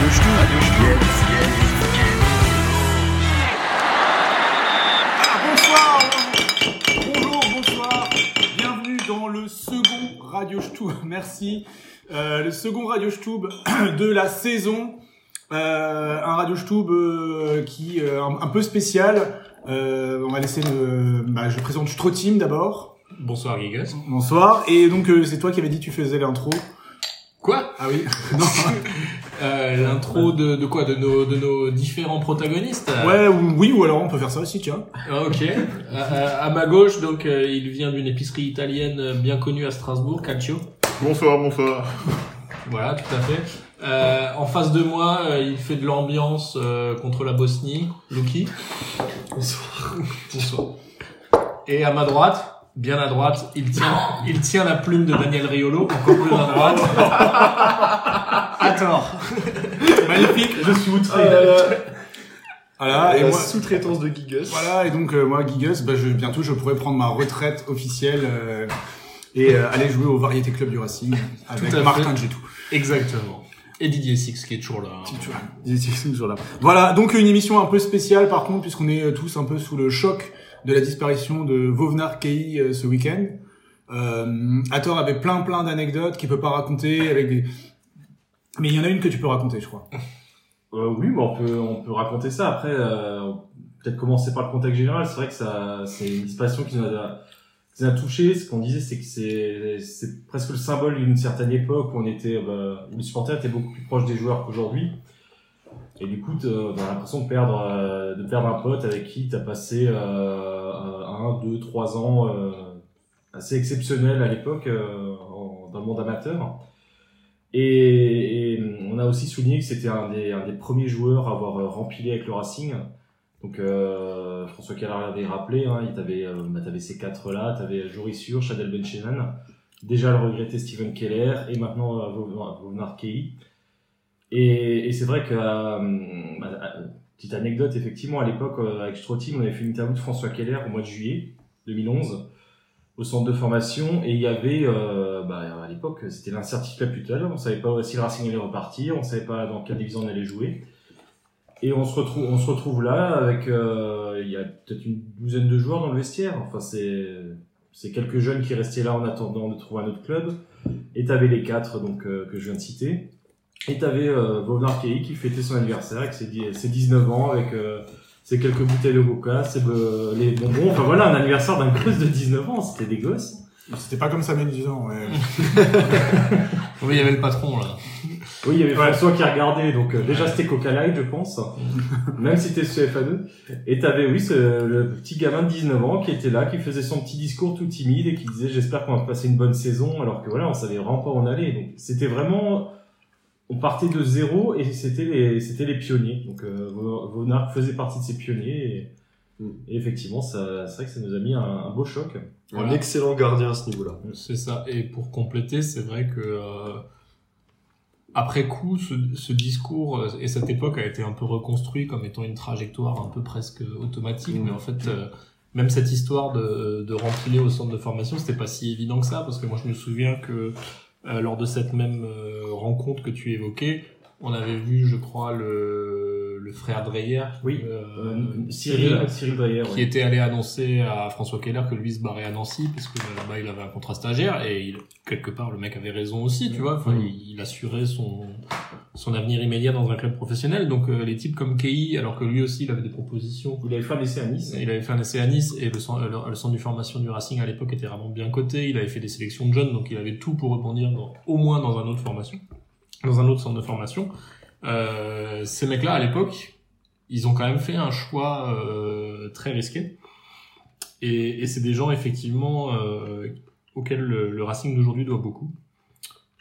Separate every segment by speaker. Speaker 1: douche tout.
Speaker 2: Bonsoir Bonjour, bonsoir Bienvenue dans le second Radio Stube, merci. Euh, le second Radio Stube de la saison. Euh, un Radio Stube euh, qui euh, un, un peu spécial. Euh, on va laisser le... bah, je présente Strotim d'abord.
Speaker 3: Bonsoir Gigas.
Speaker 2: Bonsoir. Et donc euh, c'est toi qui avais dit que tu faisais l'intro.
Speaker 3: Quoi
Speaker 2: Ah oui. non.
Speaker 3: Euh, L'intro de, de quoi de nos, de nos différents protagonistes euh,
Speaker 2: Ouais, ou- oui, ou alors on peut faire ça aussi, tiens.
Speaker 3: ah, Ok. Euh, à, à ma gauche, donc, euh, il vient d'une épicerie italienne euh, bien connue à Strasbourg, Calcio.
Speaker 4: Bonsoir, bonsoir.
Speaker 3: Voilà, tout à fait. Euh, en face de moi, euh, il fait de l'ambiance euh, contre la Bosnie, Luki. Bonsoir. Bonsoir. Et à ma droite, bien à droite, il tient, il tient la plume de Daniel Riolo, encore plus à droite. à tort. Magnifique.
Speaker 4: Je suis outré.
Speaker 2: Euh, Voilà, et
Speaker 4: la
Speaker 2: moi,
Speaker 4: sous-traitance de Gigas.
Speaker 2: Voilà, et donc euh, moi, Gigus, bah, je, bientôt je pourrais prendre ma retraite officielle euh, et euh, aller jouer au Variété Club du Racing avec
Speaker 3: Tout à fait.
Speaker 2: Martin Gétou.
Speaker 3: Exactement. Et Didier Six qui est toujours là. hein.
Speaker 2: Voilà, donc une émission un peu spéciale par contre, puisqu'on est euh, tous un peu sous le choc de la disparition de Vovnar Kei euh, ce week-end. Euh, Hathor avait plein plein d'anecdotes qu'il peut pas raconter avec des... Mais il y en a une que tu peux raconter, je crois.
Speaker 5: Euh, oui, mais on peut, on peut raconter ça. Après, euh, peut-être commencer par le contexte général. C'est vrai que ça, c'est une disparition qui nous a, qui nous a touché. Ce qu'on disait, c'est que c'est, c'est presque le symbole d'une certaine époque où on était, bah, où les supporters étaient beaucoup plus proches des joueurs qu'aujourd'hui. Et du coup, t'as t'as l'impression de perdre, euh, de perdre un pote avec qui t'as passé euh, un, deux, trois ans euh, assez exceptionnels à l'époque euh, en- dans le monde amateur. Et, et on a aussi souligné que c'était un des, un des premiers joueurs à avoir euh, rempilé avec le Racing. Donc euh, François Callard l'avait rappelé, hein, il t'avait, euh, bah, t'avais ces quatre-là, t'avais Joris Sur, Chadel Benchenan, déjà le regretté Steven Keller, et maintenant euh, Vov- Vovnar Kei. Et, et c'est vrai que, euh, bah, euh, petite anecdote, effectivement, à l'époque, euh, avec Strotim, on avait fait une interview de François Keller au mois de juillet 2011 au centre de formation et il y avait euh, bah, à l'époque c'était l'incertitude la plus totale on savait pas si le Racing allait repartir on savait pas dans quelle division on allait jouer et on se retrouve on se retrouve là avec euh, il y a peut-être une douzaine de joueurs dans le vestiaire enfin c'est c'est quelques jeunes qui restaient là en attendant de trouver un autre club et t'avais les quatre donc euh, que je viens de citer et t'avais euh, Bovnar Kei qui fêtait son anniversaire avec ses, dix- ses 19 ans avec euh, c'est quelques bouteilles de coca, c'est euh, les bonbons. Enfin voilà, un anniversaire d'un gosse de 19 ans, c'était des gosses.
Speaker 2: C'était pas comme ça, mais disons, ouais.
Speaker 3: Oui, il y avait le patron là.
Speaker 5: Oui, il y avait François qui regardait, donc euh, déjà c'était Coca Live, je pense, même si c'était CFA2. Et t'avais, oui, ce- le petit gamin de 19 ans qui était là, qui faisait son petit discours tout timide et qui disait j'espère qu'on va passer une bonne saison, alors que voilà, on savait vraiment pas où on allait. Donc c'était vraiment, on partait de zéro et c'était les, c'était les pionniers. Donc euh, Vonarc faisait partie de ces pionniers et,
Speaker 4: Mm.
Speaker 5: et effectivement, ça, c'est vrai que ça nous a mis un, un beau choc.
Speaker 4: Un excellent gardien à ce niveau-là.
Speaker 3: C'est ça. Et pour compléter, c'est vrai que euh, après coup, ce, ce discours euh, et cette époque a été un peu reconstruit comme étant une trajectoire un peu presque automatique. Mais en fait, euh, même cette histoire de, de rempiler au centre de formation, c'était pas si évident que ça parce que moi, je me souviens que euh, lors de cette même euh, rencontre que tu évoquais, on avait vu, je crois, le, le frère Dreyer.
Speaker 5: Oui.
Speaker 3: euh,
Speaker 5: Euh, Cyril, Cyril Dreyer,
Speaker 3: qui
Speaker 5: ouais.
Speaker 3: était allé annoncer à François Keller que lui se barrait à Nancy parce que bah, là-bas il avait un contrat stagiaire et il- quelque part le mec avait raison aussi, tu vois. Enfin, il, il assurait son son avenir immédiat dans un club professionnel. Donc euh, les types comme Kei, alors que lui aussi il avait des propositions
Speaker 5: il avait fait un essai à Nice.
Speaker 3: il avait fait un essai à Nice et le centre, le, le centre de formation du Racing à l'époque était vraiment bien coté. Il avait fait des sélections de jeunes, donc il avait tout pour rebondir dans- au moins dans un autre formation, dans un autre centre de formation. Euh, ces mecs-là, à l'époque, ils ont quand même fait un choix euh, très risqué. Et, et c'est des gens, effectivement, euh, auxquels le, le Racing d'aujourd'hui doit beaucoup.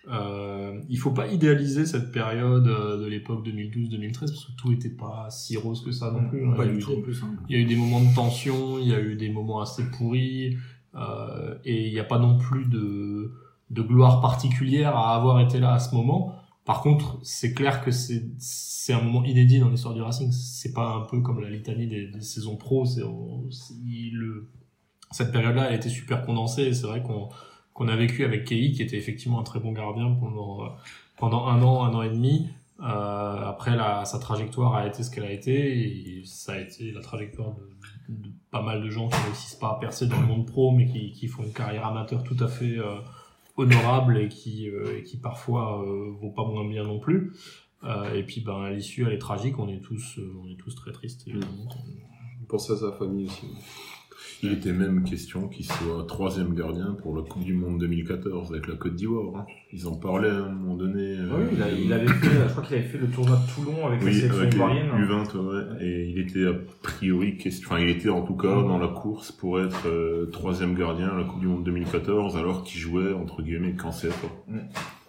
Speaker 3: Euh, il faut pas idéaliser cette période euh, de l'époque 2012-2013 parce que tout était pas si rose que ça non plus. hein.
Speaker 2: Mm. Pas
Speaker 3: Il y a
Speaker 2: du
Speaker 3: eu
Speaker 2: tout en plus. hein.
Speaker 3: il y a eu des moments de tension, il y a eu des moments assez pourris, euh, et il n'y a pas non plus de, de gloire particulière à avoir été là à ce moment. Par contre, c'est clair que c'est c'est un moment inédit dans l'histoire du Racing. C'est pas un peu comme la litanie des, des saisons pro. C'est on- c'est- il- le- cette période-là a été super condensée. et C'est vrai qu'on qu'on a vécu avec Kei, qui était effectivement un très bon gardien pendant euh, pendant un an, un an et demi. Euh, après, la, sa trajectoire a été ce qu'elle a été. Et ça a été la trajectoire de, de pas mal de gens qui réussissent pas à percer dans le monde pro, mais qui, qui font une carrière amateur tout à fait euh, honorable et qui, euh, et qui parfois euh, vaut pas moins bien non plus. Euh, et puis, ben, à l'issue, elle est tragique. On est tous, euh, on est tous très tristes. évidemment.
Speaker 4: Pensez à sa famille aussi.
Speaker 1: Il était même question qu'il soit troisième gardien pour la Coupe du Monde 2014 avec la Côte d'Ivoire. hein. Ils en parlaient à un moment donné. euh,
Speaker 5: Ah Oui, il, a- il avait fait, euh, je crois qu'il avait fait le tournoi de Toulon avec la
Speaker 1: Oui,
Speaker 5: sélection
Speaker 1: avec les
Speaker 5: ivoirienne. hein.
Speaker 1: U20, ouais. Et il était a priori question. Enfin, il était en tout cas
Speaker 5: Mm.
Speaker 1: dans la course pour être euh, troisième gardien à la Coupe du Monde 2014, alors qu'il jouait entre guillemets cancer. quoi.
Speaker 5: Ouais.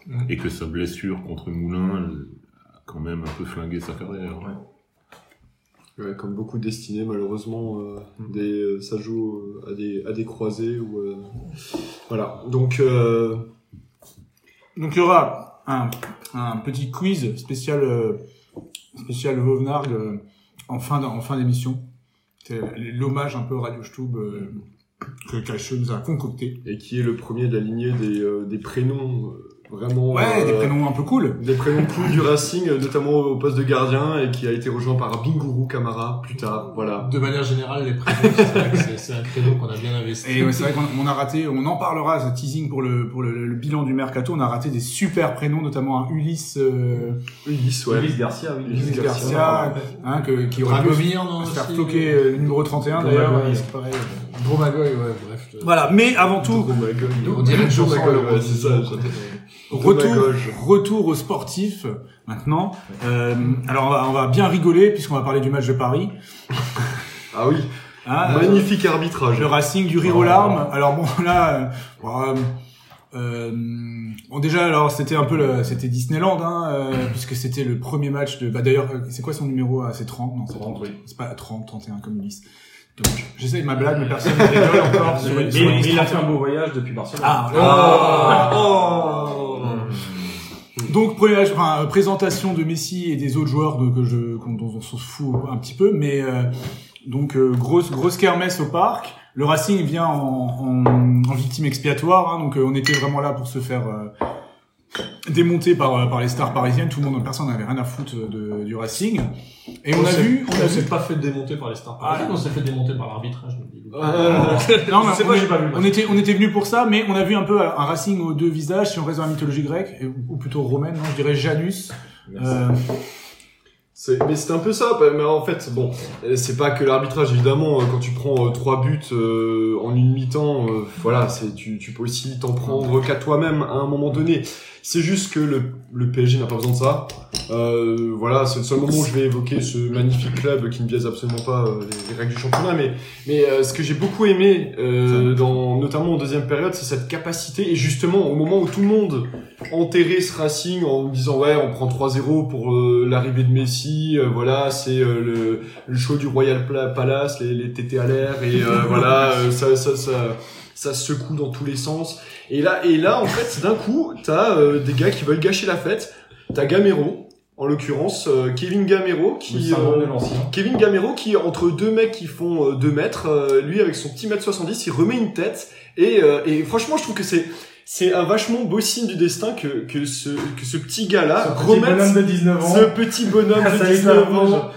Speaker 4: Mm.
Speaker 3: Ouais.
Speaker 1: Et que sa blessure contre Moulin euh, a quand même un peu flingué sa carrière. hein.
Speaker 4: Ouais, comme beaucoup de destinées, malheureusement, euh,
Speaker 2: Mm.
Speaker 4: des, euh, ça joue euh, à des, à des croisés. Ou, euh, voilà. Donc, euh,
Speaker 2: Donc il y aura un, un petit quiz spécial euh, spécial Vauvenargue euh, en fin d- en fin d'émission. C'est l'hommage un peu Radio Stub euh, que Cacheux nous a concocté.
Speaker 4: et qui est le premier de la lignée des, euh, des prénoms euh, vraiment.
Speaker 2: Ouais, des
Speaker 4: euh,
Speaker 2: prénoms un peu cool.
Speaker 4: Des prénoms cool du Racing, euh, notamment au poste de gardien, et qui a été rejoint par Binguru Kamara plus tard. Voilà.
Speaker 3: De manière générale, les prénoms, c'est vrai que c'est- c'est un créneau qu'on a bien investi.
Speaker 2: Et ouais, c'est vrai qu'on on a raté, on en parlera, ce teasing pour le pour le, le bilan du mercato, on a raté des super prénoms, notamment un Ulysse, euh,
Speaker 4: Ulysse, ouais.
Speaker 5: Ulysse Garcia, oui.
Speaker 2: Ulysse Garcia, hein, que, qui aurait pu
Speaker 3: Dragomir, non
Speaker 2: se faire
Speaker 3: aussi.
Speaker 2: floquer euh, le numéro 31 d'ailleurs.
Speaker 5: Gomagoy.
Speaker 2: ouais, c'est pareil.
Speaker 3: Dromagoy, ouais, bref. euh,
Speaker 2: Voilà, mais avant tout,
Speaker 3: On dirait une
Speaker 4: Joe
Speaker 3: chanson à
Speaker 4: McCall, ouais,
Speaker 3: l'Eurovision.
Speaker 4: c'est ça. j'étais-
Speaker 2: Retour,
Speaker 4: Dommage.
Speaker 2: retour aux sportifs maintenant. Euh, alors on va, on va bien rigoler puisqu'on va parler du match de Paris.
Speaker 4: Ah oui,
Speaker 2: Hein, euh,
Speaker 4: magnifique arbitrage.
Speaker 2: le Racing du
Speaker 5: Ah.
Speaker 2: rire aux larmes. Alors bon là, euh, bon, euh, euh, bon, déjà alors c'était un peu le- c'était Disneyland hein, euh, puisque c'était le premier match de. Bah d'ailleurs euh, c'est quoi son numéro ah, C'est 30 non c'est 30
Speaker 5: oui.
Speaker 2: c'est pas 30 31 comme Ulysse. Dommage. J'essaye ma blague mais personne ne rigole encore sur,
Speaker 5: Mais,
Speaker 2: sur Ulysse
Speaker 5: mais il a fait
Speaker 2: 31.
Speaker 5: un beau voyage depuis Barcelone. Oh,
Speaker 2: Ah,
Speaker 4: Ah.
Speaker 2: Donc première, enfin, euh, présentation de Messi et des autres joueurs de, que je, qu'on- dont on s'en fout un petit peu, mais euh, donc euh, grosse grosse kermesse au parc. Le Racing vient en, en- en victime expiatoire, hein, donc euh, on était vraiment là pour se faire euh, démonter par, euh, par les stars parisiennes. Tout le monde, personne n'avait rien à foutre de, du Racing. Et on, a
Speaker 3: s'est-
Speaker 2: vu, on a
Speaker 3: on
Speaker 2: vu.
Speaker 3: s'est pas fait démonter par les stars.
Speaker 2: Ah,
Speaker 3: on s'est fait démonter par l'arbitrage. nous dit Lou.
Speaker 4: Ah.
Speaker 2: Non, mais
Speaker 5: Je sais
Speaker 2: on
Speaker 5: pas,
Speaker 2: est-
Speaker 5: j'ai pas vu le match.
Speaker 2: On était, on était venu pour ça, mais on a vu un peu un Racing aux deux visages, si on reste dans la mythologie grecque, et- ou plutôt romaine, non, je dirais Janus.
Speaker 5: Merci.
Speaker 2: Euh,
Speaker 4: C'est- Mais c'est un peu ça, bah, mais en fait, bon, euh, c'est pas que l'arbitrage, évidemment, euh, quand tu prends euh, trois buts euh, en une mi-temps, euh, voilà, c'est tu, tu peux aussi t'en prendre qu'à toi-même à un moment donné. C'est juste que le, le PSG n'a pas besoin de ça. Euh, voilà, c'est le seul moment où je vais évoquer ce magnifique club qui ne biaise absolument pas euh, les, les règles du championnat, mais, mais euh, ce que j'ai beaucoup aimé, euh, dans, notamment en deuxième période, c'est cette capacité, et justement au moment où tout le monde enterrer ce Racing en disant ouais on prend 3-0 pour euh, l'arrivée de Messi euh, voilà c'est euh, le, le show du Royal Pla- Palace les, les tétés à l'air et euh, voilà euh, ça, ça ça ça se secoue dans tous les sens et là et là en fait d'un coup t'as euh, des gars qui veulent gâcher la fête t'as Gamero en l'occurrence euh, Kevin Gamero
Speaker 5: Le
Speaker 4: qui
Speaker 5: syndrome
Speaker 4: euh,
Speaker 5: de l'ancien.
Speaker 4: Kevin Gamero qui entre deux mecs qui font 2 mètres, euh, lui avec son petit mètre 70, il remet une tête et, euh, et franchement je trouve que c'est c'est un vachement beau signe du destin que que ce que ce petit gars là
Speaker 5: Ce petit bonhomme
Speaker 4: remette
Speaker 5: de 19 ans.
Speaker 4: ce petit bonhomme
Speaker 5: Ça
Speaker 4: de
Speaker 5: y est, ça
Speaker 4: 19
Speaker 5: mange.
Speaker 4: ans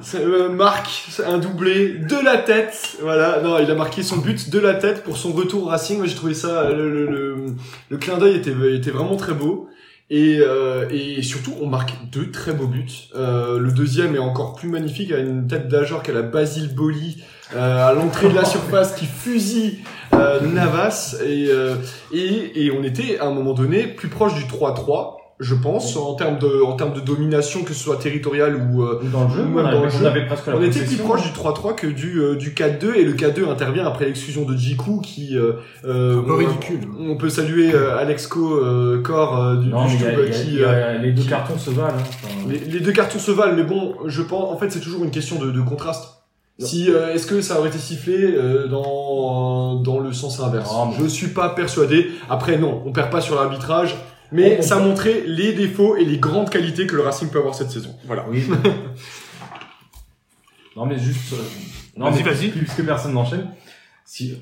Speaker 4: c'est, euh, marque un doublé de la tête. Voilà, non, il a marqué son but de la tête pour son retour au Racing. Moi, j'ai trouvé ça, euh, le, le, le- le clin d'œil était, était vraiment très beau. Et, euh, et surtout, on marque deux très beaux buts. Euh, le deuxième est encore plus magnifique, à une tête d'Ajor qu'à la Basile Boli euh, à l'entrée de la surface qui fusille euh, Navas. Et, euh, et, et on était à un moment donné plus proche du 3-3, je pense, en termes de, en termes de domination, que ce soit territoriale ou, euh,
Speaker 5: Dans le jeu,
Speaker 4: Ouais,
Speaker 5: on, avait,
Speaker 4: dans le
Speaker 5: on
Speaker 4: jeu.
Speaker 5: avait presque la
Speaker 4: on était plus
Speaker 5: possession.
Speaker 4: proche du 3-3 que du, euh, du 4-2 et le 4-2 intervient après l'exclusion de Jiku qui... Euh, euh,
Speaker 2: un peu
Speaker 4: on-
Speaker 2: ridicule.
Speaker 4: On peut saluer euh, Alex Co, euh, corps euh, du,
Speaker 5: Non,
Speaker 4: du
Speaker 5: mais il y a-
Speaker 4: Stube,
Speaker 5: il y a-
Speaker 4: qui...
Speaker 5: il y a-
Speaker 4: euh,
Speaker 5: les deux
Speaker 4: qui-
Speaker 5: cartons se valent. hein. Enfin,
Speaker 4: les, les deux cartons se valent, mais bon, je pense... En fait, c'est toujours une question de, de contraste. Si euh, Est-ce que ça aurait été sifflé euh, dans, dans le sens inverse
Speaker 5: Non, mais-
Speaker 4: Je suis pas persuadé. Après, non, on perd pas sur l'arbitrage, mais
Speaker 5: On- on-
Speaker 4: ça montrait les défauts et les grandes qualités que le Racing peut avoir cette saison. Voilà.
Speaker 5: Oui. non, mais juste. euh, Non,
Speaker 2: Vas-y,
Speaker 5: mais
Speaker 2: vas-y.
Speaker 5: Puisque personne n'enchaîne. Si,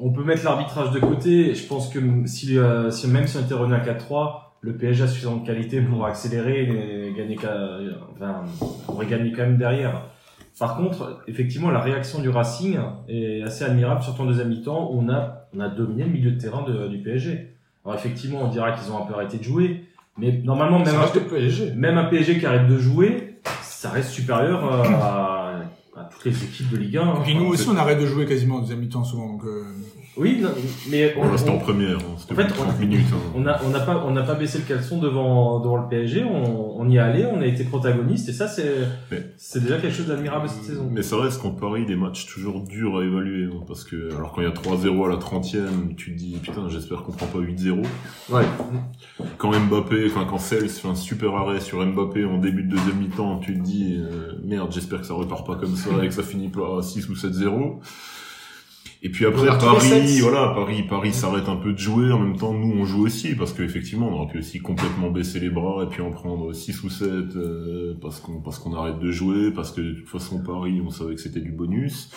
Speaker 5: on peut mettre l'arbitrage de côté. Je pense que m- si, euh, si- même si on était revenu à 4-3, le PSG a suffisamment de qualité pour accélérer et gagner, qu'à- enfin, pour gagner quand même derrière. Par contre, effectivement, la réaction du Racing est assez admirable, surtout en deuxième mi-temps, où on a, on a dominé le milieu de terrain de- du PSG. Alors effectivement, on dira qu'ils ont un peu arrêté de jouer, mais normalement, même
Speaker 4: Ça
Speaker 5: un,
Speaker 4: reste le PSG.
Speaker 5: même un PSG qui arrête de jouer, ça reste supérieur euh, à, à toutes les équipes de Ligue 1. hein.
Speaker 2: Et
Speaker 4: Ah,
Speaker 2: nous aussi, on arrête de jouer quasiment en deuxième mi-temps souvent. Donc, euh,
Speaker 5: Oui, non, mais on,
Speaker 1: On reste en
Speaker 5: on,
Speaker 1: première, hein, c'était
Speaker 5: En fait,
Speaker 1: plus de 30
Speaker 5: on-
Speaker 1: minutes. hein.
Speaker 5: on a, on n'a pas, on n'a pas baissé le caleçon devant, devant le PSG. On, on y est allé, on a été protagoniste, et ça, c'est,
Speaker 1: Mais-
Speaker 5: c'est déjà quelque chose d'admirable cette saison.
Speaker 1: Mais ça reste qu'en Paris, des matchs toujours durs à évaluer. hein, parce que, alors quand il y a 3-0 à la 30ème, tu te dis, putain, j'espère qu'on prend pas 8-0.
Speaker 4: Ouais.
Speaker 1: Quand Mbappé, enfin, quand Cels fait un super arrêt sur Mbappé en début de deuxième mi-temps, tu te dis, euh, merde, j'espère que ça repart pas comme ça et que ça finit pas à 6 ou 7-0. Et puis après,
Speaker 4: On a trouvé
Speaker 1: Paris,
Speaker 4: Cels.
Speaker 1: voilà, Paris, Paris s'arrête un peu de jouer. En même temps, nous, on joue aussi. Parce qu'effectivement, on aurait pu aussi complètement baisser les bras et puis en prendre 6 ou 7 parce qu'on parce qu'on arrête de jouer. Parce que de toute façon, Paris, on savait que c'était du bonus.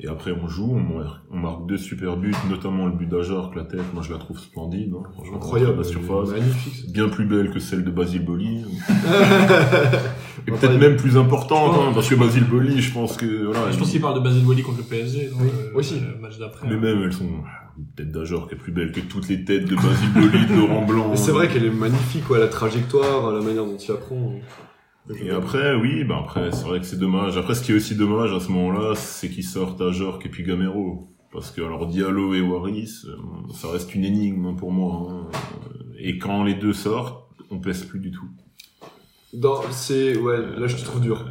Speaker 1: Et après, on joue, on, mar- on marque deux super buts, notamment le but d'Ajorc, la tête. Moi, je la trouve splendide. hein. Franchement,
Speaker 4: Incroyable.
Speaker 1: La surface
Speaker 4: Magnifique.
Speaker 1: bien plus belle que celle de Basile Boli. Et
Speaker 4: On
Speaker 1: peut-être
Speaker 4: parlait-
Speaker 1: même plus importante,
Speaker 3: Je pense-
Speaker 1: hein, parce que Basile Boli, je pense que voilà.
Speaker 3: Je
Speaker 1: elle-
Speaker 3: pense qu'il parle de Basel Wally contre le PSG. dans
Speaker 4: Oui,
Speaker 3: le-
Speaker 4: aussi.
Speaker 3: Le match d'après.
Speaker 4: Euh,
Speaker 1: Mais même elles sont tête d'Ajor qui est plus belle que toutes les têtes de Basile Boli, de Laurent Blanc.
Speaker 4: Mais c'est vrai qu'elle est magnifique, ouais, la trajectoire, la manière dont il apprend.
Speaker 1: Et après, oui, bah après, c'est vrai que c'est dommage. Après, ce qui est aussi dommage à ce moment-là, c'est qu'ils sortent Ajor et puis Gamero. Parce que, alors, Diallo et Waris, euh, ça reste une énigme hein, pour moi. hein. Et quand les deux sortent, on pèse plus du tout.
Speaker 4: Dans, c'est, ouais, là je te trouve dur.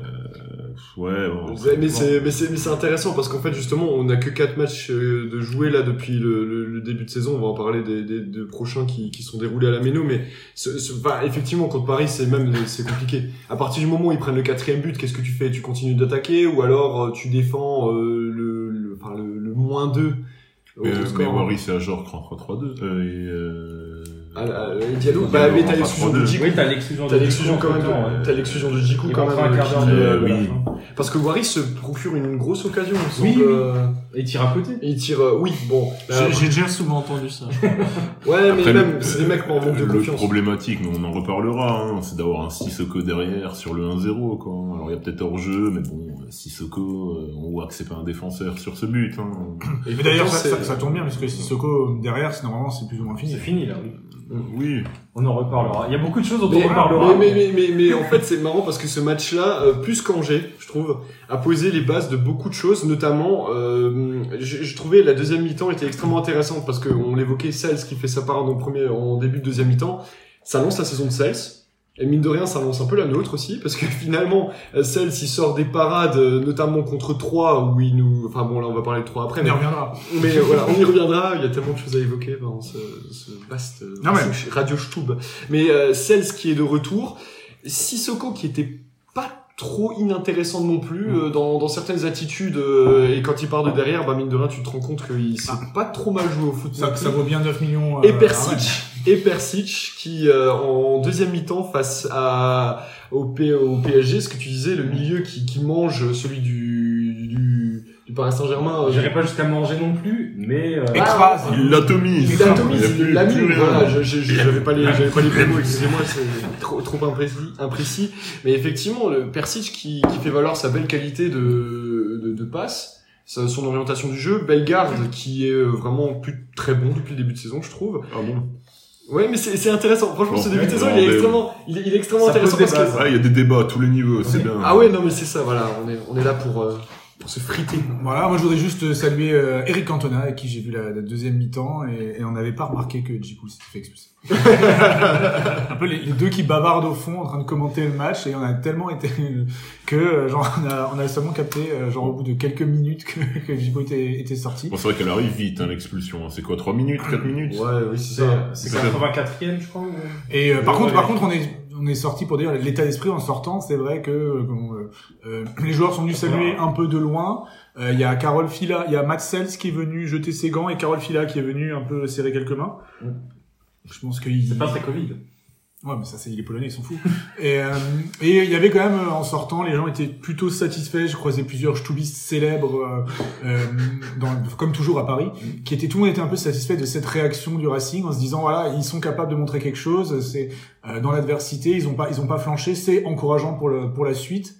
Speaker 1: Ouais, bon,
Speaker 4: Ouais, mais c'est mais c'est mais c'est intéressant parce qu'en fait justement on n'a que quatre matchs euh, de jouer là depuis le, le- le début de saison on va en parler des, des, des prochains qui, qui sont déroulés à la Méno mais ce, ce- bah, effectivement contre Paris c'est même euh, c'est compliqué à partir du moment où ils prennent le quatrième but qu'est-ce que tu fais tu continues d'attaquer ou alors euh, tu défends euh, le, le, enfin, le, le moins 2
Speaker 1: Mais, Euh,
Speaker 5: Euh,
Speaker 1: mais
Speaker 4: hein.
Speaker 1: Waris et Ajor rentrent en 3-2. Euh, et, euh...
Speaker 4: Ah, et Diallo bah mais
Speaker 1: rentre
Speaker 4: t'as
Speaker 1: en
Speaker 4: l'exclusion de
Speaker 1: 3-2.
Speaker 4: Djikou
Speaker 5: Oui, t'as l'exclusion
Speaker 4: t'as
Speaker 5: de
Speaker 4: l'exclusion quand même
Speaker 5: entre-temps,
Speaker 4: de-
Speaker 5: ouais.
Speaker 4: t'as l'exclusion de Djikou
Speaker 5: Il
Speaker 4: quand
Speaker 5: rentre
Speaker 4: même
Speaker 5: un quart
Speaker 4: qui-
Speaker 5: d'heure de-
Speaker 1: euh,
Speaker 5: de la
Speaker 1: oui.
Speaker 5: fin.
Speaker 4: parce que Waris se procure une grosse occasion il me
Speaker 5: Oui,
Speaker 4: semble,
Speaker 5: oui.
Speaker 4: euh,
Speaker 5: Et il tire à côté.
Speaker 4: et il tire euh, oui bon
Speaker 3: J'ai- J'ai déjà souvent entendu ça.
Speaker 4: Ouais, mais
Speaker 1: Après,
Speaker 4: même,
Speaker 1: le-
Speaker 4: c'est des mecs qui ont manque de
Speaker 1: L'autre
Speaker 4: confiance.
Speaker 1: problématique, mais on en reparlera, hein, c'est d'avoir un Sissoko derrière sur le 1-0. quoi. Alors il y a peut-être hors-jeu, mais bon, Sissoko, euh, on voit que c'est pas un défenseur sur ce but. Hein.
Speaker 2: Mais d'ailleurs, ça,
Speaker 4: pourtant,
Speaker 2: ça-
Speaker 4: c'est-
Speaker 2: ça tombe bien, parce que Sissoko, derrière, c'est normalement, c'est plus ou moins fini.
Speaker 5: C'est fini là. oui.
Speaker 4: Mm.
Speaker 1: Oui,
Speaker 5: On en reparlera. Il y a beaucoup de choses dont
Speaker 4: Mais,
Speaker 5: on reparlera.
Speaker 4: mais, mais, mais, mais, mais en fait, c'est marrant parce que ce match-là, euh, plus qu'Angers, je trouve, a posé les bases de beaucoup de choses, notamment, euh, je, je trouvais la deuxième mi-temps était extrêmement intéressante parce qu'on l'évoquait, Sels qui fait sa parade en, premier, en début de deuxième mi-temps, ça lance la saison de Sels. Et mine de rien, ça lance un peu la nôtre aussi, parce que finalement, euh, Sels, il sort des parades, euh, notamment contre 3, où il nous... Enfin bon, là, on va parler de 3 après,
Speaker 2: On y
Speaker 4: mais
Speaker 2: reviendra.
Speaker 4: Mais euh, voilà, on y reviendra, il y a tellement de choses à évoquer dans ce, ce vaste euh,
Speaker 2: Non, mais-
Speaker 4: ce radio Stube. Mais euh, Cels qui est de retour, Sissoko qui était pas trop inintéressant non plus
Speaker 2: Mm.
Speaker 4: euh, dans, dans certaines attitudes euh, et quand il part de derrière, bah mine de rien tu te rends compte qu'il s'est pas trop mal joué au foot. non
Speaker 2: Ça,
Speaker 4: plus.
Speaker 2: ça vaut bien 9 millions.
Speaker 4: Et
Speaker 2: euh,
Speaker 4: Persic,
Speaker 2: ah Ah, ouais.
Speaker 4: et Persic qui euh, en deuxième mi-temps face à au, P- au PSG, ce que tu disais, le milieu qui, qui mange celui du du, du Paris Saint-Germain. euh,
Speaker 5: J'irai pas jusqu'à manger non plus, mais euh,
Speaker 2: Écrase.
Speaker 1: il l'atomise.
Speaker 4: Il l'atomise,
Speaker 1: y a
Speaker 4: il
Speaker 1: plus-
Speaker 4: l'amuse.
Speaker 1: plus rien.
Speaker 4: Voilà, je- je- je- j'avais pas les, j'avais pas les bons mots, excusez-moi, c'est trop, trop imprécis, imprécis. Mais effectivement, le Persic qui, qui fait valoir sa belle qualité de, de, de passe, sa- son orientation du jeu, Bellegarde qui est euh, vraiment plus très bon depuis le début de saison, je trouve.
Speaker 1: Ah bon
Speaker 4: Ouais, mais c'est c'est intéressant. Franchement,
Speaker 1: Bon,
Speaker 4: ce début
Speaker 1: ouais,
Speaker 4: de saison,
Speaker 1: non,
Speaker 4: il est
Speaker 1: mais-
Speaker 4: extrêmement, il est, il est extrêmement
Speaker 5: Ça
Speaker 4: intéressant
Speaker 5: pose des
Speaker 4: parce que.
Speaker 5: bases.
Speaker 1: Ah, il y a des débats à tous les niveaux, c'est bien.
Speaker 4: Ah ouais, non, mais c'est ça, voilà, on est, on est là pour, euh, pour se friter.
Speaker 2: Voilà, moi je voudrais juste saluer euh, Eric Cantona, avec qui j'ai vu la, la deuxième mi-temps, et, et on n'avait pas remarqué que Djikou s'était fait expulser. un peu les, les deux qui bavardent au fond en train de commenter le match, et on a tellement été que euh, genre on a, on a seulement capté euh, genre au bout de quelques minutes que, que Djikou était, était sorti.
Speaker 1: Bon, c'est vrai qu'elle arrive vite, hein, l'expulsion. hein. C'est quoi, 3 minutes, 4 minutes
Speaker 4: Ouais, oui, c'est ça.
Speaker 5: c'est-
Speaker 1: C'est-
Speaker 5: c'est 84ème, je crois. ou-
Speaker 2: Et euh, par
Speaker 5: Ouais,
Speaker 2: contre,
Speaker 5: ouais.
Speaker 2: par contre, on est on est sorti pour dire l'état d'esprit en sortant. C'est vrai que euh, qu'on, euh, euh, les joueurs sont venus saluer un peu de loin. Euh, Il y a Carole Fila, il y a Matt Sells qui est venu jeter ses gants et Carole Fila qui est venu un peu serrer quelques mains.
Speaker 5: Mm.
Speaker 2: Je pense qu'ils
Speaker 5: C'est pas très Covid.
Speaker 2: Ouais, mais ça, c'est les Polonais, ils sont fous. et euh, et il y avait quand même, euh, en sortant, les gens étaient plutôt satisfaits. Je croisais plusieurs Stubistes célèbres, euh, euh, dans- comme toujours à Paris, qui étaient tout le monde était un peu satisfait de cette réaction du Racing en se disant voilà, ils sont capables de montrer quelque chose. C'est euh, dans l'adversité, ils ont pas, ils ont pas flanché. C'est encourageant pour le pour la suite.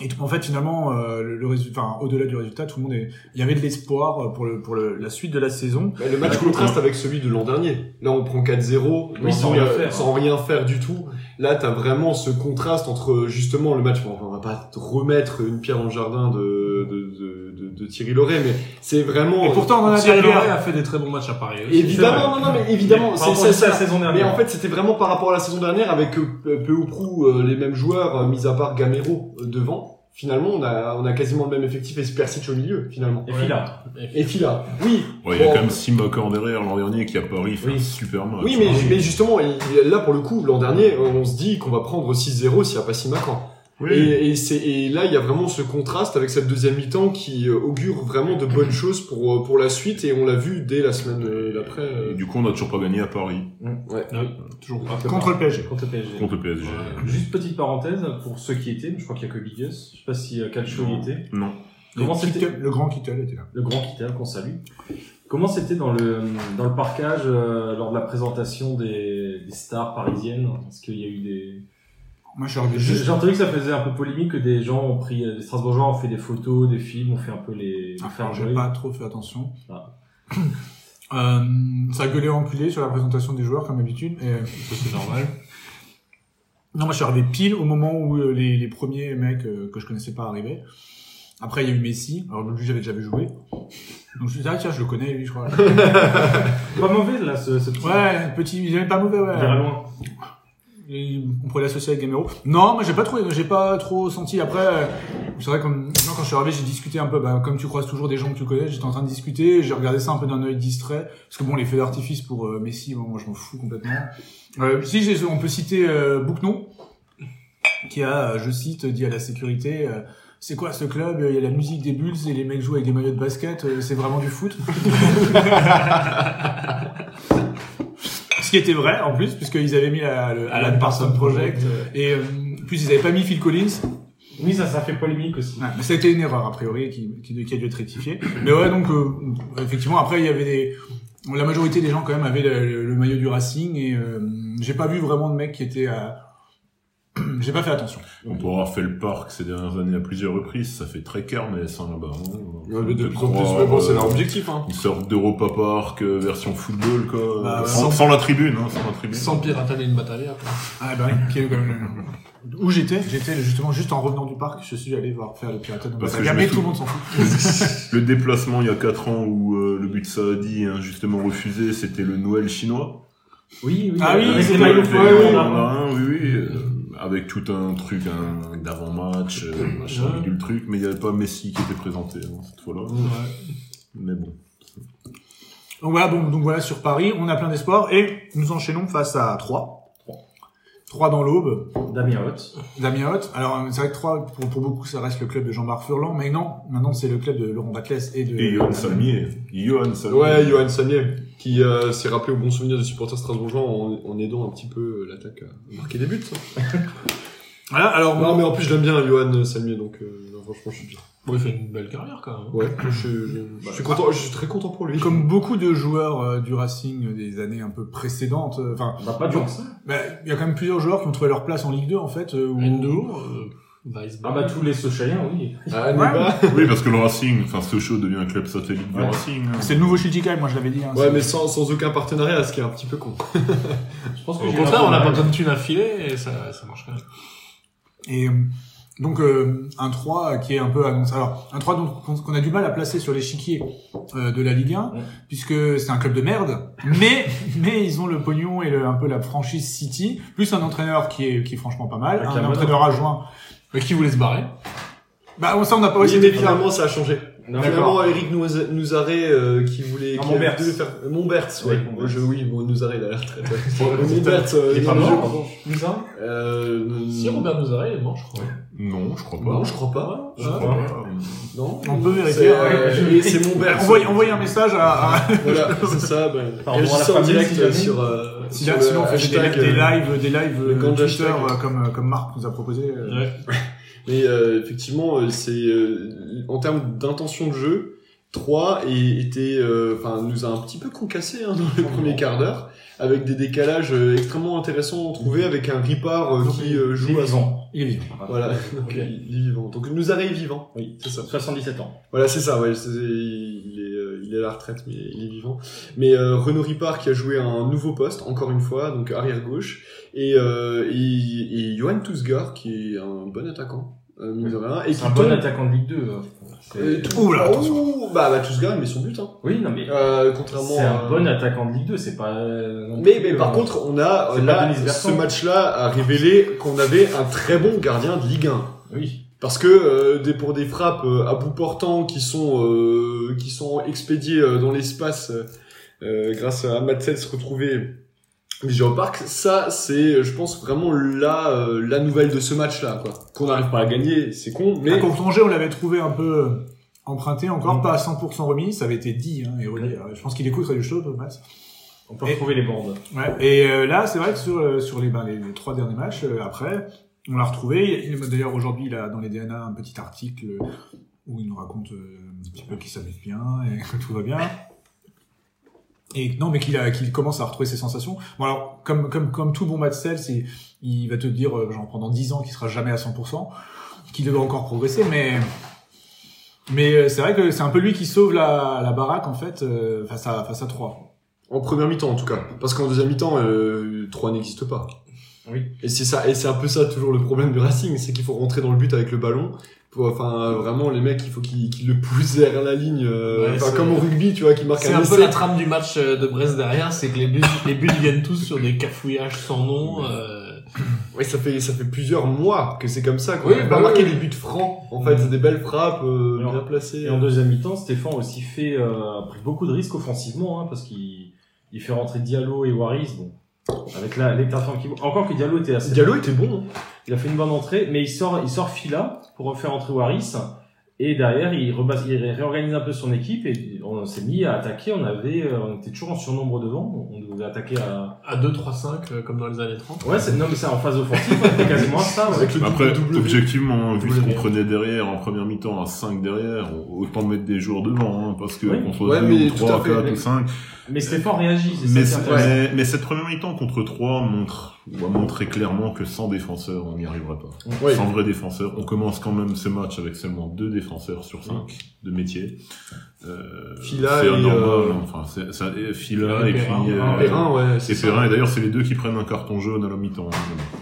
Speaker 2: Et tout- en fait, finalement, euh, le, le résultat, enfin, au-delà du résultat, tout le monde, est, il y avait de l'espoir euh, pour le pour le, la suite de la saison.
Speaker 4: Bah, le match
Speaker 1: Bah,
Speaker 4: contraste
Speaker 1: ouais.
Speaker 4: avec celui de l'an dernier. Là, on prend 4-0,
Speaker 5: Oui, sans
Speaker 4: euh,
Speaker 5: rien faire.
Speaker 4: sans rien faire du tout. Là, t'as vraiment ce contraste entre justement le match. Bon, on va pas te remettre une pierre dans le jardin de, de, de, de, de Thierry Loret, mais Oh, c'est vraiment. euh,
Speaker 2: Et pourtant, on en a
Speaker 3: Thierry
Speaker 2: parlé.
Speaker 3: Loret a fait des très bons matchs à Paris. aussi.
Speaker 4: Évidemment, non, non, mais évidemment,
Speaker 5: c'est
Speaker 4: c'est
Speaker 5: ça,
Speaker 4: c'est
Speaker 5: la
Speaker 4: ça.
Speaker 5: saison
Speaker 4: Mais
Speaker 5: dernière.
Speaker 4: en fait, c'était vraiment par rapport à la saison dernière, avec euh, peu ou prou euh, les mêmes joueurs, euh, mis à part Gamero euh, devant. Finalement, on a, on a quasiment le même effectif et Persic au milieu, finalement.
Speaker 5: et puis là,
Speaker 4: Et Fila, oui.
Speaker 1: Ouais, il y a
Speaker 4: Bon,
Speaker 1: quand même Simakor derrière l'an dernier qui à Paris fait
Speaker 5: Oui.
Speaker 1: un super match.
Speaker 4: Oui, mais, mais justement, il- là pour le coup, l'an dernier, on se dit qu'on va prendre 6-0 s'il n'y a pas 6
Speaker 1: Oui.
Speaker 4: Et, et, c'est- et là, il y a vraiment ce contraste avec cette deuxième mi-temps qui euh, augure vraiment de bonnes choses pour, euh, pour la suite et on l'a vu dès la semaine euh, d'après.
Speaker 1: Et
Speaker 4: euh,
Speaker 1: du coup, on n'a toujours pas gagné à Paris
Speaker 3: Toujours pas.
Speaker 2: Contre le PSG.
Speaker 5: contre le PSG.
Speaker 1: contre le PSG.
Speaker 5: Euh, Juste petite parenthèse pour ceux qui étaient, je crois qu'il y a que Bigus, je sais pas si euh, Calcio y
Speaker 1: Non.
Speaker 5: était.
Speaker 1: Non.
Speaker 5: Comment
Speaker 2: Le
Speaker 5: c'était
Speaker 2: Kittel- le grand Kittel était là.
Speaker 5: le grand Kitel qu'on salue. Comment c'était dans le, dans le parcage euh, lors de la présentation des, des stars parisiennes Est-ce qu'il y a eu des...
Speaker 2: Moi, je suis arrivé
Speaker 5: J'ai
Speaker 2: juste.
Speaker 5: j'ai entendu que ça faisait un peu polémique que des gens ont pris, les Strasbourgeois ont fait des photos, des films, ont fait un peu les... les
Speaker 2: Enfin,
Speaker 5: faire
Speaker 2: Ah, j'ai
Speaker 5: jouer.
Speaker 2: pas trop fait attention.
Speaker 5: Ah.
Speaker 2: Euh, ça gueulait enculé sur la présentation des joueurs comme d'habitude. Et...
Speaker 3: C'est normal.
Speaker 2: Non, moi je suis arrivé pile au moment où euh, les, les premiers mecs euh, que je connaissais pas arrivaient. Après il y a eu Messi, alors lui j'avais déjà vu jouer. Donc je me suis dit ah tiens je le connais lui je crois.
Speaker 5: Pas mauvais là ce, ce petit...
Speaker 2: Ouais petit, il est pas mauvais
Speaker 5: On dirait
Speaker 2: ouais.
Speaker 5: loin.
Speaker 2: Et on pourrait l'associer avec Gamero. Non, moi j'ai pas trop, j'ai pas trop senti. Après, euh, c'est vrai que comme- genre, quand je suis arrivé, j'ai discuté un peu. Bah, comme tu croises toujours des gens que tu connais, j'étais en train de discuter. J'ai regardé ça un peu d'un œil distrait, parce que bon, les feux d'artifice pour euh, Messi, bon, moi je m'en fous complètement. Euh, si j'ai- on peut citer euh, Bouquenon, qui a, euh, je cite, dit à la sécurité. euh, c'est quoi ce club Il y a la musique des bulles et les mecs jouent avec des maillots de basket. euh, C'est vraiment du foot. Ce qui était vrai en plus, puisqu'ils avaient mis la, le,
Speaker 5: À la
Speaker 2: Alan Parsons Project. Et euh, en plus, ils avaient pas mis Phil Collins.
Speaker 5: Oui, ça, ça fait polémique aussi.
Speaker 2: Ouais, mais ça a été une erreur, a priori, qui, qui, qui a dû être rectifiée. Mais ouais, donc, euh, effectivement, après, il y avait des... La majorité des gens, quand même, avaient le, le- le maillot du Racing. Et euh, j'ai pas vu vraiment de mecs qui étaient à... j'ai pas fait attention.
Speaker 1: On peut avoir fait le parc ces dernières années à plusieurs reprises, ça fait très kermesse hein, là-bas. hein.
Speaker 4: ouais, mais de plus en plus,
Speaker 1: Croire,
Speaker 4: ouais, bon, c'est
Speaker 1: euh,
Speaker 4: leur objectif. Hein.
Speaker 1: Une sorte d'Europa Park euh, version football quoi.
Speaker 2: Bah, ouais.
Speaker 1: sans, sans la tribune, hein, sans la tribune.
Speaker 3: Sans pirater une bataille. quoi.
Speaker 2: Ah bah, oui, qui est quand même le- Où j'étais J'étais justement juste en revenant du parc, je suis allé voir faire le piratage.
Speaker 1: Parce que je
Speaker 2: Jamais
Speaker 1: me
Speaker 2: tout le monde s'en fout.
Speaker 1: Le déplacement il y a 4 ans où euh, le but de Saadi est injustement refusé, c'était le Noël chinois. Euh,
Speaker 5: Oui, oui.
Speaker 2: Ah oui,
Speaker 5: avec
Speaker 2: c'est
Speaker 5: les
Speaker 2: pas le-
Speaker 5: maillots
Speaker 1: Avec les
Speaker 5: fleuris,
Speaker 2: ouais,
Speaker 5: on a-
Speaker 1: mandarins, oui, oui, euh, avec tout un truc un, d'avant-match, euh, machin,
Speaker 3: Ouais.
Speaker 1: bidule truc, mais il n'y avait pas Messi qui était présenté hein, cette fois-là. Mais bon.
Speaker 2: Donc voilà, donc, donc voilà sur Paris, on a plein d'espoir et nous enchaînons face à 3. 3 dans l'aube,
Speaker 5: Damien Hott.
Speaker 2: Damien Hott. Alors euh, c'est vrai que 3, pour, pour beaucoup, ça reste le club de Jean-Marc Furlan, mais non, maintenant c'est le club de Laurent Batles et de...
Speaker 1: Et Johan Salmier. Johan Salmier.
Speaker 4: Ouais, Johan Sanier, qui euh, s'est rappelé au bon souvenir des supporters strasbourgeois en, en aidant un petit peu euh, l'attaque à marquer des buts.
Speaker 2: Voilà, alors
Speaker 4: Non, mais en plus, je l'aime bien, Johan Sanier, donc euh, non, franchement, je suis bien.
Speaker 3: Bon, il fait une belle carrière quand même.
Speaker 4: Ouais, je, je- je suis content, je suis très content pour lui.
Speaker 2: comme beaucoup de joueurs euh, du Racing euh, des années un peu précédentes, euh, enfin,
Speaker 5: On n'a pas de chance.
Speaker 2: bah, il y a quand même plusieurs joueurs qui ont trouvé leur place en Ligue 2 en fait. euh, où-
Speaker 3: Endo, euh, Weisberg.
Speaker 5: Ah bah tous les Sochaliens, oui.
Speaker 4: Ah, Anima.
Speaker 1: Oui, parce que le Racing, enfin Sochaux devient un club satellite du
Speaker 5: Ouais.
Speaker 1: Racing. hein.
Speaker 2: C'est le nouveau Shijikai, moi je l'avais dit. hein,
Speaker 4: Ouais,
Speaker 2: c'est-
Speaker 4: mais sans, sans aucun partenariat, ce qui est un petit peu con.
Speaker 5: Je pense que
Speaker 3: Au
Speaker 5: j'ai
Speaker 3: contraire, on n'a pas
Speaker 5: mal.
Speaker 3: besoin de thunes à filer et ça, ça marche quand même.
Speaker 2: Et euh, donc euh, un 3 qui est un peu annoncé. Alors un 3 donc, qu'on qu'on a du mal à placer sur l'échiquier euh, de la Ligue 1
Speaker 5: Ouais.
Speaker 2: puisque c'est un club de merde. Mais mais ils ont le pognon et le, un peu la franchise City plus un entraîneur euh, qui est qui est franchement pas mal,
Speaker 5: Avec la
Speaker 2: un
Speaker 5: mode.
Speaker 2: entraîneur adjoint
Speaker 3: Mais qui voulait se barrer
Speaker 2: Bah, on ça, on n'a pas
Speaker 4: Oui,
Speaker 2: aussi
Speaker 4: mais Ah finalement, ça a changé.
Speaker 5: Non,
Speaker 4: Finalement, Eric Nous- Nouzaret, euh, qui voulait...
Speaker 5: Non,
Speaker 4: qui avait
Speaker 5: Monberts.
Speaker 4: voulu faire... Monberts, ouais.
Speaker 5: Ah, Oui, Monberts.
Speaker 4: Je- oui, bon, Nouzaret, il a l'air très...
Speaker 5: Robert,
Speaker 4: Monberts, euh,
Speaker 5: il est pas
Speaker 4: dans le jeu.
Speaker 5: mort, pardon. Cousin
Speaker 4: Euh,
Speaker 3: Si Robert Nozare est mort, je crois.
Speaker 1: Non, je crois pas.
Speaker 4: Non, je crois pas.
Speaker 1: Je crois
Speaker 5: Ouais.
Speaker 1: pas.
Speaker 4: Non.
Speaker 2: On peut vérifier,
Speaker 4: C'est
Speaker 2: ouais.
Speaker 4: euh, et c'est Monberts.
Speaker 2: Envoyez, envoyez un message à, à-
Speaker 4: Voilà, c'est ça. Ben,
Speaker 5: Par rapport à la
Speaker 4: réagissez en
Speaker 5: famille,
Speaker 4: direct
Speaker 5: si jamais.
Speaker 4: sur, euh,
Speaker 2: si
Speaker 4: sur
Speaker 2: là,
Speaker 4: le
Speaker 2: sinon on fait des,
Speaker 4: hashtag,
Speaker 2: des
Speaker 4: euh,
Speaker 2: lives, des lives
Speaker 4: le
Speaker 2: euh,
Speaker 4: compte
Speaker 2: Twitter
Speaker 4: hashtag.
Speaker 2: euh, comme, euh, comme Marc nous a proposé. euh.
Speaker 4: Mais euh, effectivement, euh, c'est euh, en termes d'intention de jeu, 3 et- était, euh, enfin, nous a un petit peu concassé hein, dans le premier quart d'heure, avec des décalages euh, extrêmement intéressants trouvés, avec un ripard euh, qui euh,
Speaker 5: Il
Speaker 4: joue
Speaker 5: est
Speaker 4: à
Speaker 5: vivant.
Speaker 2: Il est vivant.
Speaker 4: Voilà, donc, il est vivant. Donc nous arrive vivant.
Speaker 5: Oui,
Speaker 4: c'est ça.
Speaker 5: 77 ans.
Speaker 4: Voilà, c'est ça. Ouais, c'est- il est, euh, il est à la retraite, mais il est vivant. Mais euh, Renaud Ripard qui a joué un nouveau poste, encore une fois, donc arrière gauche, et, euh, et, et Johan Tousgar qui est un bon attaquant. Euh, mine de rien, et
Speaker 5: C'est
Speaker 4: qui
Speaker 5: un
Speaker 4: tombe-
Speaker 5: bon attaquant de Ligue 2. euh.
Speaker 4: euh,
Speaker 5: C'est-
Speaker 4: tout-
Speaker 2: Ouh là, attention.
Speaker 4: Ouh, bah, bah Tousgar il met son but hein.
Speaker 5: Oui, non, mais
Speaker 4: Euh, contrairement
Speaker 5: c'est
Speaker 4: à-
Speaker 5: un bon attaquant de Ligue 2, c'est pas. euh, non
Speaker 4: mais,
Speaker 5: plus,
Speaker 4: mais par
Speaker 5: euh,
Speaker 4: contre, on a
Speaker 5: c'est
Speaker 4: euh,
Speaker 5: pas
Speaker 4: là,
Speaker 5: Denis Versant.
Speaker 4: ce match-là a révélé qu'on avait un très bon gardien de Ligue 1.
Speaker 5: Oui.
Speaker 4: Parce que euh, des, pour des frappes euh, à bout portant qui sont euh, qui sont expédiées euh, dans l'espace euh, euh, grâce à Matsel se retrouver déjà au parc, ça c'est je pense vraiment la euh, la nouvelle de ce match là quoi. Qu'on n'arrive pas à gagner, c'est con, mais
Speaker 2: À Courtanger, on l'avait trouvé un peu euh, emprunté encore, pas à 100% remis, ça avait été dit, hein, et redit. Alors, je pense qu'il écoute Radio Show, Thomas.
Speaker 5: On peut
Speaker 2: Et-
Speaker 5: retrouver les bandes.
Speaker 2: Ouais. Et euh, là, c'est vrai que sur, euh, sur les, ben, les, les trois derniers matchs, euh, après, on l'a retrouvé. Il- D'ailleurs, aujourd'hui, il a dans les DNA un petit article euh, où il nous raconte euh, un petit peu qu'il s'amuse bien et que tout va bien. Et non, mais qu'il a- qu'il commence à retrouver ses sensations. Bon, alors, comme, comme, comme tout bon match c'est il va te dire, euh, genre, pendant 10 ans qu'il sera jamais à 100%, qu'il doit encore progresser, mais, mais euh, c'est vrai que c'est un peu lui qui sauve la, la baraque, en fait, euh, face à, face à 3.
Speaker 4: En première mi-temps, en tout cas. Parce qu'en deuxième mi-temps, euh, 3 n'existe pas.
Speaker 5: Oui.
Speaker 4: Et c'est ça, et c'est un peu ça toujours le problème du Racing, c'est qu'il faut rentrer dans le but avec le ballon. Pour- Enfin, vraiment, les mecs, il faut qu'ils qu'ils le poussent vers la ligne. euh,
Speaker 3: Ouais,
Speaker 4: enfin,
Speaker 3: c'est-
Speaker 4: comme au rugby, tu vois, qui marque
Speaker 3: C'est un
Speaker 4: un
Speaker 3: peu
Speaker 4: essai.
Speaker 3: la trame du match euh, de Brest derrière, c'est que les buts, les buts viennent tous sur des cafouillages sans nom. euh,
Speaker 4: Ouais, ça fait, ça fait plusieurs mois que c'est comme ça. Quoi.
Speaker 3: Oui,
Speaker 4: On a
Speaker 3: bah
Speaker 4: pas
Speaker 3: oui,
Speaker 4: marqué
Speaker 3: oui. Mm.
Speaker 4: des buts francs. En fait, c'est des belles frappes, euh,
Speaker 5: Et en-
Speaker 4: bien placées.
Speaker 5: Et en deuxième mi-temps, Stéphane aussi fait, euh, a pris beaucoup de risques offensivement, hein, parce qu'il il fait rentrer Diallo et Waris. Bon, avec la- l'éclatation qui. Encore que Diallo était assez.
Speaker 4: Diallo était bon. hein.
Speaker 5: Il a fait une bonne entrée, mais il sort, il sort Fila pour faire entrer Waris. Et derrière, il, rebasse- il ré- réorganise un peu son équipe et on s'est mis à attaquer. On avait, euh, on était toujours en surnombre devant. On devait attaquer à.
Speaker 3: à 2, 3, 5, euh, comme dans les années 30.
Speaker 5: Ouais, c'est- non, mais c'est en phase offensive. on était quasiment à ça. ouais.
Speaker 4: Avec le
Speaker 1: Après,
Speaker 4: double W.
Speaker 1: objectivement, hein, vu ce qu'on
Speaker 3: W.
Speaker 1: prenait derrière en première mi-temps à 5 derrière, autant mettre des joueurs devant, hein, parce que
Speaker 5: Oui.
Speaker 1: contre
Speaker 4: Ouais,
Speaker 1: 2
Speaker 4: mais
Speaker 1: ou
Speaker 4: tout
Speaker 1: 3,
Speaker 4: à fait,
Speaker 1: 4
Speaker 4: mais-
Speaker 1: ou 5,
Speaker 5: Mais Stéphane réagit. c'est ça
Speaker 1: mais,
Speaker 5: qui est
Speaker 1: c'est-
Speaker 5: intéressant.
Speaker 1: mais- mais cette première mi-temps contre 3 montre, ou a montré clairement que sans défenseur, on n'y arriverait pas.
Speaker 4: Ouais.
Speaker 1: Sans vrai défenseur. On commence quand même ce match avec seulement deux défenseurs sur cinq de métier. Euh,
Speaker 4: Fila
Speaker 1: c'est
Speaker 4: et,
Speaker 1: normal,
Speaker 4: euh,
Speaker 1: hein. enfin, c'est, ça, et Fila et,
Speaker 3: Et Perrin.
Speaker 1: puis, euh,
Speaker 4: Perrin, ouais.
Speaker 1: c'est
Speaker 4: ça.
Speaker 1: Perrin. Et d'ailleurs, c'est les deux qui prennent un carton jaune à la mi-temps. hein,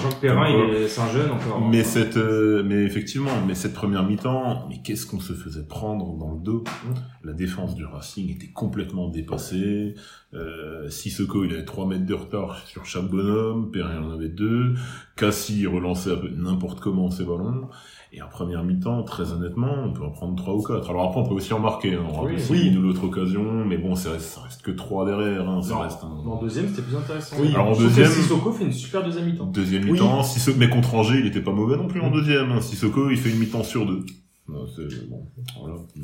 Speaker 5: Jean Perrin, il est- c'est un jeune encore.
Speaker 1: Mais cette, euh, mais effectivement, mais cette première mi-temps, mais qu'est-ce qu'on se faisait prendre dans le dos
Speaker 5: Mmh.
Speaker 1: La défense du Racing était complètement dépassée. Euh, Sissoko, il avait 3 mètres de retard sur chaque bonhomme. Perrin en avait deux. Cassie relançait un peu n'importe comment ses ballons. Et en première mi-temps, très honnêtement, on peut en prendre trois ou quatre. Alors après, on peut aussi en marquer. hein. On aura
Speaker 5: Oui,
Speaker 1: aussi
Speaker 4: oui.
Speaker 1: une ou l'autre occasion, mais bon, ça reste, ça reste que trois derrière. hein. Ça
Speaker 5: Non.
Speaker 1: reste un-
Speaker 5: En deuxième, c'était plus intéressant.
Speaker 4: Oui.
Speaker 1: Alors, en
Speaker 5: Je trouve que
Speaker 1: deuxième-
Speaker 5: Sissoko fait une super deuxième mi-temps.
Speaker 1: Deuxième
Speaker 4: Oui.
Speaker 1: mi-temps, Sissoko- mais contre Angers, il était pas mauvais non plus en deuxième. hein. Sissoko, il fait une mi-temps sur deux. Non, c'est- bon, voilà. Euh,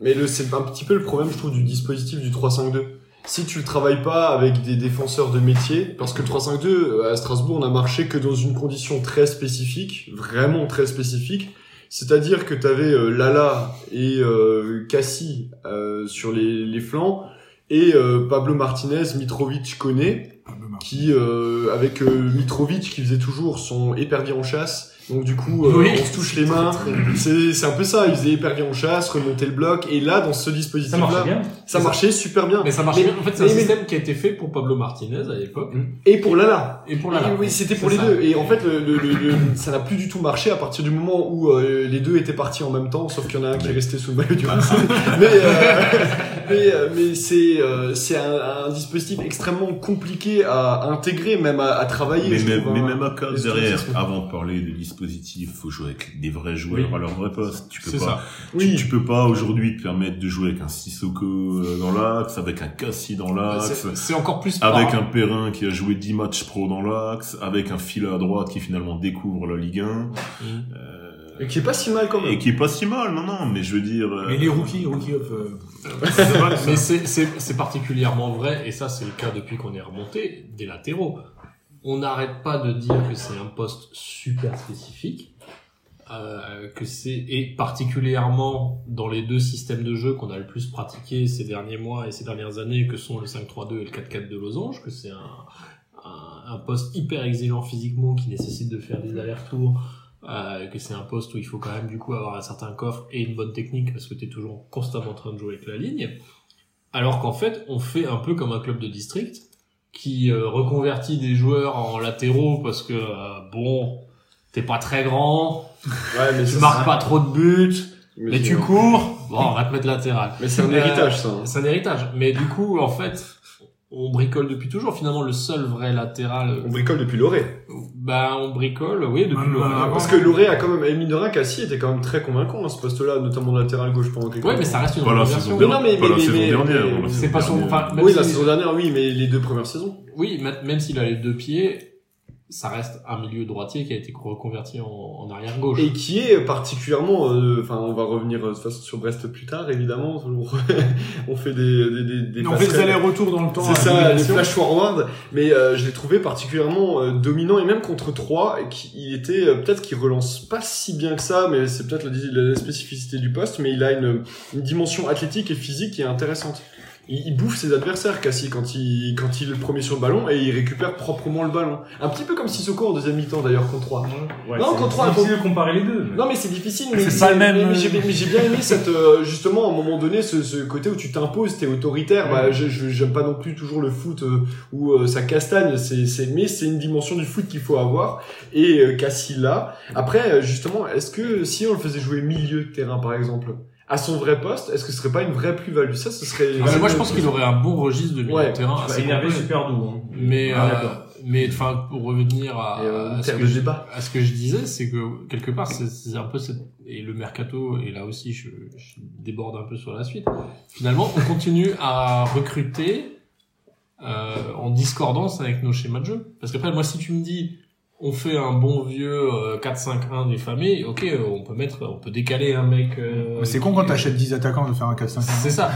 Speaker 4: Mais le, c'est un petit peu le problème, je trouve, du dispositif du 3-5-2. Si tu le travailles pas avec des défenseurs de métier, parce que le 3-5-2, euh, à Strasbourg, on a marché que dans une condition très spécifique, vraiment très spécifique. C'est-à-dire que t'avais euh, Lala et euh, Cassie euh, sur les, les flancs, et euh, Pablo Martinez, Mitrovic, Koné,
Speaker 2: Un peu marrant.
Speaker 4: qui euh, avec euh, Mitrovic qui faisait toujours son épervier en chasse donc du coup euh,
Speaker 3: Oui.
Speaker 4: on se touche les mains c'est c'est un peu ça il faisait épervier en chasse remonter le bloc et là dans ce dispositif
Speaker 5: Ça marche
Speaker 4: là
Speaker 5: bien.
Speaker 4: ça marchait super bien
Speaker 3: Mais ça marchait
Speaker 4: Mais-
Speaker 3: bien. En fait, c'est un
Speaker 4: mais- mais-
Speaker 3: système qui a été fait pour Pablo Martinez à l'époque.
Speaker 4: et pour Lala
Speaker 3: Et pour la
Speaker 4: Et oui c'était pour les
Speaker 3: C'est ça.
Speaker 4: deux et en fait le, le- le- le- ça n'a plus du tout marché à partir du moment où euh, les deux étaient partis en même temps sauf qu'il y en a un qui est resté sous le maillot du Racing. mais euh, mais, euh, mais c'est euh, c'est un, un dispositif extrêmement compliqué à intégrer même à, à travailler
Speaker 1: Mais,
Speaker 4: je
Speaker 1: même-
Speaker 4: trouve,
Speaker 1: mais
Speaker 4: hein.
Speaker 1: même à 4
Speaker 4: Est-ce que-
Speaker 1: derrière,
Speaker 4: est-ce que-
Speaker 1: avant de parler des dis- dispositif, faut jouer avec des vrais joueurs
Speaker 3: Oui.
Speaker 1: à leur vrai poste. Tu peux
Speaker 2: C'est
Speaker 1: pas
Speaker 2: ça.
Speaker 1: Tu, tu peux pas aujourd'hui te permettre de jouer avec un Sissoko euh, dans l'axe, avec un Cassi dans
Speaker 5: Bah,
Speaker 1: l'axe,
Speaker 2: C'est c'est encore plus par-
Speaker 1: avec un Perrin qui a joué 10 matchs pro dans l'axe, avec un fila à droite qui finalement découvre la Ligue
Speaker 5: Mm.
Speaker 1: Euh, 1.
Speaker 4: Et qui est pas si mal quand
Speaker 1: Et
Speaker 4: même.
Speaker 1: qui est pas si mal, non, non, mais je veux dire... euh,
Speaker 2: Mais les rookies, rookie of. euh,
Speaker 3: Mais c'est- c'est c'est particulièrement vrai, et ça c'est le cas depuis qu'on est remonté, des latéraux. On n'arrête pas de dire que c'est un poste super spécifique, euh, que c'est et particulièrement dans les deux systèmes de jeu qu'on a le plus pratiqué ces derniers mois et ces dernières années, que sont le 5-3-2 et le 4-4 de losange, que c'est un, un, un poste hyper exigeant physiquement qui nécessite de faire des allers-retours. euh, que c'est un poste où il faut quand même du coup avoir un certain coffre et une bonne technique parce que tu es toujours constamment en train de jouer avec la ligne. Alors qu'en fait, on fait un peu comme un club de district qui euh, reconvertit des joueurs en latéraux parce que euh, bon, t'es pas très grand,
Speaker 4: Ouais, mais
Speaker 3: tu
Speaker 4: ça,
Speaker 3: marques pas trop de buts,
Speaker 4: c'est-
Speaker 3: mais
Speaker 4: c'est
Speaker 3: tu
Speaker 4: un-
Speaker 3: cours, bon, on va te mettre latéral.
Speaker 4: Mais c'est un
Speaker 3: Euh,
Speaker 4: héritage ça. hein.
Speaker 3: C'est un héritage. Mais du coup, en fait, on bricole depuis toujours. Finalement, le seul vrai latéral, euh,
Speaker 4: On bricole depuis Loré.
Speaker 3: bah, on bricole, oui, depuis
Speaker 2: Même,
Speaker 3: le.
Speaker 2: euh,
Speaker 4: Parce que Loré a quand même, et mine de rien, Cassie était quand même très convaincant à ce poste-là, notamment latéral gauche pendant quelques
Speaker 3: Ouais, mais
Speaker 4: temps.
Speaker 3: ça reste une
Speaker 1: Pas la
Speaker 3: reconversion.
Speaker 1: saison
Speaker 4: Non, non, mais-
Speaker 1: dernière. Pas la
Speaker 4: mais-
Speaker 1: saison
Speaker 4: mais-
Speaker 1: dernière.
Speaker 4: mais-
Speaker 1: bon, la
Speaker 4: c'est
Speaker 1: saison
Speaker 3: pas son-
Speaker 1: dernière.
Speaker 3: enfin, même
Speaker 4: Oui,
Speaker 3: si-
Speaker 4: la saison dernière, oui, mais les deux premières saisons.
Speaker 3: Oui, ma- même s'il a les deux pieds, ça reste un milieu droitier qui a été reconverti en, en arrière gauche.
Speaker 4: Et qui est particulièrement, euh, enfin, on va revenir euh, de toute façon sur Brest plus tard, évidemment. On, on fait des, des, des, des
Speaker 2: On fait des
Speaker 4: passerelles.
Speaker 2: allers-retours dans le temps. à
Speaker 4: C'est ça, les
Speaker 2: l'élimination.
Speaker 4: flash forward. Mais euh, je l'ai trouvé particulièrement euh, dominant et même contre 3, et qui- il était euh, peut-être qu'il relance pas si bien que ça, mais c'est peut-être la, la spécificité du poste. Mais il a une, une dimension athlétique et physique qui est intéressante. Il, il bouffe ses adversaires, Cassie, quand il, quand il est le premier sur le ballon et il récupère proprement le ballon. Un petit peu comme Sissoko en deuxième mi-temps d'ailleurs contre 3.
Speaker 5: Ouais,
Speaker 4: Non,
Speaker 5: c'est-
Speaker 4: contre un-
Speaker 5: C'est difficile de comparer les deux. mais-
Speaker 4: Non mais c'est difficile, mais
Speaker 2: C'est pas le même,
Speaker 4: mais- mais
Speaker 2: euh,
Speaker 4: j'ai mais j'ai bien aimé cette euh, justement à un moment donné ce, ce côté où tu t'imposes, t'es autoritaire. Bah, je- je- j'aime pas non plus toujours le foot euh, où euh, ça castagne. C'est c'est mais c'est une dimension du foot qu'il faut avoir et euh, Cassie là. Après euh, justement, est-ce que si on le faisait jouer milieu de terrain par exemple à son vrai poste, est-ce que ce serait pas une vraie plus-value Ça, ce serait.
Speaker 3: Ah, mais moi, je pense qu'il aurait un bon registre de milieu
Speaker 4: Ouais,
Speaker 3: de terrain.
Speaker 5: C'est
Speaker 3: assez
Speaker 5: énervé
Speaker 3: complet.
Speaker 5: super doux. Hein.
Speaker 3: Mais,
Speaker 5: Ah,
Speaker 3: euh,
Speaker 5: d'accord.
Speaker 3: mais enfin, pour revenir à,
Speaker 4: Et, euh,
Speaker 3: à ce
Speaker 4: terme
Speaker 3: que
Speaker 4: de
Speaker 3: je,
Speaker 4: débat.
Speaker 3: à ce que je disais, c'est que quelque part, c'est- c'est un peu cette, et le mercato, et là aussi, je, je déborde un peu sur la suite. Finalement, on continue à recruter euh, en discordance avec nos schémas de jeu. Parce qu'après, moi, si tu me dis, on fait un bon vieux euh, 4-5-1 des familles, ok, on peut mettre, on peut décaler un mec. euh,
Speaker 2: Mais C'est con quand
Speaker 3: qui-
Speaker 2: t'achètes 10 attaquants de faire un 4-5.
Speaker 3: c'est ça.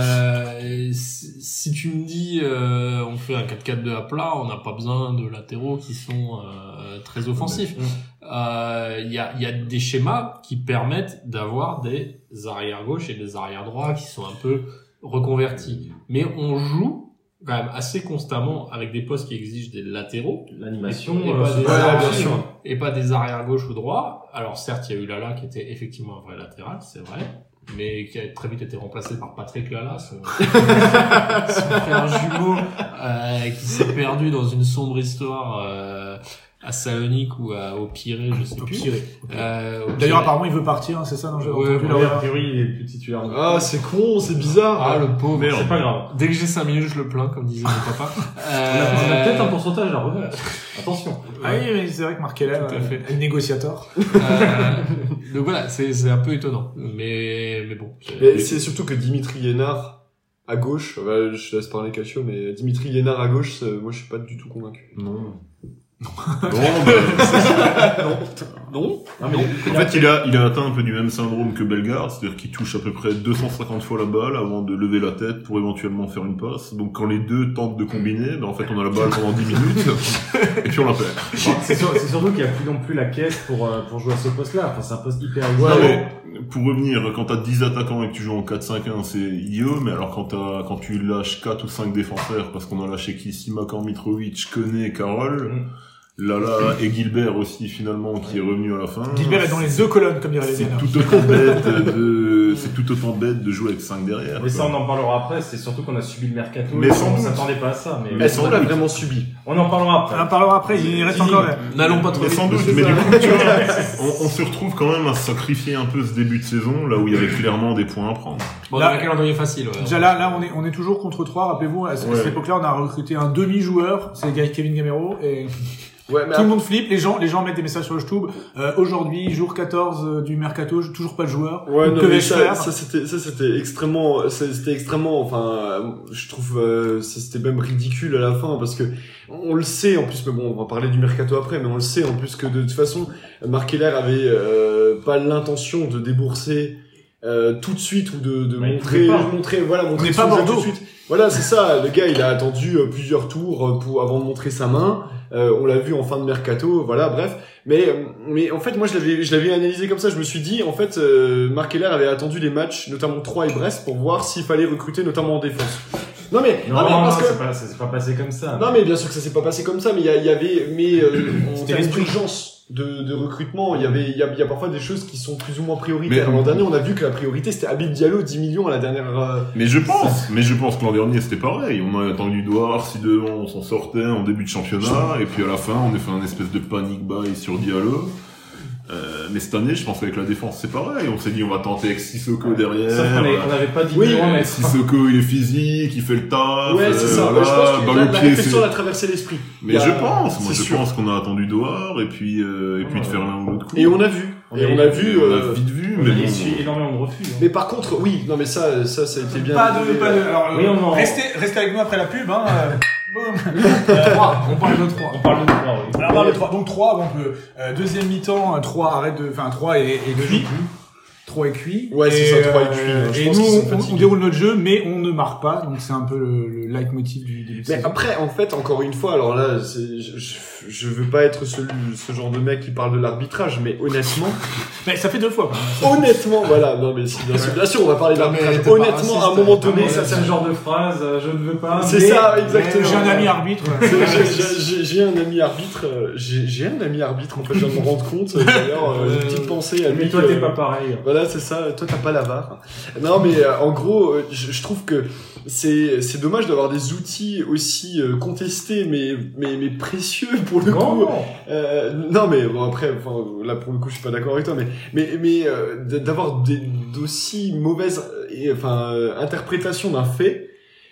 Speaker 3: Euh, si si tu me dis euh, on fait un 4-4-2 à plat, on n'a pas besoin de latéraux qui sont euh, très offensifs. Euh, Il y, a, il y a des schémas qui permettent d'avoir des arrières gauche et des arrières droits qui sont un peu reconvertis. Mais on joue quand même assez constamment avec des postes qui exigent des latéraux
Speaker 5: L'animation,
Speaker 3: Et- et
Speaker 5: euh,
Speaker 3: pas
Speaker 5: c'est
Speaker 3: des-
Speaker 5: pas
Speaker 3: Ouais,
Speaker 5: la
Speaker 3: bien
Speaker 5: machine.
Speaker 3: sûr. et pas des arrières gauche ou droit. Alors certes, il y a eu Lala qui était effectivement un vrai latéral, c'est vrai, mais qui a très vite été remplacé par Patrick Lala, son, son frère jumeau, euh, qui s'est perdu dans une sombre histoire euh, à Salonique ou à, au Pirée, je sais plus. Euh, au
Speaker 2: D'ailleurs,
Speaker 3: Pirée.
Speaker 2: apparemment, il veut partir, hein, c'est ça, non, j'ai
Speaker 3: Ouais,
Speaker 2: entendu,
Speaker 3: ouais.
Speaker 5: Ouais,
Speaker 2: là.
Speaker 5: A priori, il est plus titulaire.
Speaker 4: Ah, c'est con, c'est bizarre.
Speaker 3: Ah, le pauvre.
Speaker 1: Merde.
Speaker 5: C'est pas grave.
Speaker 3: Dès que j'ai 5 minutes, je le plains, comme disait mon papa.
Speaker 5: On a, on a
Speaker 3: Euh,
Speaker 5: peut-être un pourcentage à revenir. Attention.
Speaker 2: Ah oui, mais c'est vrai que Marquella,
Speaker 3: Tout à
Speaker 2: euh,
Speaker 3: fait.
Speaker 2: est négociateur.
Speaker 3: euh, donc voilà, c'est c'est un peu étonnant, mais mais bon. c'est-
Speaker 4: Mais c'est surtout que Dimitri Yénard à gauche, euh, je te laisse parler Cassio, mais Dimitri Yénard à gauche, euh, moi je suis pas du tout convaincu.
Speaker 1: Non. Non, bah,
Speaker 4: Non
Speaker 5: Non, mais
Speaker 1: en fait, il a, il a atteint un peu du même syndrome que Bellegarde, c'est-à-dire qu'il touche à peu près 250 fois la balle avant de lever la tête pour éventuellement faire une passe. Donc quand les deux tentent de combiner, bah, en fait, on a la balle pendant 10 minutes, et puis on la perd.
Speaker 5: c'est sur- c'est surtout qu'il n'y a plus non plus la caisse pour, euh, pour jouer à ce poste-là. Enfin, c'est un poste hyper
Speaker 1: Non,
Speaker 5: exigeant.
Speaker 1: mais pour revenir, quand t'as 10 attaquants et que tu joues en 4-5-1, c'est idiot, mais alors quand, t'as- quand tu lâches 4 ou 5 défenseurs, parce qu'on a lâché qui Simakan, Mitrovic, Koné, Carole,
Speaker 2: Mm.
Speaker 1: Lala et Gilbert aussi finalement, qui est revenu à la fin.
Speaker 2: Gilbert est dans les deux colonnes, comme dirait les
Speaker 1: C'est
Speaker 2: Lénards.
Speaker 1: tout autant bête de, c'est tout autant bête de jouer avec 5 derrière.
Speaker 5: Mais ça,
Speaker 1: quoi.
Speaker 5: on en parlera après. C'est surtout qu'on a subi le mercato.
Speaker 1: Mais
Speaker 5: et
Speaker 1: sans
Speaker 5: on
Speaker 1: doute.
Speaker 5: s'attendait pas à ça. Mais
Speaker 4: Est-ce qu'on l'a vraiment subi
Speaker 5: on en
Speaker 2: On
Speaker 5: parlera
Speaker 2: en
Speaker 4: Ah,
Speaker 5: après.
Speaker 2: parlera après, il reste
Speaker 5: Zizou.
Speaker 2: encore là.
Speaker 3: N'allons pas trop
Speaker 1: Mais
Speaker 3: vite.
Speaker 1: sans doute, mais du coup, tu vois, on, on se retrouve quand même à sacrifier un peu ce début de saison, là où il y avait clairement des points à prendre.
Speaker 3: Bon,
Speaker 2: Là-
Speaker 3: on a un calendrier facile. ouais.
Speaker 2: Déjà là, là, on est, on est toujours contre 3. Rappelez-vous, à ce- à cette
Speaker 1: Ouais.
Speaker 2: époque-là, on a recruté un demi-joueur. C'est Guy- Kevin Gamero. Et
Speaker 4: Ouais, mais
Speaker 2: Tout le monde flippe, les gens, les gens mettent des messages sur le YouTube. Euh, Aujourd'hui, jour 14 euh, du mercato, j'ai toujours pas de joueur.
Speaker 4: Ouais, non,
Speaker 2: que
Speaker 4: mais
Speaker 2: vais-je
Speaker 4: ça,
Speaker 2: faire
Speaker 4: ça c'était, ça c'était extrêmement, ça, c'était extrêmement, enfin, euh, je trouve, euh, ça, c'était même ridicule à la fin parce que on le sait en plus, mais bon, on va parler du mercato après, mais on le sait en plus que de toute façon, Marc Keller avait euh, pas l'intention de débourser euh, tout de suite ou de, de
Speaker 5: Ouais, il
Speaker 4: montrer,
Speaker 5: pouvait pas.
Speaker 4: montrer, voilà, montrer
Speaker 2: n'est
Speaker 4: son
Speaker 2: pas
Speaker 4: jeu
Speaker 2: Bordeaux.
Speaker 4: tout de suite. Voilà, c'est ça. Le gars, il a attendu euh, plusieurs tours euh, pour avant de montrer sa main. Euh, on l'a vu en fin de mercato. Voilà, bref. Mais euh, mais en fait, moi, je l'avais je l'avais analysé comme ça. Je me suis dit, en fait, euh, Marc Keller avait attendu les matchs, notamment 3 et Brest, pour voir s'il fallait recruter, notamment en défense. Non mais
Speaker 5: Non,
Speaker 4: mais
Speaker 5: non,
Speaker 4: parce que-
Speaker 5: c'est pas, ça s'est pas passé comme ça.
Speaker 4: non mais bien sûr que ça s'est pas passé comme ça, mais il y, a- il y avait, mais euh, en
Speaker 5: C'était
Speaker 4: termes
Speaker 5: l'esprit.
Speaker 4: d'urgence de, de recrutement, il y avait, il y a, il y a parfois des choses qui sont plus ou moins
Speaker 1: Mais-
Speaker 4: prioritaires. L'an dernier, on a vu que la priorité c'était Habib Diallo, 10 millions à la dernière. euh,
Speaker 1: Mais je pense, mais je pense que l'an dernier c'était pareil. On a attendu de voir si devant on s'en sortait en début de championnat, et puis à la fin on a fait un espèce de panic buy sur Diallo. Euh, mais cette année, je pense qu'avec la défense c'est pareil. On s'est dit on va tenter avec Sissoko derrière.
Speaker 5: Sauf qu'on est- on n'avait pas dit
Speaker 4: Oui,
Speaker 5: non, mais
Speaker 1: Sissoko il est physique, il fait le taf.
Speaker 4: Ouais, c'est
Speaker 1: euh,
Speaker 4: ça.
Speaker 1: voilà,
Speaker 4: je pense que
Speaker 1: balle
Speaker 4: la,
Speaker 1: au
Speaker 4: la
Speaker 1: pied,
Speaker 4: réflexion
Speaker 1: c'est-
Speaker 4: l'a traversé l'esprit.
Speaker 1: Mais
Speaker 4: Il y a-
Speaker 1: je pense, moi
Speaker 4: c'est
Speaker 1: je
Speaker 4: sûr.
Speaker 1: pense qu'on a attendu dehors et puis euh, et puis de faire l'un ou l'autre coup.
Speaker 4: Et on a vu.
Speaker 5: On
Speaker 4: Et
Speaker 5: a-
Speaker 4: on a
Speaker 1: Et
Speaker 4: vu.
Speaker 1: on
Speaker 4: euh,
Speaker 1: a vite vu,
Speaker 5: on
Speaker 1: mais
Speaker 5: a
Speaker 1: bon.
Speaker 5: essuie énormément de refus. hein.
Speaker 4: Mais par contre, oui, non mais ça, ça, ça a été bien.
Speaker 2: Pas de, pas de. Alors,
Speaker 5: Oui,
Speaker 2: euh,
Speaker 5: on en-
Speaker 2: restez, restez avec nous après la pub. Hein. euh, boum.
Speaker 3: on parle de 3.
Speaker 5: On parle de trois, oui.
Speaker 3: Ah,
Speaker 2: Alors, on parle de trois. Donc 3, on peut. euh, deuxième mi-temps, 3 arrête de. Enfin 3 et, et cuit. 3 est cuit.
Speaker 4: Ouais, c'est
Speaker 2: Et,
Speaker 4: ça, trois est
Speaker 2: euh,
Speaker 4: cuit. Je
Speaker 2: et
Speaker 4: pense
Speaker 2: nous,
Speaker 4: qu'ils sont
Speaker 2: on- on,
Speaker 4: fatigués.
Speaker 2: déroule notre jeu, mais on ne marque pas. Donc c'est un peu le, le leitmotiv du début. de
Speaker 4: Mais
Speaker 2: saison.
Speaker 4: après, en fait, encore une fois, alors là, c'est- je, je, je veux pas être ce, ce genre de mec qui parle de l'arbitrage, mais honnêtement,
Speaker 2: Mais ça fait deux fois. quoi.
Speaker 4: honnêtement, voilà, non mais si, bien, sûr, bien sûr, on va parler de
Speaker 2: Non, mais
Speaker 4: l'arbitrage.
Speaker 2: t'es pas
Speaker 4: Honnêtement, à un
Speaker 2: raciste,
Speaker 4: moment
Speaker 5: Ah, mais
Speaker 4: donné,
Speaker 5: ça,
Speaker 4: ça
Speaker 5: c'est
Speaker 4: sert.
Speaker 5: le genre de phrase, euh, je ne veux pas.
Speaker 4: C'est
Speaker 5: mais- euh,
Speaker 4: ça, exactement.
Speaker 2: Mais J'ai un ami arbitre.
Speaker 4: J'ai- j'ai- J'ai j'ai un ami arbitre, euh, j'ai j'ai un ami arbitre, en fait, je viens de me rendre compte. D'ailleurs, euh, une petite pensée à lui.
Speaker 5: Mais toi,
Speaker 4: que-
Speaker 5: t'es pas pareil.
Speaker 4: Voilà, c'est ça. Toi, t'as pas la VAR. Non, mais euh, en gros, euh, je, je trouve que c'est c'est dommage d'avoir des outils aussi euh, contestés, mais, mais, mais précieux pour le
Speaker 5: Non,
Speaker 4: coup.
Speaker 5: non.
Speaker 4: Euh, non, mais bon, après, enfin, là pour le coup, je suis pas d'accord avec toi, mais mais mais euh, d- d'avoir des- d'aussi mauvaises euh, et, enfin euh, interprétations d'un fait.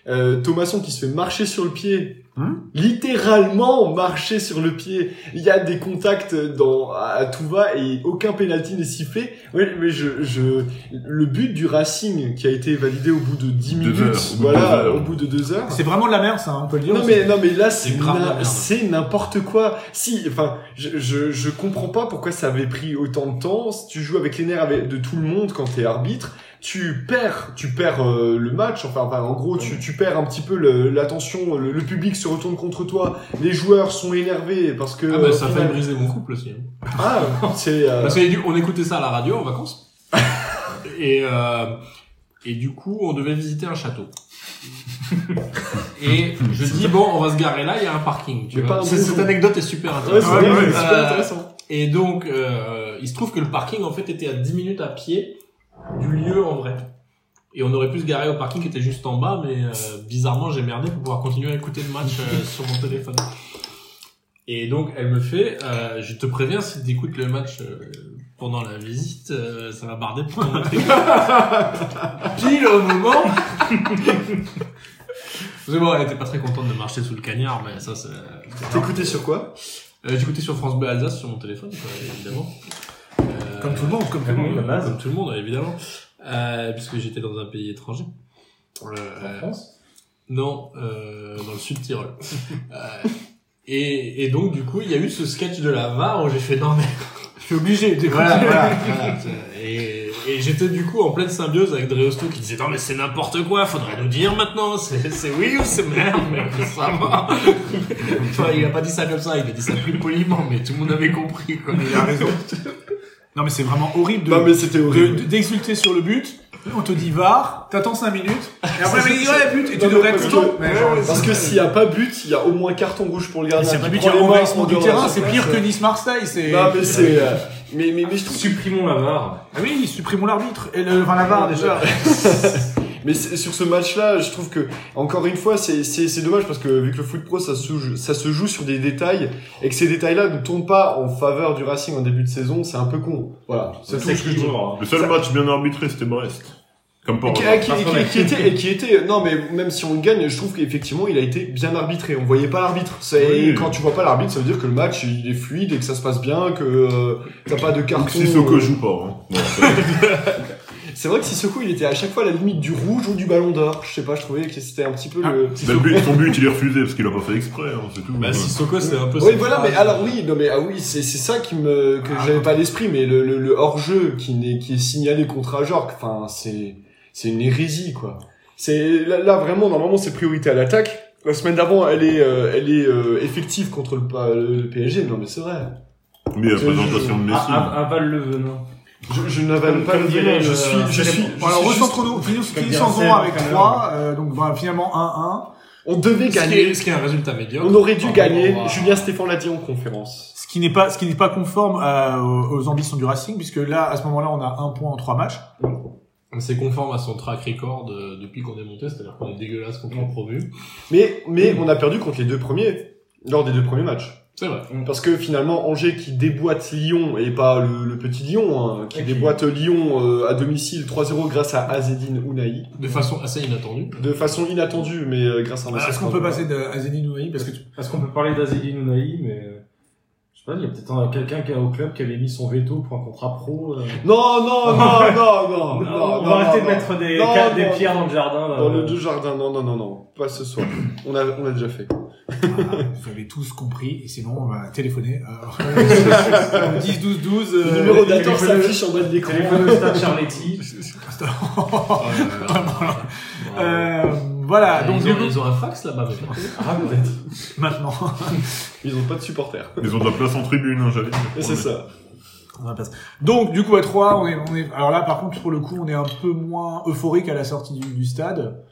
Speaker 4: Euh, Thomasson qui se fait marcher sur le pied,
Speaker 1: Hmm
Speaker 4: littéralement marcher sur le pied. Il y a des contacts dans à, à tout va et aucun penalty n'est sifflé. Oui, mais je je le but du Racing qui a été validé au bout de 10
Speaker 1: Deux
Speaker 4: minutes,
Speaker 1: heures, au bout de deux
Speaker 4: voilà,
Speaker 1: heures.
Speaker 4: au bout de deux heures.
Speaker 2: C'est vraiment de la merde, ça, hein, on peut le dire.
Speaker 4: Non mais non mais là c'est
Speaker 3: C'est grave,
Speaker 4: na-
Speaker 3: la merde.
Speaker 4: c'est n'importe quoi. Si enfin je, je je comprends pas pourquoi ça avait pris autant de temps. Si tu joues avec les nerfs avec- de tout le monde quand t'es arbitre, tu perds tu perds euh, le match. Enfin, enfin, en gros tu tu perds un petit peu le- l'attention. Le, le public se retourne contre toi. Les joueurs sont énervés parce que
Speaker 3: Ah bah,
Speaker 4: euh,
Speaker 3: ça a failli
Speaker 4: final-
Speaker 3: briser mon couple aussi. hein.
Speaker 4: ah c'est euh,
Speaker 3: Parce qu'on écoutait ça à la radio en vacances. et, euh, et du coup, on devait visiter un château. et je dis, bon, on va se garer là, il y a un parking. Tu
Speaker 4: Mais
Speaker 3: vois.
Speaker 4: pas un
Speaker 3: C'est- Cette
Speaker 4: bonjour.
Speaker 3: anecdote est super
Speaker 4: ouais, c'est
Speaker 3: intéressante.
Speaker 2: ouais,
Speaker 4: c'est
Speaker 2: ouais.
Speaker 4: super
Speaker 3: Euh,
Speaker 4: intéressant.
Speaker 3: Et donc, euh, il se trouve que le parking, en fait, était à 10 minutes à pied du lieu en vrai. Et on aurait pu se garer au parking qui était juste en bas, mais euh, bizarrement, j'ai merdé pour pouvoir continuer à écouter le match euh, sur mon téléphone. Et donc, elle me fait, euh, je te préviens, si t'écoutes le match euh, pendant la visite, euh, ça va barder pour mon truc. Pile au moment. Parce que bon, elle était pas très contente de marcher sous le cagnard, mais ça, c'est...
Speaker 4: T'écoutais sur quoi
Speaker 3: Euh, J'écoutais sur France Bleu Alsace sur mon téléphone, quoi, évidemment. Euh,
Speaker 2: Comme tout le monde, comme tout le
Speaker 3: comme,
Speaker 2: monde.
Speaker 5: la base.
Speaker 3: comme tout le monde, évidemment. Euh, puisque j'étais dans un pays étranger. Euh,
Speaker 5: En France
Speaker 3: non, euh, dans le sud de Tyrol. Euh, et, et donc, du coup, il y a eu ce sketch de la VAR où j'ai fait non, mais
Speaker 2: Je suis obligé. d'écouter.
Speaker 3: voilà, voilà, voilà. Et, et j'étais du coup en pleine symbiose avec Dreosto qui disait non mais c'est n'importe quoi, faudrait nous dire maintenant, c'est c'est oui ou c'est merde, mais ça va. Enfin, il a pas dit ça comme ça, il a dit ça plus poliment, mais tout le monde avait compris quoi.
Speaker 2: Il a raison. Non mais c'est vraiment horrible de,
Speaker 4: Non mais c'était
Speaker 2: de-
Speaker 4: horrible.
Speaker 2: de- d'exulter sur le but. On te dit var, t'attends 5 minutes, et après on dit ouais but, et tu
Speaker 4: Non, mais
Speaker 2: devrais être
Speaker 4: parce
Speaker 2: content.
Speaker 4: que-
Speaker 2: Mais genre,
Speaker 4: Parce que s'il y a pas but, il y a au moins carton rouge pour le gardien.
Speaker 2: c'est pas
Speaker 4: qui
Speaker 2: but, il y
Speaker 4: prend
Speaker 2: a
Speaker 4: les mains
Speaker 2: renversement
Speaker 4: en
Speaker 2: du
Speaker 4: dehors de la
Speaker 2: terrain, c'est
Speaker 4: surface.
Speaker 2: pire que Nice-Marseille, c'est...
Speaker 4: Non, mais c'est. euh, Mais, mais, mais je trouve.
Speaker 5: Supprimons la VAR.
Speaker 2: Ah oui, supprimons l'arbitre, et le, enfin la VAR déjà.
Speaker 4: Mais c'est- sur ce match-là, je trouve que, encore une fois, c'est- c'est c'est dommage parce que, vu que le foot pro, ça se, joue- ça se joue sur des détails et que ces détails-là ne tournent pas en faveur du Racing en début de saison, c'est un peu con. Voilà. C'est tout ce que je dis.
Speaker 5: toujours.
Speaker 1: Le seul match bien arbitré c'était Brest. Comme pour
Speaker 4: Qui,
Speaker 1: hasard.
Speaker 4: qui-
Speaker 5: Parce qu'on
Speaker 4: qui-
Speaker 5: a-
Speaker 4: qui était, et qui était, non mais même si on gagne, je trouve qu'effectivement il a été bien arbitré. On voyait pas l'arbitre. C'est
Speaker 1: Oui, oui.
Speaker 4: quand tu vois pas l'arbitre, ça veut dire que le match il est fluide et que ça se passe bien, que euh, t'as pas de carton.
Speaker 1: Ou Sissoko
Speaker 4: euh,
Speaker 1: joue pas. Hein. Non, c'est-
Speaker 4: C'est vrai que Sissoko il était à chaque fois à la limite du rouge ou du ballon d'or. Je sais pas, je trouvais que c'était un petit peu le.
Speaker 1: Bah, le but- son but, il est refusé parce qu'il a pas fait exprès, hein, c'est tout.
Speaker 3: Bah,
Speaker 1: Ouais.
Speaker 3: Sissoko, c'est un peu.
Speaker 4: Oui,
Speaker 3: cette
Speaker 4: voilà,
Speaker 3: phrase.
Speaker 4: mais alors oui, non mais ah oui, c'est c'est ça qui me que j'avais pas à l'esprit, mais le, le, le hors-jeu qui n'est qui est signalé contre Ajorc, enfin c'est c'est une hérésie quoi. C'est là, là, vraiment normalement c'est priorité à l'attaque. La semaine d'avant, elle est euh, elle est euh, effective contre le, pa- le PSG. Non mais c'est vrai.
Speaker 1: Mais la
Speaker 4: Je-
Speaker 1: présentation de Messi.
Speaker 5: Avale le venin.
Speaker 4: Je, je n'avale
Speaker 5: Comme-
Speaker 4: pas
Speaker 5: comme
Speaker 4: le
Speaker 5: dirait
Speaker 4: délai. Je
Speaker 5: le-
Speaker 4: suis je
Speaker 5: c'est
Speaker 4: suis.
Speaker 5: bon.
Speaker 4: je
Speaker 2: Bon, alors,
Speaker 4: suis juste-
Speaker 2: recentrons-nous. Finissons
Speaker 5: Comme
Speaker 2: finissons
Speaker 5: dire,
Speaker 2: avec
Speaker 5: c'est-
Speaker 2: 3. euh, donc, voilà, finalement 1-1.
Speaker 4: On devait
Speaker 3: Ce qui, est, Ah,
Speaker 4: gagner.
Speaker 3: ce qui est un résultat médiocre.
Speaker 4: On aurait dû
Speaker 3: Enfin,
Speaker 4: gagner.
Speaker 3: on va-
Speaker 4: Julien Stéphane l'a dit en conférence.
Speaker 2: Ce qui n'est pas, ce qui n'est pas conforme euh, aux aux ambitions du Racing, puisque là, à ce moment-là, on a un point en trois matchs.
Speaker 3: C'est conforme à son track record euh, depuis qu'on est monté, c'est-à-dire qu'on est dégueulasse contre en promu.
Speaker 4: Mais mais on a perdu contre les deux premiers lors des deux premiers matchs.
Speaker 3: C'est vrai.
Speaker 4: Parce que finalement, Angers qui déboîte Lyon, et pas le, le petit Lyon, hein, qui
Speaker 5: Ok.
Speaker 4: déboîte Lyon euh, à domicile 3-0 grâce à Azedine Ounaï,
Speaker 3: De façon assez inattendue.
Speaker 4: de façon inattendue, mais euh, grâce à un
Speaker 2: Alors, Ah, Est-ce
Speaker 4: assist
Speaker 2: qu'on peut
Speaker 4: d'un-
Speaker 2: passer de Azeni Nouahi parce que tu-
Speaker 5: Est-ce qu'on peut parler d'Azedine Ounahi, mais. euh, Je sais pas, il y a peut-être un- quelqu'un qui a au club qui avait mis son veto pour un contrat pro. euh.
Speaker 4: Non, non, non, non, non, Oh,
Speaker 5: Non,
Speaker 4: non, non,
Speaker 5: on va arrêter
Speaker 4: non,
Speaker 5: de mettre des,
Speaker 4: Non,
Speaker 5: ca- des
Speaker 4: non,
Speaker 5: pierres dans le jardin.
Speaker 2: euh,
Speaker 5: euh, Là,
Speaker 4: Dans le deux jardin, non, non, non, non, pas ce soir. On a, on a déjà fait.
Speaker 2: Euh, Voilà, vous avez tous compris, et sinon on va téléphoner. euh, au 10 12 12.
Speaker 4: Le
Speaker 2: euh,
Speaker 4: numéro
Speaker 5: téléphone-
Speaker 4: d'attente s'affiche en bas de l'écran.
Speaker 5: Téléphone au stade Charletti.
Speaker 2: euh,
Speaker 4: Ah,
Speaker 2: voilà, donc
Speaker 3: ils,
Speaker 2: du
Speaker 3: ont,
Speaker 2: coup,
Speaker 3: ils ont un fax là-bas. mais-
Speaker 5: Ah, peut-être.
Speaker 2: maintenant,
Speaker 4: Ils ont pas de supporters.
Speaker 1: Ils ont de la place en tribune, hein, j'avais dit.
Speaker 4: Et c'est ça.
Speaker 2: on va passer. Donc du coup à 3, on est, on est. Alors là, par contre, pour le coup, on est un peu moins euphorique à la sortie du, du stade.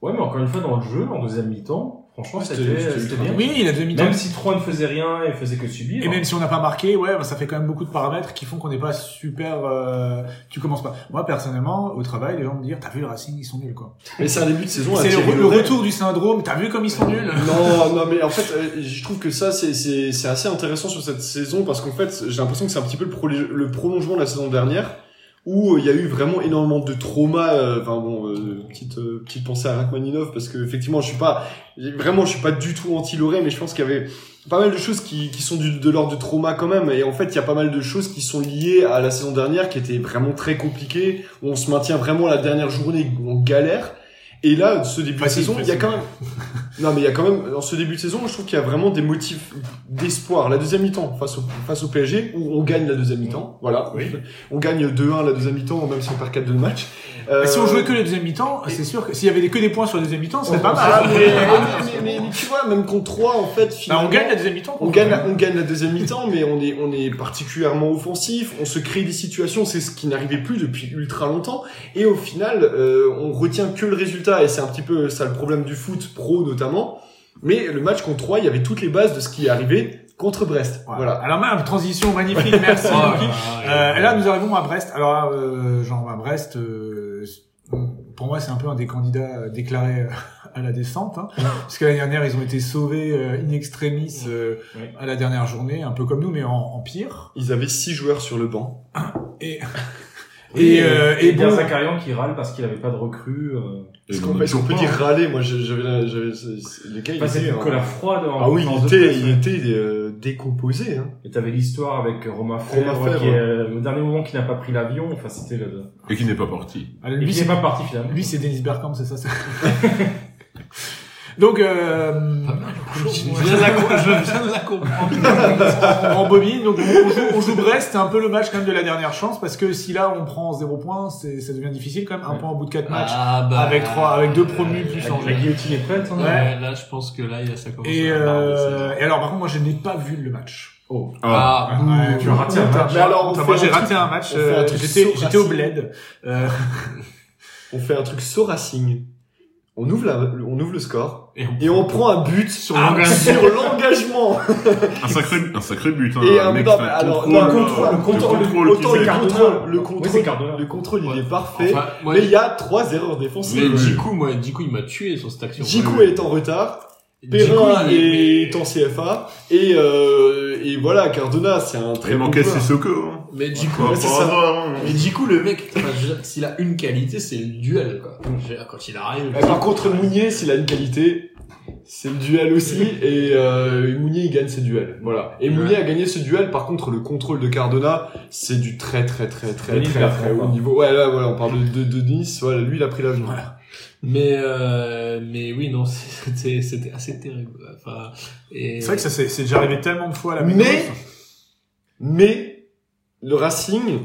Speaker 5: Ouais, mais encore une fois, dans le jeu, en deuxième mi-temps, franchement,
Speaker 4: C'était-
Speaker 5: c'était
Speaker 4: c'était
Speaker 5: c'était
Speaker 4: ultra.
Speaker 5: bien.
Speaker 2: Oui, il a demi
Speaker 5: Même si 3 ne faisait rien et faisait que subir.
Speaker 2: Et même si on n'a pas marqué, ouais, bah, ça fait quand même beaucoup de paramètres qui font qu'on n'est pas super. euh, tu commences pas. Moi personnellement, au travail, les gens me disent, t'as vu le Racing, ils sont nuls quoi.
Speaker 4: Mais c'est un début de saison à
Speaker 2: C'est le,
Speaker 4: Thierry
Speaker 2: le
Speaker 4: Loret.
Speaker 2: retour du syndrome. T'as vu comme ils sont nuls.
Speaker 4: Non, non, mais en fait, euh, je trouve que ça, c'est- c'est c'est assez intéressant sur cette saison parce qu'en fait, j'ai l'impression que c'est un petit peu le, prolé- le prolongement de la saison dernière où euh, il y a eu vraiment énormément de traumas. euh, Enfin bon, euh, petite euh, petite pensée à Rachmaninov parce que effectivement, je suis pas j'ai- vraiment, je suis pas du tout anti Loré, mais je pense qu'il y avait pas mal de choses qui, qui sont du, de l'ordre du trauma quand même. Et en fait, il y a pas mal de choses qui sont liées à la saison dernière qui était vraiment très compliquée. où on se maintient vraiment la dernière journée, où on galère. Et là, ce début de
Speaker 2: Facile,
Speaker 4: saison, il y a
Speaker 2: facile.
Speaker 4: quand même. Non, mais il y a quand même, dans ce début de saison, je trouve qu'il y a vraiment des motifs d'espoir. La deuxième mi-temps, face au, face au PSG, où on gagne la deuxième mi-temps. Voilà.
Speaker 2: Oui.
Speaker 4: On gagne 2-1 la deuxième mi-temps, même si on perd 4 de match. Euh,
Speaker 2: Et si on jouait que les deuxième mi-temps, c'est sûr que s'il y avait des- que des points sur les deuxième mi-temps, ce serait pas
Speaker 4: Ah,
Speaker 2: mal.
Speaker 4: mais, mais- mais- mais tu vois, même contre 3, en fait,
Speaker 2: Bah,
Speaker 4: finalement.
Speaker 2: on gagne la deuxième mi-temps.
Speaker 4: On gagne, on gagne la deuxième mi-temps, mais on est, on est particulièrement offensif. On se crée des situations, c'est ce qui n'arrivait plus depuis ultra longtemps. Et au final, euh, on retient que le résultat, et c'est un petit peu ça le problème du foot pro notamment. Mais le match contre 3, il y avait toutes les bases de ce qui est arrivé contre Brest.
Speaker 2: Voilà.
Speaker 4: Voilà.
Speaker 2: Alors même transition magnifique, merci.
Speaker 3: Oh là
Speaker 2: Loki.
Speaker 3: là,
Speaker 2: Euh, et là, nous arrivons à Brest. Alors, là, euh, genre à Brest, euh, pour moi, c'est un peu un des candidats euh, déclarés euh, à la descente, hein. parce que l'année dernière, ils ont été sauvés euh, in extremis euh,
Speaker 5: Ouais.
Speaker 2: à la dernière journée, un peu comme nous, mais en, en pire.
Speaker 4: Ils avaient six joueurs sur le banc.
Speaker 2: Et
Speaker 5: Et,
Speaker 2: et, euh, et bon,
Speaker 5: Zakarian qui râle parce qu'il avait pas de recrue. euh.
Speaker 4: Est-ce
Speaker 1: Et
Speaker 4: qu'on
Speaker 1: on-
Speaker 4: peut, est-ce qu'on peut
Speaker 2: pas,
Speaker 4: dire
Speaker 2: hein.
Speaker 4: râler Moi, je- j'avais, la- j'avais, c'est- c'est- les gars, ils
Speaker 5: Enfin, c'était
Speaker 4: étaient,
Speaker 5: une
Speaker 4: hein.
Speaker 5: colère froide. en
Speaker 4: Ah oui, il
Speaker 5: conférence de
Speaker 4: était,
Speaker 5: presse,
Speaker 4: il
Speaker 5: ouais.
Speaker 4: était euh, décomposé. Hein.
Speaker 5: Et t'avais l'histoire avec Romain Frère,
Speaker 4: Romain Fèvre.
Speaker 5: qui est euh, le dernier moment qui n'a pas pris l'avion. Enfin, c'était le.
Speaker 1: Et qui n'est pas parti.
Speaker 2: allez,
Speaker 5: Et
Speaker 2: lui,
Speaker 5: qui
Speaker 2: c'est
Speaker 5: n'est pas parti finalement.
Speaker 2: lui, c'est Dennis Bergkamp, c'est ça. c'est- Donc, euh,
Speaker 3: hein. Je viens de la com- je viens de la comprendre.
Speaker 2: en bobine, donc on joue, on joue Brest, c'est un peu le match quand même de la dernière chance, parce que si là on prend 0 points, c'est- ça devient difficile quand même, un
Speaker 5: Ouais.
Speaker 2: point au bout de 4 matchs.
Speaker 3: Ah, bah,
Speaker 2: Avec trois- avec deux promus
Speaker 3: euh,
Speaker 2: plus
Speaker 5: La-
Speaker 2: en
Speaker 5: La guillotine est prête. hein.
Speaker 3: Ouais,
Speaker 2: Ouais.
Speaker 3: là, je pense que là, il y a- ça commence
Speaker 2: Et,
Speaker 3: à
Speaker 2: euh,
Speaker 3: barder,
Speaker 2: et alors par contre, moi je n'ai pas vu le match.
Speaker 5: Oh.
Speaker 1: Ah,
Speaker 3: Ah, bouh.
Speaker 2: Ouais,
Speaker 5: tu as raté un match.
Speaker 4: Mais alors, on
Speaker 2: Enfin,
Speaker 4: fait
Speaker 2: moi
Speaker 4: un
Speaker 2: j'ai
Speaker 4: truc-
Speaker 2: raté un match,
Speaker 4: on fait un
Speaker 2: euh,
Speaker 4: truc
Speaker 2: j'étais
Speaker 4: sur
Speaker 2: j'étais au
Speaker 4: Racing.
Speaker 2: bled. Euh,
Speaker 4: On fait un truc so racing. On ouvre, la, on ouvre le score
Speaker 3: Et on-
Speaker 4: et on prend un but sur
Speaker 3: Ah,
Speaker 4: l'engagement. Sur l'engagement.
Speaker 1: un sacré, un sacré but. Hein,
Speaker 4: Et
Speaker 1: Le
Speaker 4: un
Speaker 1: mec
Speaker 4: non,
Speaker 1: fait
Speaker 4: mais
Speaker 1: un
Speaker 4: alors
Speaker 1: contrôle,
Speaker 4: non, le
Speaker 1: là,
Speaker 4: contrôle, le contrôle, le-
Speaker 1: qu'il
Speaker 4: autant
Speaker 1: fait.
Speaker 4: le
Speaker 5: Cardona.
Speaker 4: contrôle, le
Speaker 5: Oui,
Speaker 4: contrôle,
Speaker 5: c'est Cardona.
Speaker 4: le contrôle, il
Speaker 3: Ouais.
Speaker 4: est parfait.
Speaker 3: Enfin, moi,
Speaker 4: mais il y a trois erreurs
Speaker 1: Oui,
Speaker 4: défensives.
Speaker 3: mais
Speaker 1: oui.
Speaker 3: du coup, moi, du coup, il m'a tué sur cette action.
Speaker 4: Jiku
Speaker 1: oui.
Speaker 4: est en retard,
Speaker 3: Du coup,
Speaker 4: Perrin
Speaker 3: il-
Speaker 4: est en CFA et euh, et voilà, Cardona, c'est un très
Speaker 1: Il
Speaker 4: bon
Speaker 1: manquait
Speaker 4: joueur.
Speaker 1: Sissoko. Hein.
Speaker 6: Mais du coup,
Speaker 1: Quoi,
Speaker 4: c'est
Speaker 1: par
Speaker 4: ça.
Speaker 1: hasard, hein.
Speaker 6: mais du coup, le mec, enfin, je veux dire, s'il a une qualité, c'est le duel, quoi. Je veux dire, Quand il arrive.
Speaker 4: Eh, par contre, Mounier, s'il a une qualité, c'est le duel aussi. Et euh, Mounier, il gagne ses duels. Voilà. Et Mounier a gagné ce duel. Par contre, le contrôle de Cardona, c'est du très, très, très, très,
Speaker 5: Denis
Speaker 4: très,
Speaker 5: l'a
Speaker 4: très,
Speaker 5: pris,
Speaker 4: haut
Speaker 5: quoi.
Speaker 4: niveau. Ouais, là, voilà, on parle de, de, de Nice. Voilà, lui, il a pris l'avion.
Speaker 6: Mais, euh, mais oui, non, c'était, c'était assez terrible. Enfin, et...
Speaker 2: C'est vrai que ça c'est c'est déjà arrivé tellement de fois à la Mécano.
Speaker 4: Mais, mais, le Racing,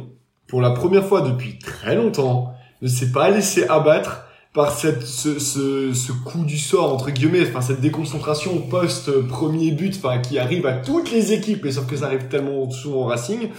Speaker 4: pour la première fois depuis très longtemps, ne s'est pas laissé abattre par cette, ce, ce, ce coup du sort, entre guillemets, enfin, cette déconcentration post-premier but, enfin, qui arrive à toutes les équipes, mais sauf que ça arrive tellement souvent au Racing.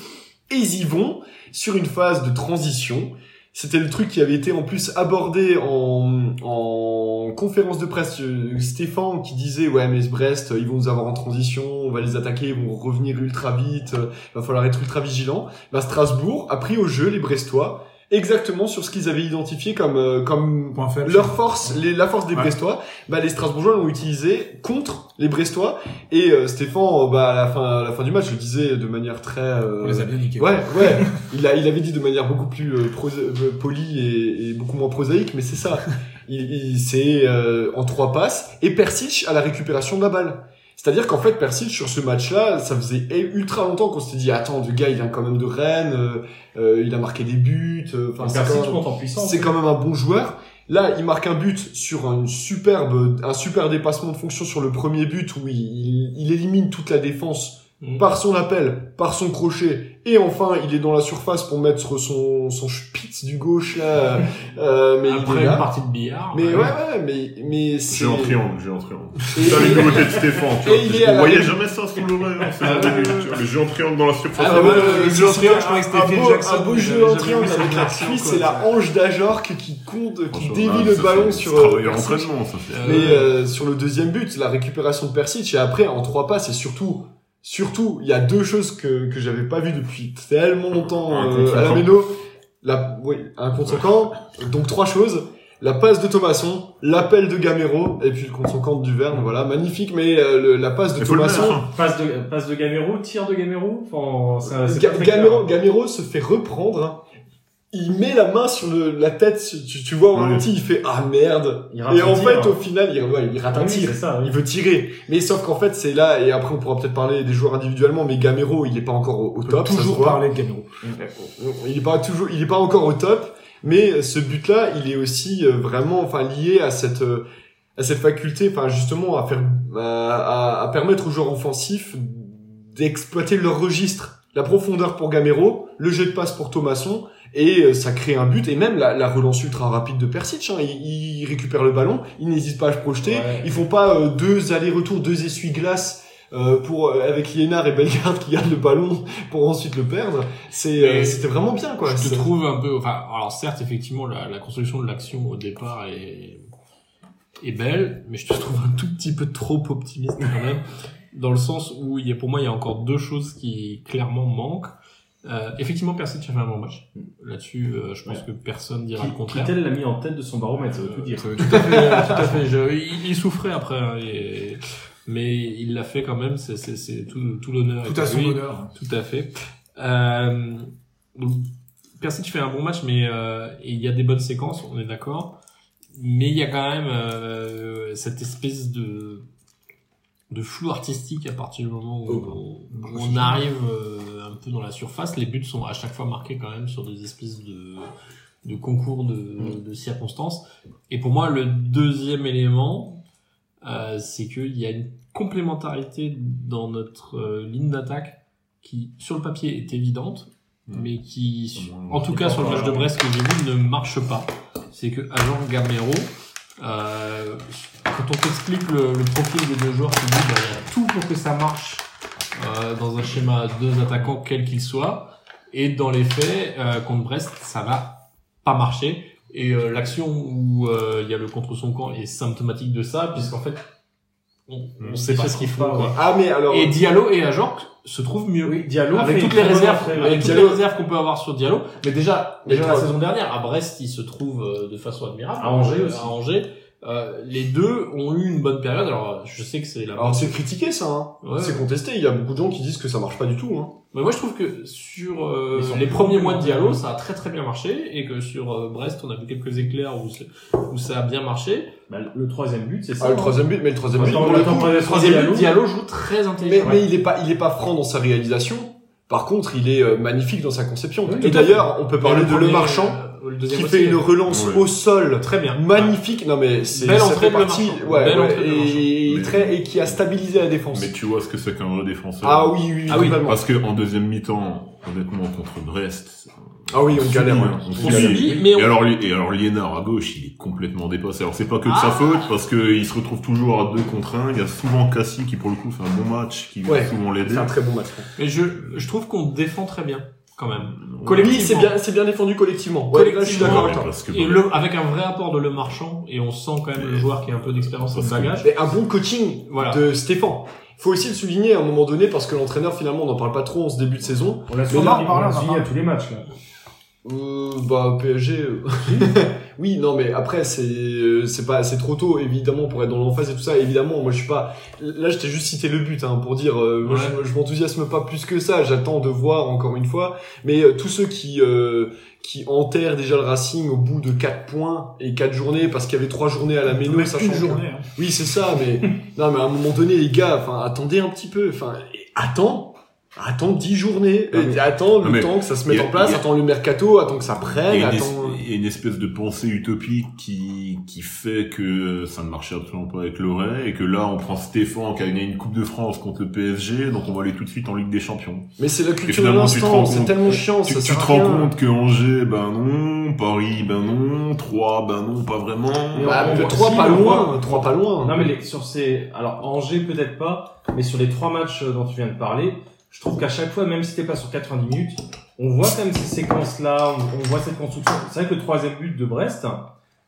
Speaker 4: Et ils y vont sur une phase de transition. C'était le truc qui avait été en plus abordé en, en conférence de presse. Euh, Stéphane qui disait ouais mais Brest euh, ils vont nous avoir en transition, on va les attaquer, ils vont revenir ultra vite, euh, va falloir être ultra vigilant. Bah, Strasbourg a pris au jeu les Brestois exactement sur ce qu'ils avaient identifié comme euh, comme
Speaker 2: Point faible.
Speaker 4: leur force, les- la force des
Speaker 2: Ouais.
Speaker 4: Brestois, bah, les Strasbourgeois l'ont utilisé contre les Brestois et euh, Stéphane euh, bah, à la fin à la fin du match le disait de manière très euh,
Speaker 6: on les a bien niqués.
Speaker 4: Ouais, ouais. Il, a, il avait dit de manière beaucoup plus euh, prosa- euh, polie et, et beaucoup moins prosaïque, mais c'est ça. Il, il- c'est euh, en trois passes et Persic à la récupération de la balle. C'est-à-dire qu'en fait, Persic sur ce match-là, ça faisait e, ultra longtemps qu'on s'était dit attends, le gars, il vient quand même de Rennes, euh, euh, il a marqué des buts. euh, Enfin, c'est
Speaker 5: Persic
Speaker 4: quand même-
Speaker 5: monte en puissance.
Speaker 4: c'est quand même un bon joueur. Là, il marque un but sur une superbe, un super dépassement de fonction sur le premier but où il, il- il élimine toute la défense
Speaker 2: Mm.
Speaker 3: Mhm.
Speaker 4: par son appel, par son crochet, et enfin il est dans la surface pour mettre son son spitz du gauche là. euh, mais il
Speaker 3: Après
Speaker 4: est
Speaker 3: une
Speaker 4: là.
Speaker 3: partie de billard.
Speaker 4: Mais ouais, ouais, mais mais c'est.
Speaker 1: J'ai en triangle, j'ai en triangle.
Speaker 4: et-
Speaker 1: Putain, les
Speaker 4: et-
Speaker 1: nouveautés de Stéphane, tu vois.
Speaker 4: Et il est à
Speaker 1: On
Speaker 4: la-
Speaker 1: voyait jamais ça sur le vrai, hein, c'est jamais vu, tu vois. Le jeu en triangle dans la surface.
Speaker 4: Ah, ouais, ouais, ouais,
Speaker 2: jeu en
Speaker 4: c'est
Speaker 2: triangle,
Speaker 4: ça,
Speaker 2: je crois que c'était
Speaker 4: un
Speaker 2: Phil
Speaker 4: beau-
Speaker 2: Jackson,
Speaker 4: Un beau
Speaker 2: mais
Speaker 4: jeu
Speaker 2: j'avais
Speaker 4: en
Speaker 2: jamais
Speaker 4: triangle
Speaker 2: vu ça
Speaker 4: avec
Speaker 2: de
Speaker 4: la
Speaker 2: l'action,
Speaker 4: cuisse
Speaker 2: quoi,
Speaker 4: et la
Speaker 2: ça.
Speaker 4: hanche d'Ajorque qui compte, qui
Speaker 1: Franchement,
Speaker 4: dévie
Speaker 1: là,
Speaker 4: le
Speaker 1: ça,
Speaker 4: ballon
Speaker 1: c'est-
Speaker 4: sur.
Speaker 1: c'est travailler
Speaker 4: euh,
Speaker 1: l'entraînement, ça
Speaker 5: Ah
Speaker 1: fait.
Speaker 4: Mais euh, sur le deuxième but, la récupération de Persic et après en trois passes et surtout, surtout, il y a deux choses que que j'avais pas vues depuis tellement longtemps
Speaker 1: Un
Speaker 4: euh,
Speaker 1: contre
Speaker 4: à la
Speaker 1: cinq ans.
Speaker 4: Méno. La, oui, un contre cinq ans. donc trois choses. La passe de Thomasson, l'appel de Gamero et puis le contre cinq ans de Duverne, voilà, magnifique. Mais euh, le- la passe de
Speaker 1: Il faut le mettre,
Speaker 4: Thomasson,
Speaker 1: hein.
Speaker 5: Passe de, passe de Gamero, tir de Gamero. Enfin, ça- c'est
Speaker 4: Ga-
Speaker 5: pas très clair. hein.
Speaker 4: Gamero, Gamero se fait reprendre. Il met la main sur le- la tête, tu, tu vois au
Speaker 1: Oui.
Speaker 4: ralenti, il fait ah merde.
Speaker 5: Il rate
Speaker 4: Et
Speaker 5: un
Speaker 4: en
Speaker 5: tir.
Speaker 4: fait, au final, il, ouais, il rate un
Speaker 5: Ah Oui,
Speaker 4: tir.
Speaker 5: c'est ça, oui.
Speaker 4: Il veut tirer. Mais sauf qu'en fait, c'est là, et après, on pourra peut-être parler des joueurs individuellement, mais Gamero, il est pas encore au, au
Speaker 2: On peut
Speaker 4: top. ça se
Speaker 2: toujours
Speaker 4: voit.
Speaker 2: parler de Gamero.
Speaker 4: Euh, Il est pas toujours, il est pas encore au top. Mais ce but-là, il est aussi euh, vraiment, enfin, lié à cette, euh, à cette faculté, enfin, justement, à faire, à, à- à permettre aux joueurs offensifs d'exploiter leur registre. La profondeur pour Gamero, le jeu de passe pour Thomasson, et euh, ça crée un but, et même la, la relance ultra rapide de Persic, hein, il, il récupère le ballon, il n'hésite pas à se projeter,
Speaker 5: Ouais.
Speaker 4: ils font pas euh, deux allers-retours, deux essuie-glaces euh, pour euh, avec Liénard et Bellegarde qui gardent le ballon pour ensuite le perdre. C'est euh,
Speaker 3: Et
Speaker 4: c'était vraiment bien quoi.
Speaker 3: je te
Speaker 4: C'est-
Speaker 3: trouve un peu. Enfin, alors certes, effectivement, la, la construction de l'action au départ est, est belle, mais je te trouve un tout petit peu trop optimiste quand même, dans le sens où il y a, pour moi, il y a encore deux choses qui clairement manquent. Euh, effectivement, Persic a fait un bon match. Là-dessus, euh, je pense que personne dira
Speaker 5: Qui-
Speaker 3: le contraire.
Speaker 5: Kittel l'a mis en tête de son baromètre, ça veut tout dire.
Speaker 3: Euh, tout à fait, tout à fait. Je- il, il souffrait après, hein, et- mais il l'a fait quand même. C'est, c'est, c'est tout, tout l'honneur. est
Speaker 2: Tout à son
Speaker 3: lui.
Speaker 2: honneur.
Speaker 3: Tout à fait. Euh, donc, Persic fait un bon match, mais euh, et il y a des bonnes séquences, on est d'accord. Mais il y a quand même euh, cette espèce de de flou artistique à partir du moment où, où on arrive euh, un peu dans la surface. Les buts sont à chaque fois marqués quand même sur des espèces de de concours de, de circonstances. Et pour moi, le deuxième élément, euh, c'est qu'il y a une complémentarité dans notre euh, ligne d'attaque qui, sur le papier, est évidente, mais qui, su- en tout cas sur le match de Brest que j'ai vu, ne marche pas. C'est que Agent Gamero, euh, quand on t'explique le, le profil des deux joueurs, tu te dis, bah, il y a tout pour que ça marche euh, dans un schéma à deux attaquants, quel qu'il soit. Et dans les faits, euh, contre Brest, ça va pas marcher. Et euh, l'action où euh, il y a le contre son camp est symptomatique de ça, puisqu'en fait, on, on sait pas ce qu'ils font. Quoi.
Speaker 4: Ah mais alors
Speaker 3: Et Diallo et Ajorc se trouvent mieux.
Speaker 5: Oui, Diallo
Speaker 3: Avec
Speaker 5: fait
Speaker 3: toutes
Speaker 5: une euh,
Speaker 3: les
Speaker 5: très bonne
Speaker 3: réserves,
Speaker 5: entrée,
Speaker 3: avec
Speaker 5: ouais.
Speaker 3: toutes les
Speaker 4: Diallo-
Speaker 3: réserves qu'on peut avoir sur Diallo, mais déjà,
Speaker 4: Mais
Speaker 3: déjà la
Speaker 4: toi-
Speaker 3: saison dernière à Brest, il se trouve euh, de façon admirable.
Speaker 5: À Angers
Speaker 3: Euh,
Speaker 5: aussi.
Speaker 3: À Angers, euh, les deux ont eu une bonne période. Alors, je sais que c'est la.
Speaker 4: Alors c'est critiqué ça, hein.
Speaker 3: Ouais.
Speaker 4: c'est contesté. Il y a beaucoup de gens qui disent que ça marche pas du tout. Hein.
Speaker 3: Mais moi, je trouve que sur euh,
Speaker 5: Ils sont
Speaker 3: les
Speaker 5: plus
Speaker 3: premiers
Speaker 5: plus
Speaker 3: mois de
Speaker 5: plus
Speaker 3: Diallo,
Speaker 5: plus.
Speaker 3: ça a très très bien marché, et que sur euh, Brest, on a vu quelques éclairs où, c'est- où ça a bien marché.
Speaker 5: Bah, le troisième but, c'est ça.
Speaker 4: Ah le
Speaker 5: hein.
Speaker 4: troisième but, mais le troisième but.
Speaker 5: Attends,
Speaker 4: pour
Speaker 5: on
Speaker 4: le
Speaker 5: attend
Speaker 4: coup,
Speaker 5: pas
Speaker 3: Le
Speaker 5: le
Speaker 3: troisième but,
Speaker 5: Diallo.
Speaker 3: Diallo joue très
Speaker 4: Mais,
Speaker 3: intelligent.
Speaker 4: mais il est pas, il est pas franc dans sa réalisation. Par contre, il est euh, magnifique dans sa conception.
Speaker 3: Oui, tout à
Speaker 4: Et d'ailleurs, on peut parler
Speaker 3: Le
Speaker 4: de
Speaker 3: premier,
Speaker 4: Le Marchand
Speaker 3: euh, le deuxième
Speaker 4: qui
Speaker 3: aussi,
Speaker 4: fait une
Speaker 3: euh,
Speaker 4: relance
Speaker 1: Ouais.
Speaker 4: au sol
Speaker 3: très bien.
Speaker 4: magnifique. Non mais c'est
Speaker 3: Belle
Speaker 4: ça
Speaker 3: entrée
Speaker 4: fait
Speaker 3: de Le
Speaker 4: partie,
Speaker 3: Marchand.
Speaker 4: ouais,
Speaker 3: Belle
Speaker 4: ouais,
Speaker 3: entrée de Le
Speaker 4: et,
Speaker 1: Marchand.
Speaker 4: très et qui a stabilisé la défense.
Speaker 1: Mais tu vois ce que c'est qu'un vrai défenseur.
Speaker 4: Ah oui, oui, oui,
Speaker 3: Ah oui,
Speaker 4: complètement.
Speaker 1: Parce que en deuxième mi-temps, honnêtement, contre Brest.
Speaker 4: Ah oui, on galère.
Speaker 1: subit,
Speaker 4: ouais.
Speaker 1: hein, on
Speaker 3: On
Speaker 1: subit.
Speaker 3: subit, mais
Speaker 1: Et
Speaker 3: on-
Speaker 1: alors, Li- et alors Liénard à gauche, il est complètement dépassé. Alors c'est pas que de sa
Speaker 3: Ah.
Speaker 1: faute, parce que il se retrouve toujours à deux contre un. Il y a souvent Cassie qui pour le coup fait un bon match, qui
Speaker 4: Ouais.
Speaker 1: va souvent l'aider.
Speaker 4: C'est un très bon match.
Speaker 3: mais je, je trouve qu'on défend très bien, quand même.
Speaker 4: Oui, c'est bien, c'est bien défendu collectivement. Ouais, là, je suis d'accord
Speaker 1: Ouais,
Speaker 4: avec toi.
Speaker 1: parce que
Speaker 3: Et le, avec un vrai apport de Le Marchand, et on sent quand même le joueur qui a un peu d'expérience et de
Speaker 1: Parce que-
Speaker 3: bagage.
Speaker 4: Mais un bon coaching
Speaker 3: Voilà.
Speaker 4: de Stéphane. Faut aussi le souligner à un moment donné parce que l'entraîneur finalement on n'en parle pas trop en ce début de saison.
Speaker 5: On l'a
Speaker 2: on
Speaker 5: suivi,
Speaker 2: en
Speaker 5: on
Speaker 2: parle, on
Speaker 5: l'a
Speaker 2: en
Speaker 5: suivi à
Speaker 2: parle.
Speaker 5: tous les matchs. là.
Speaker 4: Euh, bah PSG. euh, oui non mais après c'est euh, c'est pas c'est trop tôt évidemment pour être dans l'emphase et tout ça. Évidemment moi je suis pas. Là je t'ai juste cité le but hein, pour dire euh, moi, je, je m'enthousiasme pas plus que ça. J'attends de voir encore une fois. Mais euh, tous ceux qui euh, qui enterrent déjà le Racing au bout de 4 points et 4 journées parce qu'il y avait 3 journées à la méno
Speaker 2: Même
Speaker 4: sachant
Speaker 2: une
Speaker 4: que-
Speaker 2: journée. hein.
Speaker 4: Oui, c'est ça, mais non, mais à un moment donné, les gars, enfin, attendez un petit peu, enfin, et attends, attends dix journées,
Speaker 5: Non, mais-
Speaker 4: et attends le
Speaker 1: Non, mais-
Speaker 4: temps que ça se mette
Speaker 1: y a-
Speaker 4: en place,
Speaker 1: y a-
Speaker 4: attends le mercato, attends que ça
Speaker 1: Il
Speaker 4: prenne,
Speaker 1: y, a une es-
Speaker 4: attends.
Speaker 1: il y a une espèce de pensée utopique qui, qui fait que ça ne marchait absolument pas avec Loret et que là on prend Stéphane qui a gagné une Coupe de France contre le PSG donc on va aller tout de suite en Ligue des Champions.
Speaker 4: Mais c'est la
Speaker 1: Et
Speaker 4: culture de
Speaker 1: finalement, tu te
Speaker 4: l'instant,
Speaker 1: rends
Speaker 4: c'est
Speaker 1: compte-
Speaker 4: tellement chiant,
Speaker 1: Tu,
Speaker 4: ça
Speaker 1: tu
Speaker 4: sert
Speaker 1: te
Speaker 4: à
Speaker 1: rends
Speaker 4: rien.
Speaker 1: compte que Angers ben non, Paris ben non, Troyes ben non pas vraiment.
Speaker 5: Mais
Speaker 4: Bah,
Speaker 5: on-
Speaker 4: peut-
Speaker 5: on-
Speaker 4: trois
Speaker 5: si,
Speaker 4: pas
Speaker 5: on
Speaker 4: loin,
Speaker 5: voit-
Speaker 4: trois pas loin.
Speaker 5: Non mais les- sur ces, alors Angers peut-être pas, mais sur les trois matchs euh, dont tu viens de parler, je trouve qu'à chaque fois, même si t'es pas sur 90 minutes, on voit quand même ces séquences-là, on, on voit cette construction. C'est vrai que le troisième but de Brest,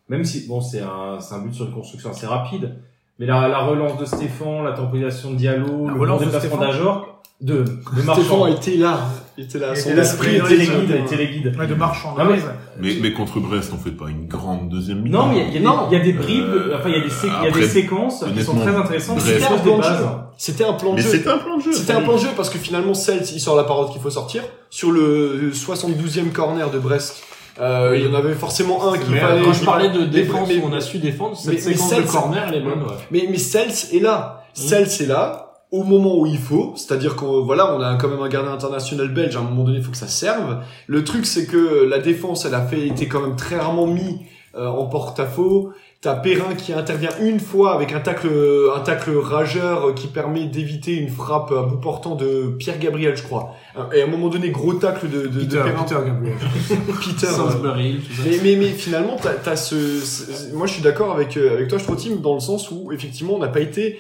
Speaker 5: même si bon c'est un, c'est un but sur une construction assez rapide, mais la, la relance de Stéphane, la temporisation de Diallo,
Speaker 2: La
Speaker 5: le
Speaker 2: relance
Speaker 5: bon
Speaker 2: de
Speaker 5: déplacement
Speaker 2: Stéphane.
Speaker 5: d'Ajor, de, de
Speaker 4: Stéphane
Speaker 5: Marchand,
Speaker 4: était là, il était là,
Speaker 2: Il
Speaker 4: son
Speaker 2: était là,
Speaker 4: esprit
Speaker 2: il
Speaker 5: téléguide,
Speaker 4: était
Speaker 2: était là.
Speaker 5: téléguide, téléguide.
Speaker 2: Ouais, de marchand.
Speaker 3: Ah
Speaker 5: Non, mais-
Speaker 1: Mais, mais contre Brest on fait pas une grande deuxième mi-temps.
Speaker 5: Non, mais il y a- il y, a
Speaker 4: Non.
Speaker 5: des- il y a des bribes,
Speaker 1: Euh,
Speaker 5: enfin, il y a des, sé- il y a
Speaker 1: après,
Speaker 5: des séquences qui sont
Speaker 1: honnêtement,
Speaker 5: très intéressantes, qui
Speaker 1: Brest-
Speaker 5: posent des bases.
Speaker 4: C'était un plan de
Speaker 1: Mais
Speaker 4: jeu.
Speaker 1: c'est un plan de jeu.
Speaker 4: C'était un plan de jeu parce que finalement Celts il sort la parole qu'il faut sortir sur le 72e corner de Brest. Euh, il y en avait forcément un qui
Speaker 2: Mais
Speaker 4: fallait.
Speaker 3: euh, Quand je parlais de
Speaker 4: mais-
Speaker 3: défense,
Speaker 4: mais-
Speaker 3: on a su défendre. Cette
Speaker 4: mais- mais
Speaker 3: séquence
Speaker 4: celle-
Speaker 3: de corner, elle est bonne. ouais.
Speaker 4: Mais, mais Cels est là. Cels est là au moment où il faut, c'est-à-dire qu'on voilà, on a quand même un gardien international belge. À un moment donné, il faut que ça serve. Le truc, c'est que la défense, elle a fait, était quand même très rarement mis euh, en porte-à-faux. T'as Perrin qui intervient une fois avec un tacle, un tacle rageur euh, qui permet d'éviter une frappe à bout portant de Pierre Gabriel, je crois. Et à un moment donné, gros tacle de, de, de
Speaker 2: Peter,
Speaker 4: Perrin.
Speaker 2: Peter Gabriel.
Speaker 4: Peter, euh,
Speaker 3: Salisbury, tout ça.
Speaker 4: mais, mais, mais finalement, t'as, t'as ce, ce- Moi, je suis d'accord avec, euh, avec toi, je Tim, dans le sens où, effectivement, on n'a pas été,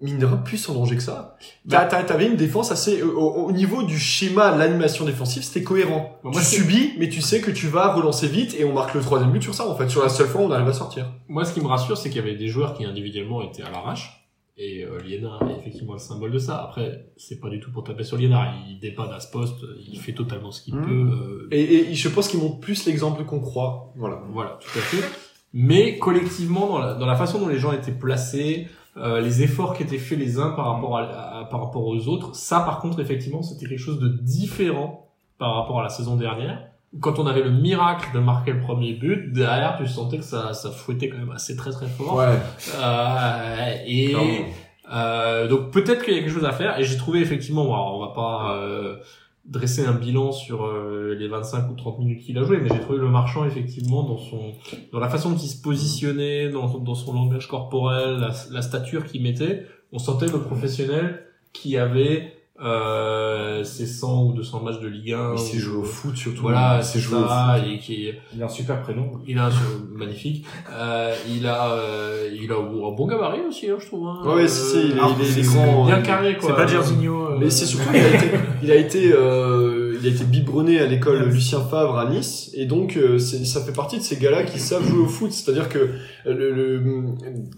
Speaker 4: mine de rien, plus en danger que ça.
Speaker 3: Bah.
Speaker 4: T'as, t'as- t'avais une défense assez... Au, au- au niveau du schéma, l'animation défensive, c'était cohérent.
Speaker 3: Bah,
Speaker 4: tu
Speaker 3: moi, c'est-
Speaker 4: subis, mais tu sais que tu vas relancer vite, et on marque le troisième but sur ça, en fait. Sur la seule fois où on arrive à sortir.
Speaker 3: Moi, ce qui me rassure, c'est qu'il y avait des joueurs qui individuellement étaient à l'arrache. Et euh, Liénard est effectivement le symbole de ça. Après, c'est pas du tout pour taper sur Liénard. Il dépanne à ce poste, il fait totalement ce qu'il
Speaker 4: Mhm.
Speaker 3: peut. euh,
Speaker 4: Et, et je pense qu'il montre plus l'exemple qu'on croit. Voilà.
Speaker 3: Voilà, tout à fait. Mais collectivement, dans la, dans la façon dont les gens étaient placés, euh, les efforts qui étaient faits les uns par rapport, à, à- par rapport aux autres, ça par contre, effectivement, c'était quelque chose de différent par rapport à la saison dernière. Quand on avait le miracle de marquer le premier but, derrière, tu sentais que ça, ça fouettait quand même assez très très fort.
Speaker 4: Ouais.
Speaker 3: Euh, et
Speaker 4: Clairement.
Speaker 3: euh, donc peut-être qu'il y a quelque chose à faire. Et j'ai trouvé effectivement, bon, alors on va pas euh, dresser un bilan sur euh, les 25 ou 30 minutes qu'il a joué, mais j'ai trouvé le marchand effectivement dans son, dans la façon dont il se positionnait, dans, son- dans son langage corporel, la, la stature qu'il mettait, on sentait le professionnel qui avait euh, ses 100 ou 200 matchs de Ligue 1.
Speaker 4: Mais c'est
Speaker 3: ou-
Speaker 4: joué au foot, surtout.
Speaker 3: Voilà,
Speaker 4: c'est
Speaker 3: c'est
Speaker 4: joué au
Speaker 3: ça,
Speaker 4: foot.
Speaker 3: et qui
Speaker 5: Il a un super prénom.
Speaker 3: il a un jeu magnifique. Euh, il a, euh, il a un bon gabarit aussi, hein, je trouve. Hein.
Speaker 4: Ouais, ouais, si, si, il est-
Speaker 3: ah,
Speaker 4: il est- il est
Speaker 3: c'est
Speaker 4: grand,
Speaker 3: Bien
Speaker 4: euh,
Speaker 3: carré, quoi.
Speaker 2: C'est pas Gervinho. euh,
Speaker 4: Mais c'est surtout qu'il a été, il a été, euh, il a été biberonné à l'école
Speaker 2: Ouais.
Speaker 4: Lucien Favre à Nice, et donc euh, c'est- ça fait partie de ces gars-là qui savent jouer au foot, c'est-à-dire que euh, le, le-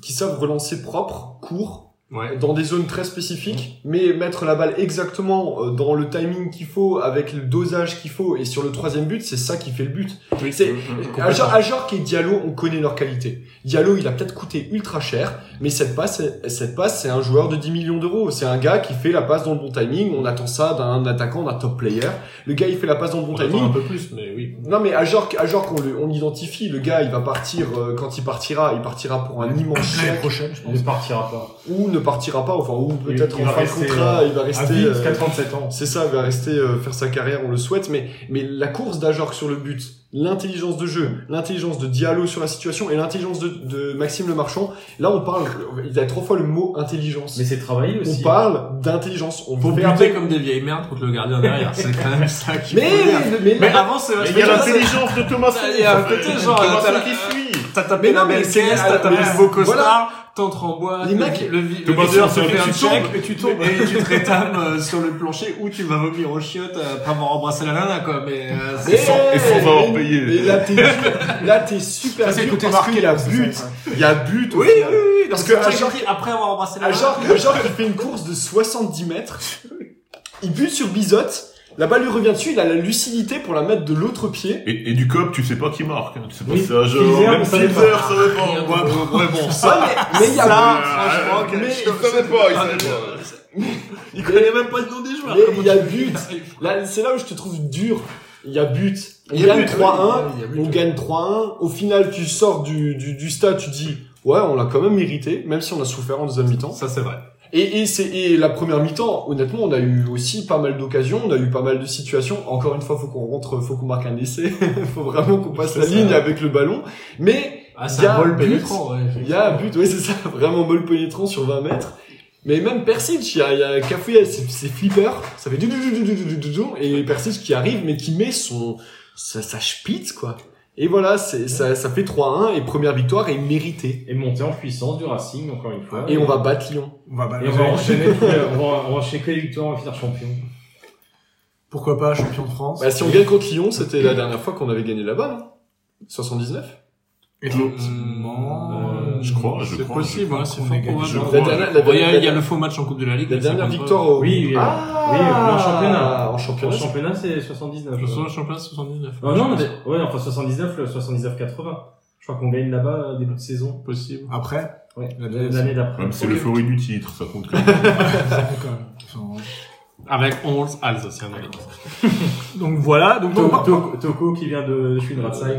Speaker 4: qui savent relancer propre, court,
Speaker 3: Ouais.
Speaker 4: dans des zones très spécifiques, mais mettre la balle exactement euh, dans le timing qu'il faut, avec le dosage qu'il faut, et sur le troisième but, c'est ça qui fait le but.
Speaker 3: Oui, euh,
Speaker 4: c'est-
Speaker 3: complètement.
Speaker 4: Ajor Ajorque et Diallo, on connaît leur qualité. Diallo, il a peut-être coûté ultra cher, mais cette passe, cette passe, c'est un joueur de 10 millions d'euros. C'est un gars qui fait la passe dans le bon timing. On attend ça d'un attaquant, d'un top player. Le gars, il fait la passe dans le bon
Speaker 3: On attend
Speaker 4: timing.
Speaker 3: un peu plus, mais oui.
Speaker 4: Non mais Ajorque, Ajorque, on, le- on identifie. Le gars, il va partir euh, quand il partira, il partira pour un immense
Speaker 2: L'année
Speaker 4: chèque
Speaker 2: prochaine, je
Speaker 5: Il
Speaker 2: pense.
Speaker 5: ne partira pas.
Speaker 4: ou ne partira pas, enfin, ou
Speaker 5: Il-
Speaker 4: peut-être
Speaker 5: il
Speaker 4: en
Speaker 5: va
Speaker 4: fin de
Speaker 5: rester,
Speaker 4: contrat, il va
Speaker 5: À
Speaker 4: rester.
Speaker 5: vie,
Speaker 4: euh,
Speaker 5: jusqu'à 37 ans.
Speaker 4: c'est ça, il va rester euh, faire sa carrière, on le souhaite, mais, mais la course d'Ajorc sur le but, l'intelligence de jeu, l'intelligence de Diallo sur la situation et l'intelligence de, de Maxime Le Marchand, là on parle, il a trois fois le mot intelligence.
Speaker 5: Mais c'est travaillé
Speaker 4: on
Speaker 5: aussi.
Speaker 4: parle d'intelligence, on
Speaker 3: Faut
Speaker 4: fait
Speaker 3: buter
Speaker 4: avec-
Speaker 3: comme des vieilles merdes contre le gardien derrière. C'est quand même ça qui.
Speaker 4: Mais, mais, mais,
Speaker 3: Mais avant, c'est
Speaker 1: Il y a
Speaker 3: vachement.
Speaker 1: l'intelligence de Thomas
Speaker 3: Il y a un côté genre, t'as-
Speaker 1: qui fuit.
Speaker 3: T'as tapé
Speaker 4: Mais
Speaker 3: la
Speaker 4: non, mais
Speaker 3: belle
Speaker 4: c'est-
Speaker 3: caisse, t'as tapé
Speaker 4: mais-
Speaker 3: le beau
Speaker 4: voilà.
Speaker 3: costard, t'entres en boîte,
Speaker 4: Les
Speaker 3: le
Speaker 4: mecs-
Speaker 3: vi- le vi-
Speaker 1: Te
Speaker 3: le
Speaker 1: base
Speaker 3: visseur
Speaker 1: sur
Speaker 3: se
Speaker 1: un
Speaker 3: fait un
Speaker 1: truc, tu
Speaker 3: check,
Speaker 2: tombes, et tu tombes.
Speaker 3: et tu te rétames euh, sur le plancher ou tu vas vomir aux chiottes euh, après avoir embrassé la nana, quoi. Mais euh,
Speaker 4: mais-
Speaker 1: Et sans- et sans avoir
Speaker 4: mais-
Speaker 1: payé.
Speaker 4: mais là t'es dur, là t'es super
Speaker 2: Ça, c'est
Speaker 4: dur
Speaker 2: côté
Speaker 4: parce qu'il y a
Speaker 2: marqué,
Speaker 4: but,
Speaker 2: ça,
Speaker 4: il y a but au
Speaker 3: Oui,
Speaker 4: final.
Speaker 3: oui, oui,
Speaker 4: Parce
Speaker 3: parce que
Speaker 4: que Ajorc-
Speaker 3: après avoir embrassé la nana.
Speaker 4: Ajorc, Ajorc, il fait une course de 70 mètres. Il bute sur Bizotte. La balle lui revient dessus. Il a la lucidité pour la mettre de l'autre pied.
Speaker 1: Et, et du cop, tu sais pas qui marque. hein. Tu sais pas
Speaker 5: Oui,
Speaker 1: si c'est Ajor,
Speaker 5: Filzer,
Speaker 1: même
Speaker 5: on savait
Speaker 1: Filzer, ça dépend.
Speaker 3: Ah, Rien de
Speaker 1: Ouais, ouais, ouais, bon, ça.
Speaker 4: Ah, mais mais il y a
Speaker 3: Ça,
Speaker 1: Ah,
Speaker 3: franchement,
Speaker 1: mais
Speaker 4: mais-
Speaker 1: il savait pas,
Speaker 5: Ah,
Speaker 1: il savait pas.
Speaker 3: Il connaît même pas le nom des joueurs.
Speaker 4: Mais
Speaker 3: comment
Speaker 4: il y a
Speaker 3: tu-
Speaker 4: but. Là, c'est là où je te trouve dur. Il y a but. On
Speaker 3: Il y a
Speaker 4: gagne
Speaker 3: but,
Speaker 4: 3-1.
Speaker 3: oui, il y a but.
Speaker 4: On gagne 3-1. Au final, tu sors du, du, du stade. Tu dis, ouais, on l'a quand même mérité, même si on a souffert en deuxième mi-temps.
Speaker 3: Ça, c'est vrai.
Speaker 4: Et, et, c'est, et la première mi-temps, honnêtement, on a eu aussi pas mal d'occasions, on a eu pas mal de situations. Encore une fois, faut qu'on rentre, faut qu'on marque un essai, faut vraiment qu'on passe la
Speaker 3: C'est ça.
Speaker 4: ligne avec le ballon. Mais
Speaker 3: Ah,
Speaker 4: Il
Speaker 3: c'est
Speaker 4: y a
Speaker 3: un bol
Speaker 4: but.
Speaker 3: pénétrant, ouais.
Speaker 4: il y a un but, oui c'est ça, vraiment bol pénétrant sur 20 mètres. Mais même Persic, il y a, il y a Cafouillet, c'est, c'est flipper, ça fait du du du du du du du du et Persic qui arrive mais qui met son sa, sa spitz quoi. Et voilà, c'est, ça, ça fait 3-1 et première victoire et méritée.
Speaker 5: Et monter en puissance du Racing, encore une fois.
Speaker 4: Et on va battre Lyon.
Speaker 2: On va
Speaker 5: Et on
Speaker 2: balancer.
Speaker 5: va enchaîner, tous les- on va, on va enchaîner que les victoires, on va finir champion.
Speaker 2: Pourquoi pas champion de France
Speaker 4: Bah, si on gagne contre Lyon, c'était la dernière fois qu'on avait gagné là-bas, non 79
Speaker 2: Effectivement.
Speaker 3: Euh,
Speaker 1: Je crois, je
Speaker 3: C'est
Speaker 1: crois.
Speaker 3: possible, hein, c'est
Speaker 2: qu'on
Speaker 3: fort
Speaker 2: est gagné.
Speaker 3: probable.
Speaker 1: Je
Speaker 3: Bon,
Speaker 1: crois.
Speaker 3: il y a-
Speaker 4: La dernière- la
Speaker 3: Il y a- il y a
Speaker 4: dernière-
Speaker 3: le faux match en Coupe de la Ligue.
Speaker 4: La
Speaker 3: mais ça
Speaker 4: dernière
Speaker 3: compte pas.
Speaker 4: victoire au...
Speaker 5: Oui, oui,
Speaker 4: ah,
Speaker 5: oui, mais en championnat.
Speaker 4: En
Speaker 5: En
Speaker 4: championnat.
Speaker 5: championnat, c'est 79.
Speaker 3: Je suis en championnat 79.
Speaker 5: Ah non, mais, ouais, enfin 79, le 79-80. Je crois qu'on gagne là-bas euh, début de saison.
Speaker 3: possible.
Speaker 2: Après,
Speaker 5: Ouais,
Speaker 2: la deuxième.
Speaker 5: l'année d'après.
Speaker 1: Même c'est
Speaker 5: Ok.
Speaker 1: l'euphorie du titre, ça compte quand même.
Speaker 3: Avec 11 Alsaciens.
Speaker 5: Ah,
Speaker 3: d'ailleurs.
Speaker 2: Donc voilà, donc
Speaker 5: To-
Speaker 2: donc,
Speaker 5: To- Toko qui vient de Schwinratzheim.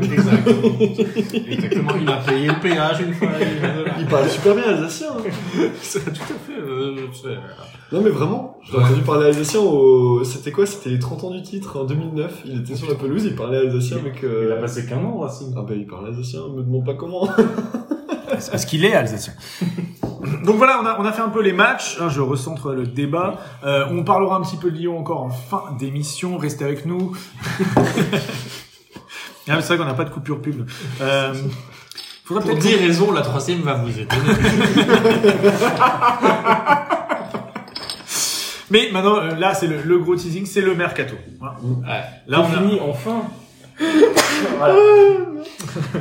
Speaker 3: Exactement, il a payé le péage une fois. il vient de là.
Speaker 4: Il parle super bien alsacien. hein.
Speaker 3: C'est tout à fait. euh, c'est-
Speaker 4: Non mais vraiment, j'ai entendu parler alsacien au... C'était quoi C'était les 30 ans du titre en 2009. Il était sur la pelouse, il parlait alsacien avec... euh,
Speaker 5: Il a passé qu'un an au Racing.
Speaker 4: Ah bah il parle alsacien, me demande pas comment.
Speaker 2: Parce qu'il est alsacien. Donc voilà, on a, on a fait un peu les matchs. hein, je recentre le débat. Euh, on parlera un petit peu de Lyon encore en fin d'émission. Restez avec nous. ah, mais c'est vrai qu'on n'a pas de coupure pub. Euh, faudrait
Speaker 3: Pour
Speaker 2: peut-être
Speaker 3: 10 raisons, la troisième va vous étonner.
Speaker 2: Mais maintenant, euh, là, c'est le, le gros teasing, c'est le mercato. Voilà.
Speaker 3: Ouais.
Speaker 2: Là, on a-
Speaker 5: finit enfin. Voilà.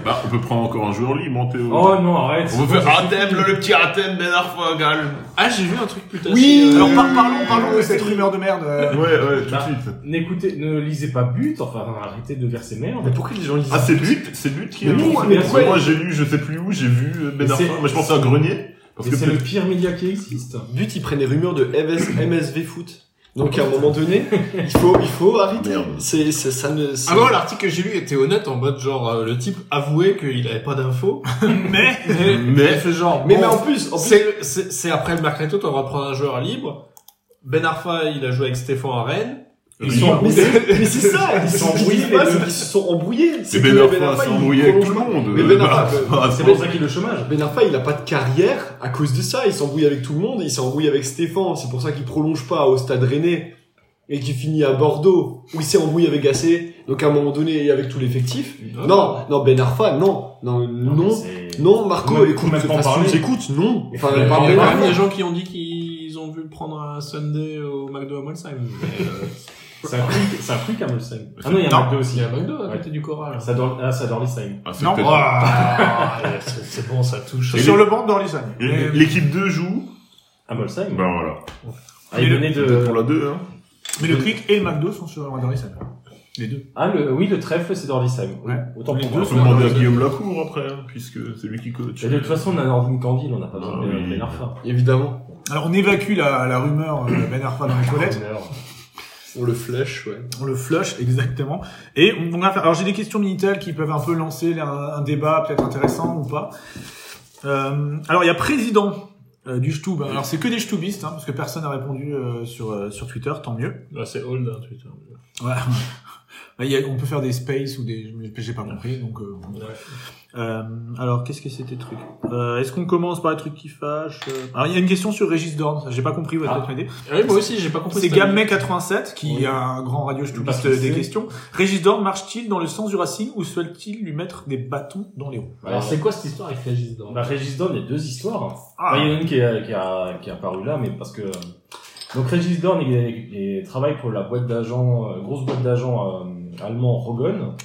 Speaker 1: Bah, on peut prendre encore un joueur libre en théorie.
Speaker 5: Oh non, arrête.
Speaker 1: on peut faire Atem, le, le petit Atem Ben Arfogal.
Speaker 3: Ah, j'ai vu un truc putain.
Speaker 2: Oui,
Speaker 3: c'est, euh,
Speaker 2: alors par- parlons, parlons de cette rumeur de merde. euh,
Speaker 1: Ouais, ouais, tout
Speaker 5: Bah.
Speaker 1: de suite.
Speaker 5: N'écoutez, ne lisez pas but, enfin arrêtez de verser merde.
Speaker 4: mais pourquoi les gens lisent
Speaker 1: Ah, c'est but, c'est but qui
Speaker 5: Mais
Speaker 1: est
Speaker 5: oui,
Speaker 1: Moi,
Speaker 5: mais pourquoi-
Speaker 1: Moi, j'ai lu, je sais plus où, j'ai vu euh, Ben
Speaker 5: Mais c'est-
Speaker 1: Arfa. Moi, je pensais à Grenier. Parce
Speaker 5: Et
Speaker 1: que
Speaker 5: c'est le
Speaker 1: peut-être
Speaker 5: pire média qui existe.
Speaker 4: But, ils prennent les rumeurs de MS MSV Foot. Donc à un moment donné, il faut, il faut arrêter.
Speaker 1: Merde.
Speaker 4: C'est, c'est- ça ne... c'est-
Speaker 3: Ah bon, l'article que j'ai lu était honnête en mode genre euh, le type avouait qu'il avait pas d'infos.
Speaker 2: mais
Speaker 3: Mais,
Speaker 1: Mais-
Speaker 3: il fait genre.
Speaker 4: mais,
Speaker 3: bon,
Speaker 4: mais en plus, en plus
Speaker 3: c'est le- c'est c'est après le mercato, t'en vas prendre un joueur libre. Ben Arfa, il a joué avec Stéphane à Rennes.
Speaker 1: Ils
Speaker 5: sont
Speaker 4: Mais c'est mais c'est ça, ils se sont embrouillés,
Speaker 5: les deux.
Speaker 4: ils se sont embrouillés.
Speaker 1: Et
Speaker 4: C'est
Speaker 1: Ben
Speaker 4: que
Speaker 1: Arfa s'est
Speaker 4: il
Speaker 1: embrouillé avec tout
Speaker 4: prolonge
Speaker 1: le
Speaker 4: pas.
Speaker 1: monde.
Speaker 4: Mais Ben
Speaker 1: Bah,
Speaker 4: Arfa,
Speaker 1: bah,
Speaker 5: C'est pour ça qu'il y a le chômage.
Speaker 4: Ben Arfa, il a pas de carrière à cause de ça. Il s'embrouille avec tout le monde. Il s'est embrouillé avec Stéphane. C'est pour ça qu'il prolonge pas au stade rennais et qu'il finit à Bordeaux où il s'est embrouillé avec Gassé. Donc à un moment donné, et avec tout l'effectif.
Speaker 1: Ah
Speaker 4: Non, non, Ben Arfa, non, non,
Speaker 5: mais
Speaker 4: non,
Speaker 5: c'est-
Speaker 4: non, Marco,
Speaker 5: On peut
Speaker 4: écoute,
Speaker 5: même
Speaker 4: de
Speaker 5: pas
Speaker 4: toute
Speaker 5: en
Speaker 4: façon,
Speaker 5: parler.
Speaker 4: j'écoute, non. Enfin,
Speaker 5: Mais
Speaker 4: par
Speaker 3: Il y a
Speaker 4: Ben
Speaker 3: quand même
Speaker 4: Arfa.
Speaker 3: des gens qui ont dit qu'ils ont vu le prendre un Sunday au McDo à Molsheim. Mais, euh,
Speaker 5: C'est un truc, c'est un truc à Molsheim. Ah non, il y a
Speaker 2: Non.
Speaker 5: un McDo aussi.
Speaker 3: Il y a un McDo à
Speaker 5: Ouais.
Speaker 3: côté du Coral.
Speaker 5: Ça dort, ah, ça dort Lisheim.
Speaker 1: Ah, c'est
Speaker 2: Non. oh.
Speaker 1: peut-être-
Speaker 3: Ah, c'est c'est bon, ça touche.
Speaker 1: Et
Speaker 2: euh, sur
Speaker 1: les-
Speaker 2: le banc d'Orlisson.
Speaker 1: L'équipe 2 joue
Speaker 5: Hamolsheim
Speaker 1: Ben voilà.
Speaker 5: Ah, il
Speaker 2: Mais
Speaker 5: venait
Speaker 1: Peut-être pour
Speaker 5: de...
Speaker 1: la 2, hein.
Speaker 2: Mais le Cric et le McDo sont sur Anderson. Les deux.
Speaker 5: Ah, le... oui, le trèfle, c'est d'Ordisheim. Oui.
Speaker 2: Ouais.
Speaker 5: Autant
Speaker 2: Les
Speaker 5: pour
Speaker 2: deux
Speaker 5: moi.
Speaker 1: On peut demander à Guillaume Lacour après, hein, puisque c'est lui qui coach.
Speaker 5: Et de toute façon, on a Nordin Candil, on n'a pas besoin
Speaker 1: Ah
Speaker 5: de
Speaker 1: oui.
Speaker 5: Ben Arfa.
Speaker 4: Bah, Évidemment,
Speaker 2: Alors on évacue la, la rumeur euh, Ben Arfa dans les toilettes.
Speaker 4: on le flèche, ouais.
Speaker 2: On le flush, exactement. Et on on va faire... Alors j'ai des questions Minitel qui peuvent un peu lancer là, un, un débat peut-être intéressant ou pas. Euh, alors il y a président euh, du Stub. Alors c'est que des Stubistes, hein, parce que personne n'a répondu euh, sur, euh, sur Twitter, tant mieux.
Speaker 3: Bah, c'est old, hein, Twitter.
Speaker 2: Ouais. Bah, il y a- on peut faire des spaces ou des... mais J'ai pas compris, donc... euh, on- Euh, alors, qu'est-ce que c'était le truc euh, Est-ce qu'on commence par les trucs qui fâchent euh Alors, il y a une question sur Régis Dorn, ça, j'ai pas compris, vous allez
Speaker 5: Ah.
Speaker 2: peut-être m'aider.
Speaker 3: Ah oui, moi aussi, j'ai pas compris.
Speaker 2: C'est
Speaker 3: cette année.
Speaker 2: Gamay87, qui
Speaker 5: Oui.
Speaker 2: est un grand radio
Speaker 5: Parce
Speaker 2: stupiste
Speaker 5: qu'il
Speaker 2: des
Speaker 5: sait.
Speaker 2: questions. Régis Dorn marche-t-il dans le sens du Racing ou souhaite-t-il lui mettre des bâtons dans les roues
Speaker 5: Alors,
Speaker 3: Alors,
Speaker 5: c'est
Speaker 3: c'est quoi cette histoire avec Régis Dorn
Speaker 5: Bah, Régis Dorn, il y a deux histoires.
Speaker 2: Ah.
Speaker 5: Enfin, il y en a une qui est, qui, a, qui est apparue là, mais parce que. euh, Donc, Régis Dorn, il, est- il travaille pour la boîte d'agents, euh, grosse boîte d'agents euh, allemand Rogon.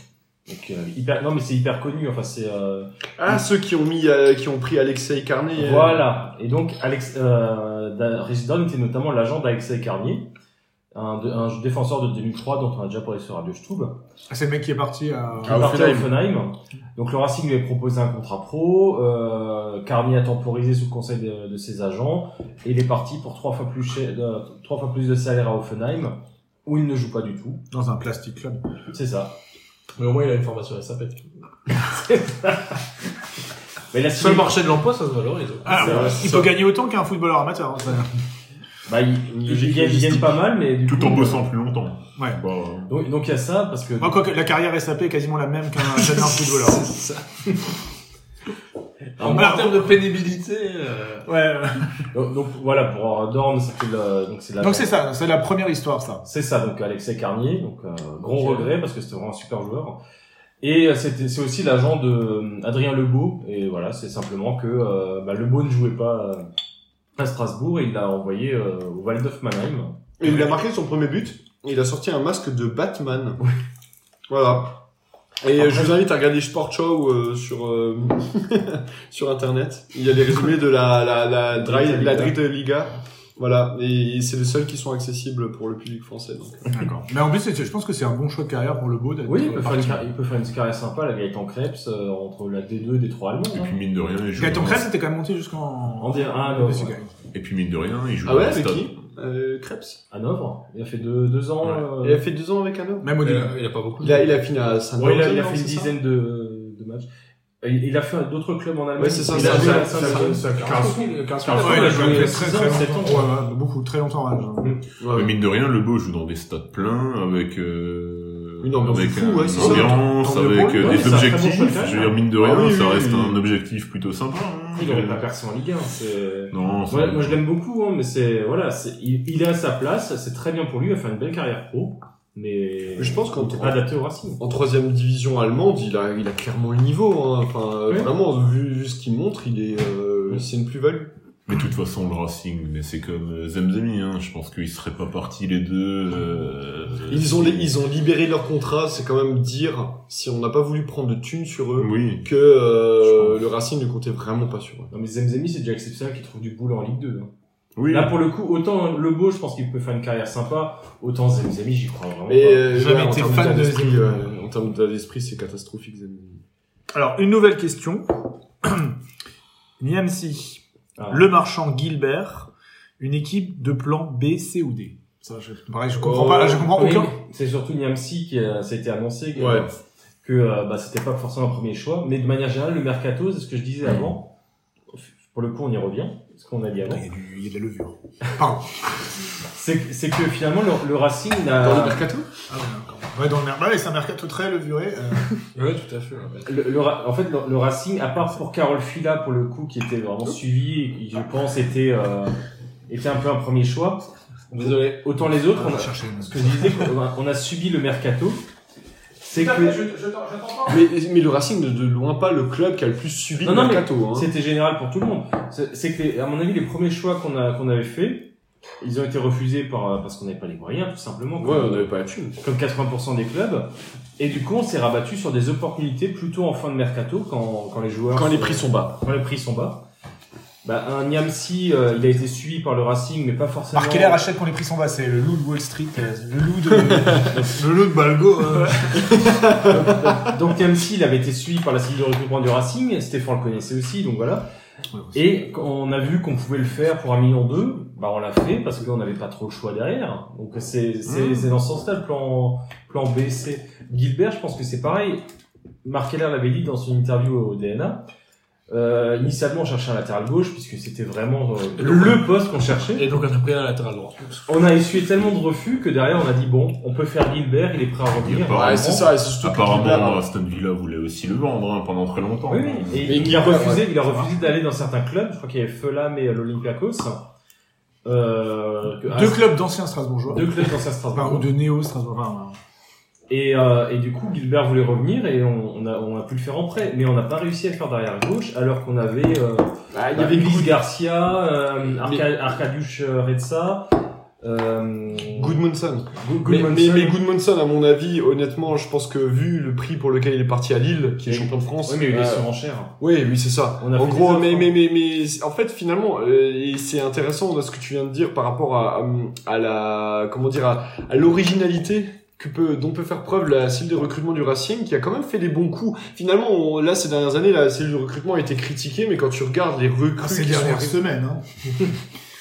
Speaker 5: Donc, euh, hyper, non, mais c'est hyper connu, enfin, c'est. euh,
Speaker 4: Ah, ceux qui ont mis, euh, qui ont pris Alexei Carnet.
Speaker 5: Voilà. Et donc, Alex, euh, Da- Régis Dorn était notamment l'agent d'Alexei Carnier, un, de- un défenseur de 2003 dont on a déjà parlé sur Radio Stube.
Speaker 2: Ah, C'est le mec qui est parti à...
Speaker 5: qui est parti à Offenheim. Donc le Racing lui a proposé un contrat pro, euh, Carnier a temporisé sous le conseil de, de ses agents, et il est parti pour trois fois plus, cher- euh, trois fois plus de salaire à Offenheim, où il ne joue pas du tout.
Speaker 2: dans un plastic club.
Speaker 5: C'est ça.
Speaker 3: Mais au moins, il a une formation SAP.
Speaker 5: Mais la
Speaker 3: Sur le marché de l'emploi, ça se valorise.
Speaker 2: Ah,
Speaker 5: C'est vrai,
Speaker 2: il peut gagner autant qu'un footballeur amateur. hein, ça.
Speaker 5: bah, il, il- il gagne- il gagne pas mal, mais du
Speaker 1: Tout
Speaker 5: coup,
Speaker 1: en bossant plus longtemps.
Speaker 2: Ouais.
Speaker 1: Bah, euh,
Speaker 5: Donc donc il y a ça, parce que...
Speaker 2: Moi, quoi que la carrière SAP est quasiment la même qu'un jeune footballeur.
Speaker 3: En
Speaker 2: Ah,
Speaker 3: termes de pénibilité, euh,
Speaker 2: Ouais.
Speaker 5: Donc, donc, voilà, pour Dorn, c'était le- donc c'est la...
Speaker 2: Donc c'est ça, c'est la première histoire, ça.
Speaker 5: C'est ça, donc Alexei Carnier, donc euh, gros
Speaker 3: Ok.
Speaker 5: regret parce que c'était vraiment un super joueur. Et euh, c'était- c'est aussi l'agent de euh, Adrien Lebeau, et voilà, c'est simplement que euh, bah, Lebeau ne jouait pas euh, à Strasbourg et il l'a envoyé euh, au Waldorf Mannheim.
Speaker 4: Et il a marqué son premier but. Et il a sorti un masque de Batman. Voilà. Et euh, je vous invite à regarder Sport Show euh, sur euh, sur internet. Il y a les résumés de la la la Dry- la Dritte Liga. Voilà. Et c'est les seuls qui sont accessibles pour le public français. Donc.
Speaker 2: D'accord. Mais en plus, c'est- je pense que c'est un bon choix de carrière pour le beau d'être euh,
Speaker 5: Oui, il peut, faire une,
Speaker 2: parti.
Speaker 5: car- il peut faire une carrière sympa, la Gaëtan Krebs, euh, entre la D2 et D3 allemande.
Speaker 1: Et
Speaker 5: hein.
Speaker 1: puis mine de rien, il joue.
Speaker 2: Gaëtan
Speaker 1: dans-
Speaker 2: Crève, c'était quand même monté jusqu'en.
Speaker 5: En D1,
Speaker 2: en
Speaker 5: ah, non,
Speaker 2: Bundesliga.
Speaker 1: Et puis mine de rien, il joue.
Speaker 4: Ah
Speaker 1: dans
Speaker 4: ouais,
Speaker 1: un
Speaker 4: avec
Speaker 1: stade.
Speaker 4: qui euh, Krebs.
Speaker 5: Hanovre, il a fait deux, deux ans. euh,
Speaker 4: Il a fait deux ans avec Hanovre.
Speaker 2: Même au
Speaker 3: il
Speaker 2: début.
Speaker 3: a, il a pas beaucoup.
Speaker 4: Il a il a fini à saint
Speaker 5: ouais, il a, il a fait une dizaine de, de matchs. Et Il a fait d'autres clubs en Allemagne.
Speaker 4: Ouais, c'est ça,
Speaker 5: Il a
Speaker 4: ça,
Speaker 5: joué à
Speaker 4: ça, ça,
Speaker 5: Saint-Etienne.
Speaker 2: Ouais, Ah, il a joué
Speaker 5: joué
Speaker 2: très
Speaker 5: six ans,
Speaker 2: très
Speaker 5: sept
Speaker 2: longtemps. Ouais, ouais, beaucoup, très longtemps. ouais, genre.
Speaker 1: Ah, Mais mine de rien, le beau joue dans des stades pleins avec. euh,
Speaker 4: Une ambiance
Speaker 1: avec
Speaker 4: de fou,
Speaker 1: un-
Speaker 4: ouais, c'est
Speaker 1: une
Speaker 4: ça.
Speaker 1: ambiance,
Speaker 4: Tant mieux
Speaker 1: avec
Speaker 4: pour lui.
Speaker 1: euh,
Speaker 5: Ouais,
Speaker 1: des
Speaker 5: c'est un très bon hein.
Speaker 1: objectifs.
Speaker 5: championnat.
Speaker 1: Je veux dire, mine de rien,
Speaker 4: Ah oui,
Speaker 1: ça
Speaker 4: oui,
Speaker 1: reste
Speaker 4: oui.
Speaker 1: un objectif plutôt sympa. hein.
Speaker 5: Il aurait pas percé en Ligue 1. c'est-
Speaker 1: Non, ça-
Speaker 5: Ouais, moi je l'aime beaucoup, hein, mais c'est voilà, c'est- il, il est à sa place, c'est très bien pour lui, il va faire une belle carrière pro, mais
Speaker 4: Je pense qu'en
Speaker 5: pas adapté au Racing.
Speaker 4: en troisième division allemande, il a, il a clairement le niveau. hein. Enfin, euh,
Speaker 5: Oui.
Speaker 4: vraiment, vu, vu ce qu'il montre, il est, euh,
Speaker 5: Oui.
Speaker 4: c'est une plus-value.
Speaker 1: Mais de toute façon, le Racing, mais c'est comme euh, Zemzemi. Hein. Je pense qu'ils seraient pas partis les deux. euh,
Speaker 4: Ils ont, les- ils ont libéré leur contrat, c'est quand même dire, si on n'a pas voulu prendre de thunes sur eux,
Speaker 1: Oui.
Speaker 4: que euh,
Speaker 1: Je pense.
Speaker 4: le Racing ne comptait vraiment pas sur eux.
Speaker 5: Non mais Zemzemi c'est déjà exceptionnel qu'il trouve du boulot en Ligue 2. hein.
Speaker 1: Oui.
Speaker 5: Là pour le coup, autant Le Beau, je pense qu'il peut faire une carrière sympa, autant Zemzemi j'y crois vraiment.
Speaker 4: Mais
Speaker 5: pas.
Speaker 4: euh,
Speaker 2: Jamais
Speaker 4: ouais, en
Speaker 2: été
Speaker 4: termes
Speaker 2: fan
Speaker 4: d'état
Speaker 2: de
Speaker 4: d'esprit,
Speaker 2: Zemmour.
Speaker 4: ouais, en termes d'état d'esprit, c'est catastrophique. Zemmour.
Speaker 2: Alors, une nouvelle question. Niamsi,
Speaker 5: Ah.
Speaker 2: le marchand Gilbert, une équipe de plan B, C ou D ça, je, pareil, je comprends
Speaker 4: Oh.
Speaker 2: pas, je comprends
Speaker 5: Oui,
Speaker 2: aucun.
Speaker 5: C'est surtout Niamsi qui a, ça a été annoncé que,
Speaker 4: Ouais.
Speaker 5: que, euh, bah, c'était pas forcément un premier choix, mais de manière générale le mercato, c'est ce que je disais avant. Pour le coup, on y revient, ce qu'on a dit avant.
Speaker 2: Putain, Il y, a du- il y a de la levure. Pardon.
Speaker 5: C'est c'est que finalement le, le Racing n'a-
Speaker 4: Dans le mercato
Speaker 2: Ah ouais, d'accord. ouais, dans le mer- bah ouais, c'est un mercato très levuré. euh.
Speaker 3: Ouais, tout à fait. ouais.
Speaker 5: Le, le Ra- en fait, le, le Racing, à part pour Carole Fila, pour le coup, qui était vraiment suivi, et qui, je pense, était, euh, était un peu un premier choix.
Speaker 3: Désolé.
Speaker 5: Autant les autres, on a,
Speaker 2: Chercher une-
Speaker 5: ce que je disais, on a, on a subi le mercato. C'est
Speaker 2: Tout à fait,
Speaker 5: que
Speaker 2: je- je t'en- je t'entends.
Speaker 4: mais, mais le Racing n'est de loin pas le club qui a le plus subi
Speaker 5: Non,
Speaker 4: le
Speaker 5: non, mais
Speaker 4: mercato. hein.
Speaker 5: c'était général pour tout le monde. C'est c'est que, les- à mon avis, les premiers choix qu'on a qu'on avait fait, ils ont été refusés par, euh, parce qu'on n'avait pas les moyens, tout simplement.
Speaker 4: Ouais, on n'avait pas la thune.
Speaker 5: comme 80% des clubs. Et du coup, on s'est rabattu sur des opportunités plutôt en fin de mercato, quand, quand les joueurs
Speaker 4: Quand les
Speaker 5: sont-
Speaker 4: prix sont bas.
Speaker 5: quand les prix sont bas. Bah, un Niamsi, euh, il a été suivi par le Racing, mais pas forcément.
Speaker 2: Marc Keller achète quand les prix sont bas, c'est le loup de Wall Street, euh, le loup de...
Speaker 4: Le lot de Balgo.
Speaker 5: Donc Niamsi, il avait été suivi par la cellule de recrutement du Racing. Stéphane le connaissait aussi, donc voilà. Et quand on a vu qu'on pouvait le faire pour un million d'eux, bah on l'a fait parce qu'on n'avait pas trop le choix derrière. Donc c'est c'est
Speaker 1: Mmh.
Speaker 5: c'est dans ce sens-là le plan plan B C. Gilbert, je pense que c'est pareil. Marc Heller l'avait dit dans son interview au DNA. Euh, initialement, on cherchait un latéral gauche puisque c'était vraiment euh, le poste qu'on cherchait.
Speaker 3: Et donc on a pris un latéral droit.
Speaker 5: On a essuyé tellement de refus que derrière on a dit bon, on peut faire Gilbert, il est prêt à revenir.
Speaker 1: Il est pas-
Speaker 4: Ouais, c'est ça, et c'est surtout que
Speaker 1: Apparemment,
Speaker 4: Gilbert-
Speaker 1: Aston Villa voulait aussi le vendre hein, pendant très longtemps.
Speaker 5: Oui, oui. Et
Speaker 4: Mais
Speaker 5: il, a
Speaker 4: Gilbert,
Speaker 5: refusé, il a refusé d'aller dans certains clubs. Je crois qu'il y avait Fulham et l'Olympiakos. Euh, que- ah,
Speaker 2: Deux clubs d'anciens Strasbourgeois.
Speaker 5: deux clubs dans sa
Speaker 2: Enfin,
Speaker 5: Strasbourg.
Speaker 2: ou de néo-Strasbourg.
Speaker 5: Et, euh, et du coup, Gilbert voulait revenir et on, on a, on a pu le faire en prêt, mais on n'a pas réussi à le faire derrière gauche, alors qu'on avait, euh,
Speaker 4: Bah,
Speaker 5: il y avait
Speaker 4: Goud-
Speaker 5: Luis Garcia, euh, Arca- Arkadiusz Redza, euh,
Speaker 4: Goodmanson.
Speaker 5: Gu-
Speaker 4: Mais,
Speaker 5: Gudmundsson.
Speaker 4: mais, mais Goodmanson, à mon avis, honnêtement, je pense que vu le prix pour lequel il est parti à Lille, qui est
Speaker 5: Oui.
Speaker 4: champion de France.
Speaker 5: Oui, mais il est
Speaker 4: euh,
Speaker 5: surenchère.
Speaker 4: Oui, oui, c'est ça.
Speaker 5: On a
Speaker 4: en
Speaker 5: fait
Speaker 4: gros,
Speaker 5: des
Speaker 4: mais,
Speaker 5: offres.
Speaker 4: mais, mais, mais, en fait, finalement, euh, et c'est intéressant de ce que tu viens de dire par rapport à, à, à la, comment dire, à, à l'originalité que peut, dont peut faire preuve la cellule de recrutement du Racing, qui a quand même fait des bons coups. Finalement, on- là, ces dernières années, la cellule de recrutement a été critiquée, mais quand tu regardes les recrues
Speaker 2: Ah,
Speaker 4: qui
Speaker 2: ces
Speaker 4: sont
Speaker 2: dernières
Speaker 4: arrivées-
Speaker 2: semaines. Hein.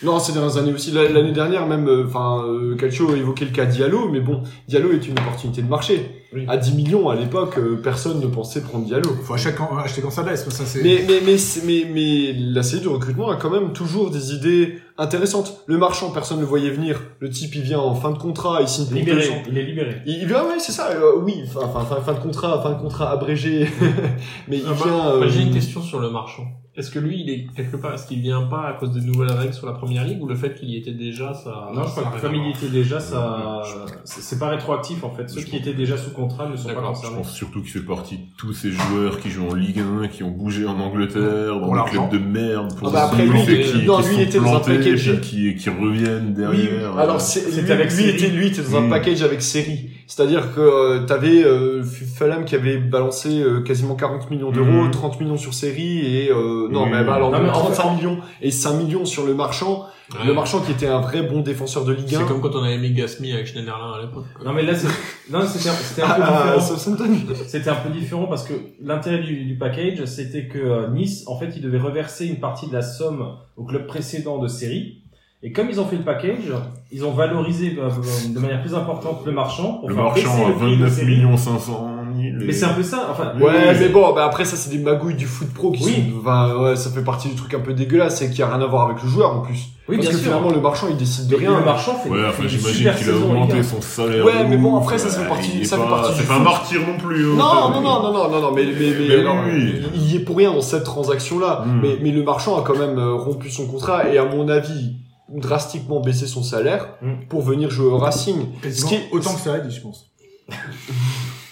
Speaker 4: non, ces dernières années aussi. La- L'année dernière, même, euh, enfin, euh, Calcio a évoqué le cas Diallo, mais bon, Diallo est une opportunité de marché.
Speaker 5: Oui.
Speaker 4: À 10 millions, à l'époque, euh, personne ne pensait prendre Diallo.
Speaker 2: Faut à chaque an- acheter quand ça baisse, mais ça c'est...
Speaker 4: Mais, mais, mais, c'est- mais, mais la cellule de recrutement a quand même toujours des idées intéressantes. Le marchand, personne ne le voyait venir. Le type, il vient en fin de contrat, il signe pour deux ans.
Speaker 5: Libéré, il est libéré.
Speaker 4: Il, il vient, ouais, c'est ça, euh, oui, enfin, enfin, enfin, fin de contrat, fin de contrat abrégé. mais il
Speaker 3: Ah bah,
Speaker 4: vient... euh,
Speaker 3: Bah, J'ai une question sur le marchand. Est-ce que lui, il est quelque part, est-ce qu'il vient pas à cause des nouvelles règles sur la première ligue ou le fait qu'il y était déjà, ça.
Speaker 5: Non, je
Speaker 3: ça
Speaker 5: crois
Speaker 3: rien
Speaker 5: que comme
Speaker 3: à
Speaker 5: il y
Speaker 3: voir
Speaker 5: était déjà, ça, c'est c'est pas rétroactif, en fait. Ceux
Speaker 1: Je
Speaker 5: qui étaient déjà sous contrat ne sont pas
Speaker 3: D'accord,
Speaker 1: Je
Speaker 5: concernés.
Speaker 1: pense surtout qu'il fait partie de tous ces joueurs qui jouent en Ligue 1, qui ont bougé en Angleterre,
Speaker 2: Pour
Speaker 1: dans des
Speaker 2: l'argent.
Speaker 1: clubs de merde, pour
Speaker 4: Ah bah
Speaker 1: des
Speaker 4: après,
Speaker 1: clubs
Speaker 3: lui,
Speaker 1: qui,
Speaker 4: non, lui,
Speaker 1: qui
Speaker 4: il
Speaker 1: sont
Speaker 4: était dans un
Speaker 1: plantés,
Speaker 4: package.
Speaker 1: puis qui, qui reviennent
Speaker 4: Oui,
Speaker 1: derrière.
Speaker 4: alors c'est
Speaker 5: c'était
Speaker 4: lui,
Speaker 5: avec
Speaker 4: lui
Speaker 5: série.
Speaker 4: était lui était dans un
Speaker 1: Mm.
Speaker 4: package avec série. C'est-à-dire que euh, t'avais euh, Fulham qui avait balancé euh, quasiment 40 millions d'euros,
Speaker 1: Mm.
Speaker 4: 30 millions sur série et euh, non
Speaker 1: Oui.
Speaker 4: mais bah, alors
Speaker 5: Non, mais en
Speaker 4: 35
Speaker 5: fait, en-
Speaker 4: millions et 5 millions sur le marchand,
Speaker 3: Ouais.
Speaker 4: le marchand qui était un vrai bon défenseur de Ligue 1.
Speaker 3: C'est comme quand on avait mis Gasmi avec Schneiderlin à l'époque.
Speaker 5: Non, mais là, c'est, non, c'était un, c'était un peu
Speaker 4: Ah, ah,
Speaker 5: différent.
Speaker 4: Southampton.
Speaker 5: C'était un peu différent parce que l'intérêt du, du package, c'était que euh, Nice, en fait, ils devaient reverser une partie de la somme au club précédent de série. Et comme ils ont fait le package, ils ont valorisé euh, de manière plus importante le marchand pour
Speaker 1: le
Speaker 5: faire baisser
Speaker 1: marchand à
Speaker 5: le prix de
Speaker 1: 29
Speaker 5: série.
Speaker 1: millions 500 000.
Speaker 5: Mais c'est un peu ça, enfin.
Speaker 1: Oui,
Speaker 4: Ouais,
Speaker 1: oui.
Speaker 4: mais bon, bah après ça c'est des magouilles du foot pro qui
Speaker 5: Oui.
Speaker 4: sont, enfin, ouais, ça fait partie du truc un peu dégueulasse et qui a rien à voir avec le joueur en plus.
Speaker 5: Oui,
Speaker 4: Parce
Speaker 5: bien
Speaker 4: que
Speaker 5: sûr.
Speaker 4: finalement le marchand il décide de
Speaker 5: Mais
Speaker 4: rien.
Speaker 5: le marchand fait,
Speaker 1: Ouais,
Speaker 5: fait
Speaker 1: enfin,
Speaker 5: une
Speaker 1: j'imagine
Speaker 5: super
Speaker 1: qu'il a
Speaker 5: saison en Ligue
Speaker 1: augmenté
Speaker 5: 1.
Speaker 1: son salaire.
Speaker 4: Ouais, mais bon,
Speaker 1: ouf,
Speaker 4: après, ça, ça fait
Speaker 1: euh,
Speaker 4: partie-
Speaker 1: il est
Speaker 4: ça fait
Speaker 1: pas-
Speaker 4: partie
Speaker 1: Ça
Speaker 4: du
Speaker 1: fait un
Speaker 4: foot.
Speaker 1: martyr non plus. hein,
Speaker 4: Non,
Speaker 1: ça-
Speaker 4: non, non, non, non, non, non, mais, mais, mais,
Speaker 1: Mais
Speaker 4: alors,
Speaker 1: oui.
Speaker 4: il y est pour rien dans cette transaction-là.
Speaker 1: Mm.
Speaker 4: Mais, mais le marchand a quand même euh, rompu son contrat et, à mon avis, drastiquement baissé son salaire
Speaker 5: Mm.
Speaker 4: pour venir jouer au Racing.
Speaker 2: Quasiment
Speaker 4: ce qui est-
Speaker 2: Autant que ça a dit, je pense.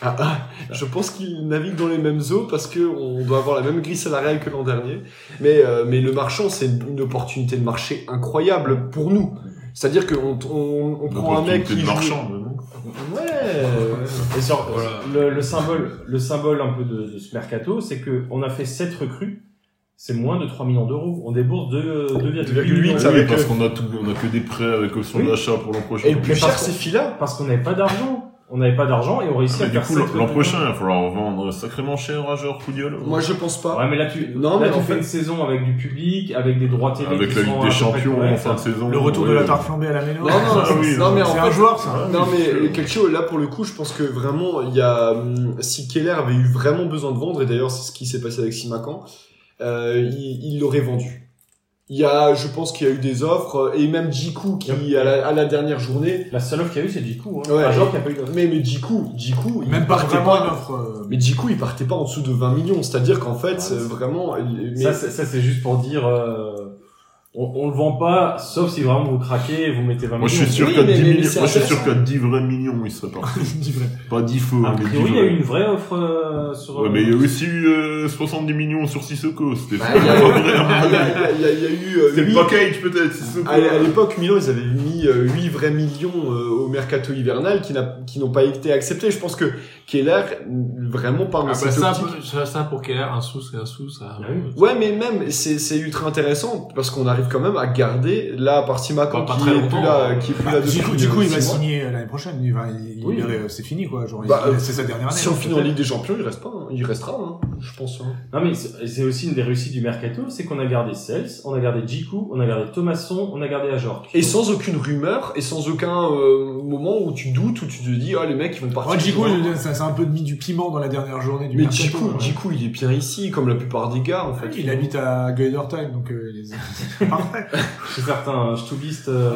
Speaker 4: Ah, ah, je pense qu'il navigue dans les mêmes eaux parce que on doit avoir la même grille salariale que l'an dernier. Mais, euh, mais le marchand, c'est une, une opportunité de marché incroyable pour nous. C'est-à-dire qu'on on, on
Speaker 1: Donc,
Speaker 4: prend un
Speaker 1: opportunité
Speaker 4: mec qui
Speaker 1: de
Speaker 4: joue-
Speaker 1: marchand, mais bon.
Speaker 4: Ouais.
Speaker 5: Et sur-
Speaker 3: Voilà.
Speaker 5: le, le symbole, le symbole un peu de, de ce mercato, c'est que on a fait 7 recrues, c'est moins de 3 millions d'euros. On débourse de 2,8 millions
Speaker 1: Oui,
Speaker 4: ça avec
Speaker 1: parce
Speaker 4: eux.
Speaker 1: qu'on a tout, on a que des prêts avec option
Speaker 5: Oui.
Speaker 1: d'achat pour l'an prochain.
Speaker 4: Et le plus
Speaker 5: Mais
Speaker 4: cher,
Speaker 5: parce
Speaker 4: c'est
Speaker 5: qu'on-
Speaker 4: Fila.
Speaker 5: parce qu'on n'avait pas d'argent. On n'avait pas d'argent et on réussit
Speaker 1: Ah, Mais
Speaker 5: à
Speaker 1: du
Speaker 5: faire
Speaker 1: coup,
Speaker 5: sept
Speaker 1: l'an l'an
Speaker 5: recrues.
Speaker 1: prochain, il va falloir vendre sacrément cher à euh, Georges Poudiol.
Speaker 4: Moi, je pense pas.
Speaker 5: Ouais, mais là tu,
Speaker 4: Non,
Speaker 5: là,
Speaker 4: mais
Speaker 5: tu
Speaker 4: en
Speaker 5: fais
Speaker 4: fait-
Speaker 5: une saison avec du public, avec des droits télé.
Speaker 1: Ah, Avec
Speaker 5: qui
Speaker 1: la
Speaker 5: sont
Speaker 1: Ligue
Speaker 5: à peu
Speaker 1: des
Speaker 5: près
Speaker 1: Champions en
Speaker 5: corrects.
Speaker 1: fin de saison.
Speaker 2: Le retour de
Speaker 1: ouais.
Speaker 2: la tarte flambée à la méno.
Speaker 4: Non, non,
Speaker 1: Ah oui,
Speaker 4: non, mais en
Speaker 2: C'est un
Speaker 4: fait,
Speaker 2: joueur, ça.
Speaker 4: Non mais quelque chose là pour le coup, je pense que vraiment il y a hum, si Keller avait eu vraiment besoin de vendre et d'ailleurs c'est ce qui s'est passé avec Simacan, euh, il il l'aurait vendu. Il y a, je pense qu'il y a eu des offres euh, et même Jiku qui à la, à la dernière journée,
Speaker 5: La seule offre qu'il y a eu, c'est du coup. Hein.
Speaker 4: Ouais.
Speaker 5: Un joueur qui a pas eu d'offre.
Speaker 4: mais mais Jiku, Jiku, il
Speaker 2: Même pas
Speaker 4: partait
Speaker 2: vraiment une
Speaker 4: pas.
Speaker 2: offre. euh,
Speaker 4: Mais Jiku, il partait pas en dessous de 20 millions, c'est-à-dire qu'en fait
Speaker 5: Ouais,
Speaker 4: euh, vraiment. il- Mais,
Speaker 5: Ça, c'est ça, c'est juste pour dire. euh, On, on le vend pas, sauf si vraiment vous craquez et vous mettez 20
Speaker 1: Moi, je
Speaker 5: millions.
Speaker 1: suis sûr
Speaker 2: Oui,
Speaker 1: qu'à 10
Speaker 2: mais- mais
Speaker 1: millions,
Speaker 2: c'est
Speaker 1: moi, je suis sûr
Speaker 2: intéressant.
Speaker 1: qu'à 10 vrais millions, il serait parti.
Speaker 2: Dis vrai.
Speaker 1: Pas 10 faux,
Speaker 5: A
Speaker 1: mais 10
Speaker 5: priori, il y a eu
Speaker 1: vrais.
Speaker 5: une vraie offre euh, sur.
Speaker 1: Ouais, mais il y a aussi eu euh, 70 millions sur Sissoko, c'était
Speaker 4: Bah,
Speaker 1: fou.
Speaker 4: il y a-
Speaker 1: Pas vrai, hein.
Speaker 4: Il y a- il y a il y a eu. euh,
Speaker 1: C'était le
Speaker 4: huit-
Speaker 1: package, peut-être, Sissoko.
Speaker 4: À, à l'époque, Milan, ils avaient mis 8 vrais millions euh, au mercato hivernal qui n'a- qui n'ont pas été acceptés. Je pense que Keller, vraiment, parle de
Speaker 3: Ah bah
Speaker 4: cette
Speaker 3: ça,
Speaker 4: optique.
Speaker 3: ça, ça, pour Keller, un sou, c'est un sou, ça.
Speaker 5: Ah oui.
Speaker 4: Ouais, mais même, c'est c'est ultra intéressant parce qu'on arrive quand même à garder, là, à part Simakan
Speaker 3: Pas- pas
Speaker 4: qui,
Speaker 3: très
Speaker 4: est plus
Speaker 3: longtemps.
Speaker 4: là, qui est plus là
Speaker 2: Bah, du
Speaker 4: depuis,
Speaker 2: coup, du coup,
Speaker 4: euh,
Speaker 2: il va
Speaker 4: six mois.
Speaker 2: signer euh, l'année prochaine. Il va, il- il-
Speaker 4: Oui.
Speaker 2: euh, c'est fini quoi. Genre,
Speaker 4: Bah,
Speaker 2: il-
Speaker 4: euh,
Speaker 2: c'est sa dernière année.
Speaker 4: Si on
Speaker 2: hein,
Speaker 4: finit en
Speaker 2: peut-être.
Speaker 4: Ligue des Champions, il reste pas, hein. il restera, hein, je pense. hein.
Speaker 5: Non mais c'est c'est aussi une des réussites du mercato, c'est qu'on a gardé Sels, on a gardé Jiku, on a gardé Thomasson, on a gardé Ajor.
Speaker 4: Et sans aucune rumeur, et sans aucun euh, moment où tu doutes, où tu te dis, ah, les mecs, ils vont partir.
Speaker 2: Ouais, Jiku,
Speaker 4: Voilà.
Speaker 2: il- ça, ça a un peu mis du piment dans la dernière journée du
Speaker 4: mais
Speaker 2: mercato,
Speaker 4: Jiku,
Speaker 2: ouais.
Speaker 4: Jiku, il est bien ici, comme la plupart des gars, en
Speaker 5: Ah,
Speaker 4: fait.
Speaker 2: Ouais, il habite à Guidertime, donc euh, les- c'est parfait.
Speaker 5: Chez certains, je euh,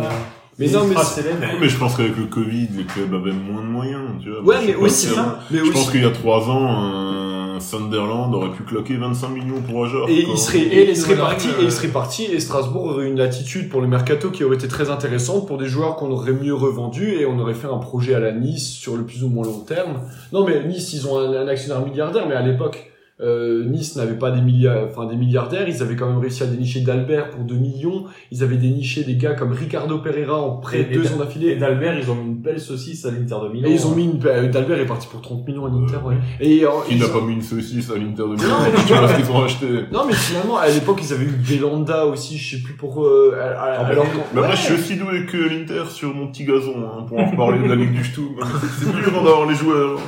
Speaker 4: Mais non,
Speaker 2: Ah,
Speaker 4: mais c'est-
Speaker 5: célèbre.
Speaker 1: Ouais, Mais je pense qu'avec le Covid, les clubs avaient moins de moyens, tu vois. Moi,
Speaker 4: Ouais,
Speaker 1: je
Speaker 4: mais
Speaker 1: sais pas
Speaker 4: aussi,
Speaker 1: si-
Speaker 4: mais
Speaker 1: Je pense
Speaker 4: aussi.
Speaker 1: qu'il y a 3 ans, un Sunderland aurait pu claquer 25 millions pour Ajor.
Speaker 4: Et
Speaker 1: quoi.
Speaker 4: il serait,
Speaker 3: Et
Speaker 4: et
Speaker 3: les
Speaker 4: il serait
Speaker 3: nouvelles
Speaker 4: parti,
Speaker 3: règles,
Speaker 4: et
Speaker 3: euh,
Speaker 4: il serait parti, et Strasbourg aurait eu une attitude pour le mercato qui aurait été très intéressante pour des joueurs qu'on aurait mieux revendus et on aurait fait un projet à la Nice sur le plus ou moins long terme. Non, mais Nice, ils ont un, un actionnaire milliardaire, mais à l'époque, euh, Nice n'avait pas des milliards, enfin, des milliardaires. Ils avaient quand même réussi à dénicher d'Albert pour 2 millions. Ils avaient déniché des gars comme Ricardo Pereira en prêt
Speaker 5: Et- et
Speaker 4: deux
Speaker 5: d'A-
Speaker 4: ans
Speaker 5: Et
Speaker 4: d'affilée.
Speaker 5: d'Albert, ils ont mis une belle saucisse à l'Inter de Milan. hein.
Speaker 4: Et ils ont mis une, euh, d'Albert est parti pour 30 millions à l'Inter, ouais. Et, euh,
Speaker 1: Qui
Speaker 4: ils
Speaker 1: n'a
Speaker 4: ont-
Speaker 1: pas mis une saucisse à l'Inter de
Speaker 4: Non,
Speaker 1: Milan
Speaker 4: mais-
Speaker 1: Tu vois ce qu'ils ont acheté.
Speaker 4: Non, mais finalement, à l'époque, ils avaient eu Belanda aussi, je sais plus pourquoi. euh, à- à-
Speaker 1: Ah, bah,
Speaker 4: alors
Speaker 1: oui.
Speaker 4: qu'en-
Speaker 1: Mais après,
Speaker 4: ouais.
Speaker 1: je suis aussi doué que l'Inter sur mon petit gazon, hein, pour en reparler de la Ligue du Stoum. C'est dur d'avoir les joueurs.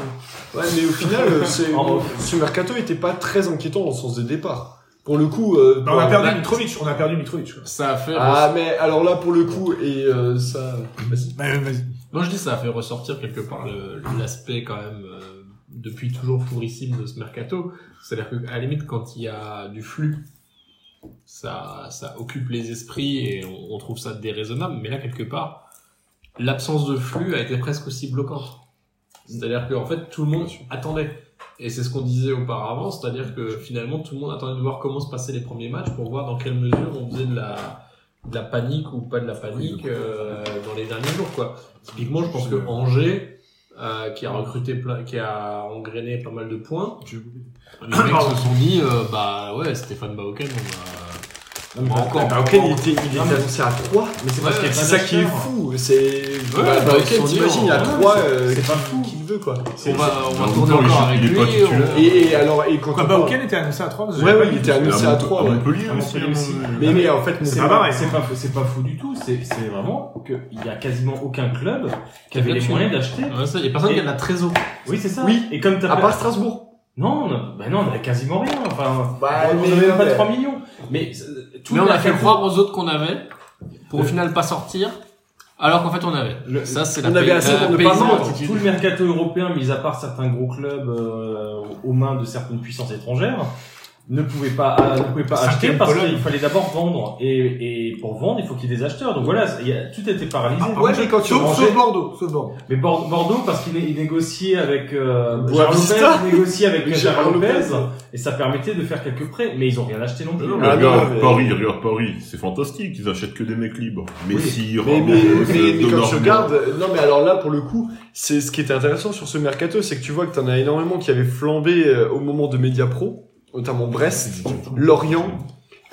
Speaker 4: Ouais, mais au final, euh, c'est-
Speaker 5: En-
Speaker 4: ce mercato était pas très inquiétant dans le sens des départs. Pour le coup, euh,
Speaker 2: Bah, on a
Speaker 4: pour-
Speaker 2: perdu Mitrovic, on a perdu Mitrovic. quoi.
Speaker 3: Ça a fait.
Speaker 4: Ah, mais alors là, pour le coup, et euh, ça.
Speaker 2: Bah, euh, vas-y.
Speaker 3: Moi, je dis ça a fait ressortir quelque part le- l'aspect quand même euh, depuis toujours pourrissime de ce mercato. C'est-à-dire qu'à la limite, quand il y a du flux, ça, ça occupe les esprits et on, on trouve ça déraisonnable. Mais là, quelque part, l'absence de flux a été presque aussi bloquante. C'est-à-dire qu'en fait, tout le monde attendait. Et c'est ce qu'on disait auparavant, c'est-à-dire que finalement, tout le monde attendait de voir comment se passaient les premiers matchs pour voir dans quelle mesure on faisait de la, de la panique ou pas de la panique euh, dans les derniers jours, quoi. Typiquement, je pense que Angers, euh, qui a recruté plein, qui a engrainé pas mal de points, les mecs se sont dit, euh, bah ouais, Stéphane Baoken, on va encore.
Speaker 4: Bah, Hawken, il était, il était
Speaker 5: Non, mais-
Speaker 4: annoncé à 3, mais c'est parce
Speaker 3: Ouais,
Speaker 4: qu'il y a-
Speaker 3: pas
Speaker 4: c'est ça qui est
Speaker 5: d'acheteurs.
Speaker 4: fou. C'est.
Speaker 3: Ouais,
Speaker 4: bah,
Speaker 3: bah,
Speaker 4: Hawken,
Speaker 3: ils sont
Speaker 4: t'imagines,
Speaker 3: dit,
Speaker 4: il y a
Speaker 3: ouais,
Speaker 4: 3 euh,
Speaker 5: c'est
Speaker 4: qui,
Speaker 5: pas fou.
Speaker 4: qui le veut, quoi.
Speaker 3: on va, on va
Speaker 1: Dans
Speaker 3: tourner
Speaker 1: le temps,
Speaker 3: encore
Speaker 1: il-
Speaker 3: avec
Speaker 1: il est
Speaker 3: lui.
Speaker 1: pas titulaire.
Speaker 3: on-
Speaker 4: Et, et alors, et
Speaker 2: Quoi,
Speaker 4: quand on
Speaker 2: bah,
Speaker 4: parle-
Speaker 2: Hawken était annoncé à 3
Speaker 4: Ouais, ouais, il était annoncé à 3,
Speaker 1: à
Speaker 4: ouais.
Speaker 1: Montpellier
Speaker 5: À Montpellier
Speaker 1: à
Speaker 5: aussi.
Speaker 1: Montpellier.
Speaker 4: Mais, mais en fait,
Speaker 5: C'est
Speaker 4: mon-
Speaker 5: pas,
Speaker 2: pas pareil.
Speaker 5: C'est pas, fou- c'est pas fou du tout. C'est c'est vraiment qu'il y a quasiment aucun club qui avait les
Speaker 3: Là-dessus.
Speaker 5: moyens d'acheter.
Speaker 3: Ouais, ça, il y a personne qui a de la trésor.
Speaker 5: Oui, c'est ça.
Speaker 4: Oui.
Speaker 5: Et comme t'as
Speaker 4: à part Strasbourg.
Speaker 5: Non, on a- bah non, on a quasiment rien. Enfin,
Speaker 4: Bah,
Speaker 5: on
Speaker 4: mais-
Speaker 5: avait même pas
Speaker 4: mais-
Speaker 5: 3 millions. Mais euh, tout
Speaker 3: Mais
Speaker 5: le
Speaker 3: on a fait
Speaker 5: mercato-
Speaker 3: croire aux autres qu'on avait, pour au final pas sortir, alors qu'en fait on avait.
Speaker 5: Le-
Speaker 3: Ça, c'est la
Speaker 4: On avait assez
Speaker 3: la
Speaker 4: pour ne pas
Speaker 3: paysanne
Speaker 1: Bah
Speaker 5: Non,
Speaker 4: vendre.
Speaker 3: attitude.
Speaker 5: tout le mercato européen, mis à part certains gros clubs euh, aux mains de certaines puissances étrangères, ne pouvait pas, euh, ne pouvait pas acheter
Speaker 2: Cinquième
Speaker 5: parce
Speaker 2: colonne.
Speaker 5: qu'il fallait d'abord vendre. Et, et pour vendre, il faut qu'il y ait des acheteurs. Donc voilà, il y a- tout était paralysé.
Speaker 2: Ah,
Speaker 4: Ouais, mais quand tu
Speaker 2: Sauf,
Speaker 4: mangeais-
Speaker 2: sauf Bordeaux, sauf Bordeaux.
Speaker 5: Mais Bor- Bordeaux, parce qu'il né- il négociait avec euh, Gérard
Speaker 4: Boavista.
Speaker 5: Lopez, il négociait avec
Speaker 4: Gérard
Speaker 5: Gérard Lopez,
Speaker 4: Lopez.
Speaker 5: et ça permettait de faire quelques prêts. Mais ils ont rien acheté non plus.
Speaker 1: Non, mais
Speaker 4: Ah,
Speaker 1: regarde,
Speaker 4: non, mais-
Speaker 1: Paris, regarde Paris, c'est fantastique, ils achètent que des mecs libres. Messi,
Speaker 4: Mais,
Speaker 1: Ramos, euh,
Speaker 4: mais, mais, mais quand
Speaker 1: Donnarumma.
Speaker 4: tu regardes, euh, non mais alors là pour le coup, c'est ce qui était intéressant sur ce mercato, c'est que tu vois que t'en as énormément qui avaient flambé euh, au moment de Media Pro, notamment Brest, Lorient,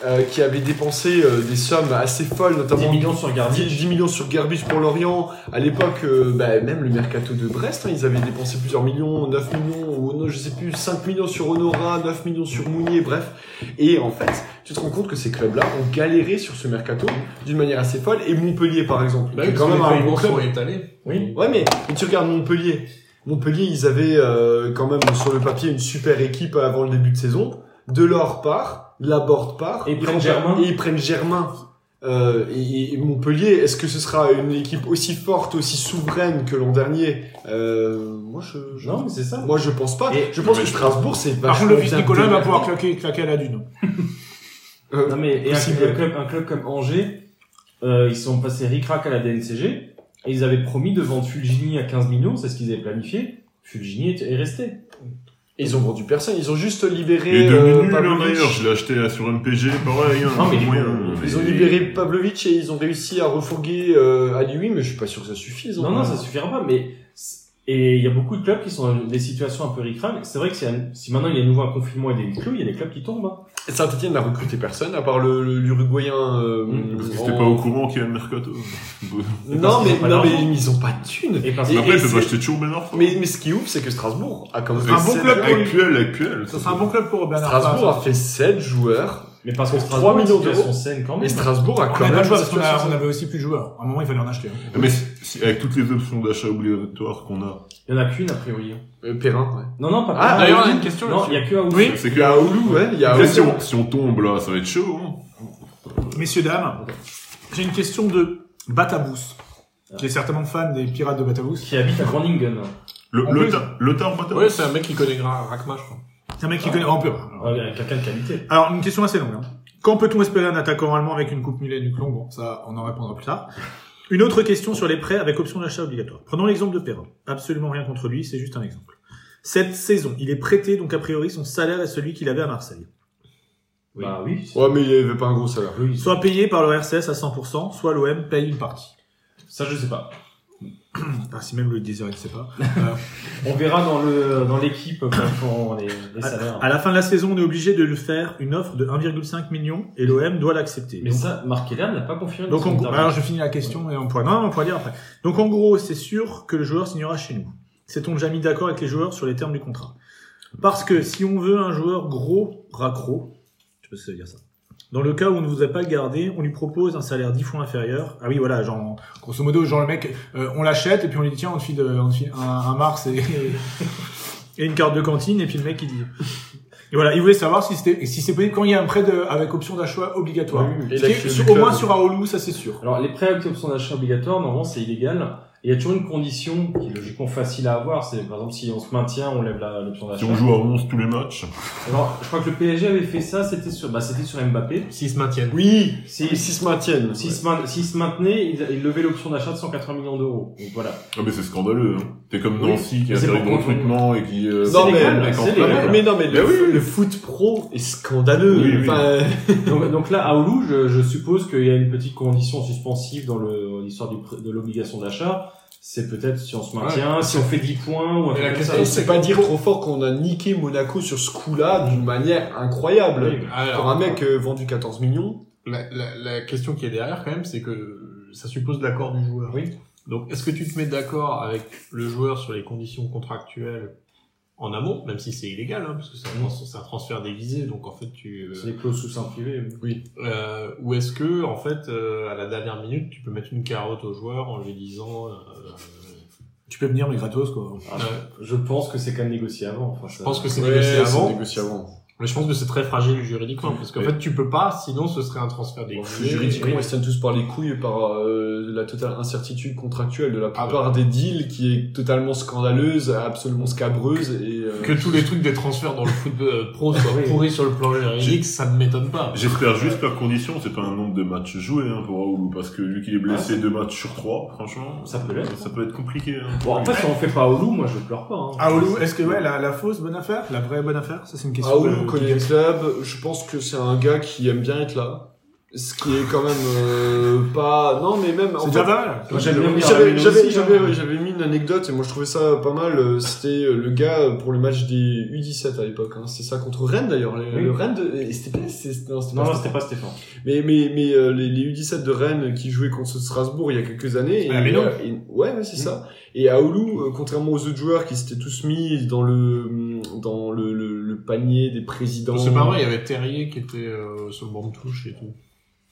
Speaker 4: euh, qui avaient dépensé euh, des sommes assez folles,
Speaker 5: 10
Speaker 4: notamment 10,
Speaker 5: millions sur Gardier.
Speaker 4: 10 millions sur Garbage pour Lorient. À l'époque, euh, bah, même le mercato de Brest, hein, ils avaient dépensé plusieurs millions, 9 millions, ou non, je sais plus, 5 millions sur Honora, 9 millions sur Mounier, bref. Et en fait, tu te rends compte que ces clubs-là ont galéré sur ce mercato d'une manière assez folle. Et Montpellier, par exemple,
Speaker 3: Bah
Speaker 4: qui
Speaker 3: oui,
Speaker 4: est quand
Speaker 3: parce
Speaker 4: même
Speaker 3: que les
Speaker 4: un gros
Speaker 3: paiements
Speaker 4: club.
Speaker 3: sont étalés.
Speaker 5: Oui.
Speaker 4: Ouais, mais, mais tu regardes Montpellier. Montpellier, ils avaient euh, quand même sur le papier une super équipe avant le début de saison. Delors part, Laborde part.
Speaker 5: Et ils prennent
Speaker 4: remplacent-
Speaker 5: Germain.
Speaker 4: Et ils prennent Germain. Euh, et, et Montpellier, est-ce que ce sera une équipe aussi forte, aussi souveraine que l'an dernier euh, Moi, je, je-
Speaker 5: Non, mais c'est ça.
Speaker 4: moi, je pense pas.
Speaker 5: Et-
Speaker 4: je pense
Speaker 1: mais
Speaker 4: que
Speaker 1: je-
Speaker 4: Strasbourg, c'est
Speaker 2: Par contre,
Speaker 4: vachement
Speaker 2: le vice
Speaker 4: bien
Speaker 2: Nicolas va
Speaker 4: démerdé.
Speaker 2: pouvoir claquer, claquer à la dune.
Speaker 4: Euh,
Speaker 5: Non, mais et un,
Speaker 4: Possible.
Speaker 5: un club, un club comme Angers, euh, ils sont passés ric-rac à la DNCG et ils avaient promis de vendre Fulgini à 15 millions, c'est ce qu'ils avaient planifié. Fulgini est, est resté.
Speaker 4: Et ils ont vendu personne, ils ont juste libéré.
Speaker 1: Il est
Speaker 4: euh,
Speaker 1: devenu nul hein,
Speaker 4: Pavlovic.
Speaker 1: d'ailleurs, je l'ai acheté là, sur MPG, pareil, hein,
Speaker 5: Non, mais il est
Speaker 1: moyen.
Speaker 5: bon.
Speaker 1: mais-
Speaker 4: Ils ont libéré Pavlovic et ils ont réussi à refourguer euh, Alioui, mais je suis pas sûr que ça suffise. hein.
Speaker 5: Non, non, ça suffira pas, mais. c'est- Et il y a beaucoup de clubs qui sont dans des situations un peu ricrames. C'est vrai que si, si maintenant il y a à nouveau un confinement et des huis clos, il y a des clubs qui tombent. hein.
Speaker 4: Saint-Etienne n'a recruté personne, à part le- le- l'Uruguayen. euh,
Speaker 1: Parce que
Speaker 4: en-
Speaker 1: c'était pas au courant qu'il y a le mercato.
Speaker 4: Non,
Speaker 5: parce qu'ils
Speaker 4: mais,
Speaker 5: ont pas
Speaker 4: non mais
Speaker 5: d'argent.
Speaker 4: ils ont pas de thunes.
Speaker 5: Et parce
Speaker 1: Mais
Speaker 5: que
Speaker 1: Après,
Speaker 4: et
Speaker 1: il peut
Speaker 4: c'est-
Speaker 1: pas acheter toujours Ben Arfa.
Speaker 4: Mais, mais ce qui est ouf, c'est que Strasbourg a quand même
Speaker 1: Un
Speaker 2: bon
Speaker 4: sept-
Speaker 2: club pour lui.
Speaker 1: Actuel, actuel.
Speaker 2: Ça sera un bon club pour Bernard.
Speaker 4: Strasbourg
Speaker 2: Paz.
Speaker 4: a fait 7 joueurs,
Speaker 5: Mais parce que
Speaker 4: Pour
Speaker 5: Strasbourg,
Speaker 4: 3 millions
Speaker 5: les situations
Speaker 4: d'euros.
Speaker 5: saines quand
Speaker 4: et
Speaker 5: même.
Speaker 4: Strasbourg a
Speaker 2: On
Speaker 4: quand
Speaker 2: n'avait
Speaker 4: même.
Speaker 2: pas de joueurs parce
Speaker 4: cette
Speaker 2: qu'on a-
Speaker 4: situation.
Speaker 2: on avait aussi plus de joueurs. À un moment, il fallait en acheter. hein.
Speaker 1: Ah, Mais si- avec toutes les options d'achat obligatoires qu'on a,
Speaker 5: Il y en a qu'une, a priori.
Speaker 4: Euh, Perrin, ouais.
Speaker 5: Non, non, pas
Speaker 4: Ah,
Speaker 5: pas-
Speaker 6: D'ailleurs, on a une question
Speaker 5: Non, il y
Speaker 6: là-dessus.
Speaker 5: a que Aoun.
Speaker 1: c'est
Speaker 4: Il y
Speaker 1: que.
Speaker 4: a Oulu, ouais, il y a
Speaker 1: Après, si
Speaker 4: Oulu.
Speaker 1: on, si on tombe là, ça va être chaud. Hein.
Speaker 2: Messieurs, dames, j'ai une question de Batabous, qui est certainement fan des pirates de Batabous.
Speaker 5: Qui habite à Groningen. hein,
Speaker 1: Le,
Speaker 2: En
Speaker 1: le,
Speaker 2: plus-
Speaker 1: ta- le tar bataille.
Speaker 6: Ouais, c'est un mec qui connaît Gra- Rakma, je crois.
Speaker 2: C'est un mec qui connaît. Oh, on peut-
Speaker 5: Ouais, avec quelqu'un de qualité.
Speaker 2: Alors, une question assez longue. hein. Quand peut-on espérer un attaquant allemand avec une coupe mulet et une nuque longue Bon, ça, on en répondra plus tard. Une autre question sur les prêts avec option d'achat obligatoire. Prenons l'exemple de Perrin. Absolument rien contre lui, c'est juste un exemple. Cette saison, il est prêté, donc a priori, son salaire est celui qu'il avait à Marseille.
Speaker 5: Oui. Bah oui.
Speaker 4: Ouais, mais il avait pas un gros salaire.
Speaker 2: Soit payé par le RCS à 100%, soit l'OM paye une partie.
Speaker 5: Ça, je sais pas.
Speaker 2: Ah, si même le désir, il ne sait pas.
Speaker 5: On verra dans le dans l'équipe quand font les, les salaires.
Speaker 2: À la fin de la saison, on est obligé de lui faire une offre de 1,5 million et l'OM doit l'accepter.
Speaker 5: Mais
Speaker 2: Donc,
Speaker 5: ça, Marc Keller n'a pas confirmé.
Speaker 2: Donc
Speaker 5: dans
Speaker 2: en
Speaker 5: son
Speaker 2: gros,
Speaker 5: interview.
Speaker 2: alors je finis la question et on pourra, non, on pourra dire après. Donc en gros, c'est sûr que le joueur signera chez nous. S'est-on déjà mis d'accord avec les joueurs sur les termes du contrat Parce que si on veut un joueur gros, racro, je sais pas si ça veut dire ça. Dans le cas où on ne vous a pas gardé, on lui propose un salaire 10 fois inférieur. Ah oui, voilà, genre, grosso modo, genre le mec, euh, on l'achète et puis on lui dit tiens, on te file, euh, on te file un, un Mars et, et une carte de cantine et puis le mec il dit. Et voilà, il voulait savoir si c'était, si c'est possible quand il y a un prêt de- avec option d'achat obligatoire.
Speaker 4: Ouais, oui, oui.
Speaker 2: Ce qui
Speaker 4: Et
Speaker 2: est
Speaker 4: l'actu
Speaker 2: sur-
Speaker 4: du
Speaker 2: au
Speaker 4: club.
Speaker 2: moins sur Aoulou, ça c'est sûr.
Speaker 5: Alors, les prêts avec option d'achat obligatoire, normalement, c'est illégal. Et Il y a toujours une condition qui est logiquement facile à avoir. C'est, par exemple, si on se maintient, on lève la- l'option d'achat.
Speaker 1: Si on joue à 11 tous les matchs,
Speaker 5: Alors, je crois que le PSG avait fait ça, c'était sur, bah, c'était sur Mbappé.
Speaker 6: S'ils se maintiennent.
Speaker 4: Oui,
Speaker 5: Si,
Speaker 4: et s'ils se maintiennent.
Speaker 5: s'il se main- s'il se maintenait, il, il levait l'option d'achat de 180 millions d'euros. Donc voilà.
Speaker 1: ah, mais c'est scandaleux. Hein. T'es comme
Speaker 5: Oui.
Speaker 1: Nancy qui a
Speaker 5: C'est
Speaker 1: fait
Speaker 5: pour
Speaker 1: le
Speaker 5: qu'on-
Speaker 1: recrutement et qui. euh,
Speaker 4: Non,
Speaker 1: fait
Speaker 4: mais-
Speaker 1: des mecs en
Speaker 5: c'est
Speaker 1: fleurs.
Speaker 5: légal.
Speaker 4: Mais non, mais le,
Speaker 1: Ben oui.
Speaker 4: le foot pro est scandaleux.
Speaker 1: Oui, oui.
Speaker 4: Enfin,
Speaker 5: donc, donc là, à Oulu, je, je suppose qu'il y a une petite condition suspensive dans le- l'histoire du pr- de l'obligation d'achat. C'est peut-être si on se maintient, si on fait 10 points ou un
Speaker 6: Mais la
Speaker 5: truc comme ça.
Speaker 4: Et c'est pas dire trop fort qu'on a niqué Monaco sur ce coup-là d'une manière incroyable.
Speaker 5: Oui.
Speaker 4: Pour un mec euh, vendu 14 millions.
Speaker 6: La, la, la question qui est derrière, quand même, c'est que ça suppose l'accord du joueur.
Speaker 5: Oui.
Speaker 6: Donc, est-ce que tu te mets d'accord avec le joueur sur les conditions contractuelles en amont, même si c'est illégal, hein, parce que c'est un, trans- c'est un transfert déguisé, donc en fait, tu... euh,
Speaker 5: C'est des clauses sous seing privé. oui.
Speaker 6: euh, ou est-ce que, en fait, euh, à la dernière minute, tu peux mettre une carotte au joueur en lui disant... euh,
Speaker 2: Tu peux venir, mais gratos, quoi.
Speaker 5: Ah,
Speaker 6: euh,
Speaker 5: Je pense que c'est quand même négocié avant. Enfin,
Speaker 6: je pense que c'est
Speaker 4: Ouais,
Speaker 6: négocié
Speaker 4: c'est
Speaker 6: avant,
Speaker 4: négocié avant.
Speaker 6: mais je pense que c'est très fragile juridiquement, parce qu'en
Speaker 1: Mais-
Speaker 6: fait, tu peux pas, sinon ce serait un transfert déguisé.
Speaker 4: Juridiquement, ils se tiennent tous par les couilles et par euh, la totale incertitude contractuelle de la
Speaker 6: Ah,
Speaker 5: bah.
Speaker 4: plupart des deals qui est totalement scandaleuse, absolument scabreuse et. euh,
Speaker 6: Que tous les trucs des transferts dans le foot euh, pro soient
Speaker 5: Oui.
Speaker 6: pourris sur le plan juridique, ça ne m'étonne pas.
Speaker 1: J'espère juste par condition, c'est pas un nombre de matchs joués hein, pour Raoul, parce que vu qu'il est blessé deux matchs sur trois, franchement,
Speaker 5: Ah, Ça peut l'être.
Speaker 1: ça peut être compliqué. hein.
Speaker 5: Bon, en fait, si on fait pas Oulu, moi je pleure pas. hein.
Speaker 4: Ah,
Speaker 2: Aoulou, est-ce que, ouais, la, la fausse bonne affaire? La vraie bonne affaire? Ça, c'est une question.
Speaker 4: Raoul
Speaker 2: de-
Speaker 4: connaît le club, je pense que c'est un gars qui aime bien être là. Ce qui est quand même euh, pas. Non, mais même. en
Speaker 2: C'est
Speaker 4: fait,
Speaker 2: déjà pas mal.
Speaker 5: Moi, j'aime bien venir à la
Speaker 4: J'avais
Speaker 5: Meno
Speaker 4: j'avais-
Speaker 5: aussi,
Speaker 4: j'avais-
Speaker 5: hein.
Speaker 4: ouais, j'avais mis une anecdote et moi je trouvais ça pas mal. euh, C'était euh, le gars euh, pour le match des U17 à l'époque. Hein. C'était ça contre Rennes d'ailleurs. Le,
Speaker 5: Oui.
Speaker 4: le Rennes, de- et c'était pas. c'est- Non, c'était
Speaker 5: Non,
Speaker 4: pas
Speaker 5: non,
Speaker 4: ça.
Speaker 5: c'était pas Stéphane.
Speaker 4: Mais, mais, mais euh, les, les U17 de Rennes qui jouaient contre Strasbourg il y a quelques années.
Speaker 2: Ah,
Speaker 4: et,
Speaker 2: mais non. Mmh.
Speaker 4: euh, et- ouais, ouais, c'est ça. Et Aoulou, euh, contrairement aux autres joueurs qui s'étaient tous mis dans le mm, dans le, le, le panier des présidents.
Speaker 6: C'est pas vrai, il y avait Terrier qui était euh, sur le banc de touche et tout.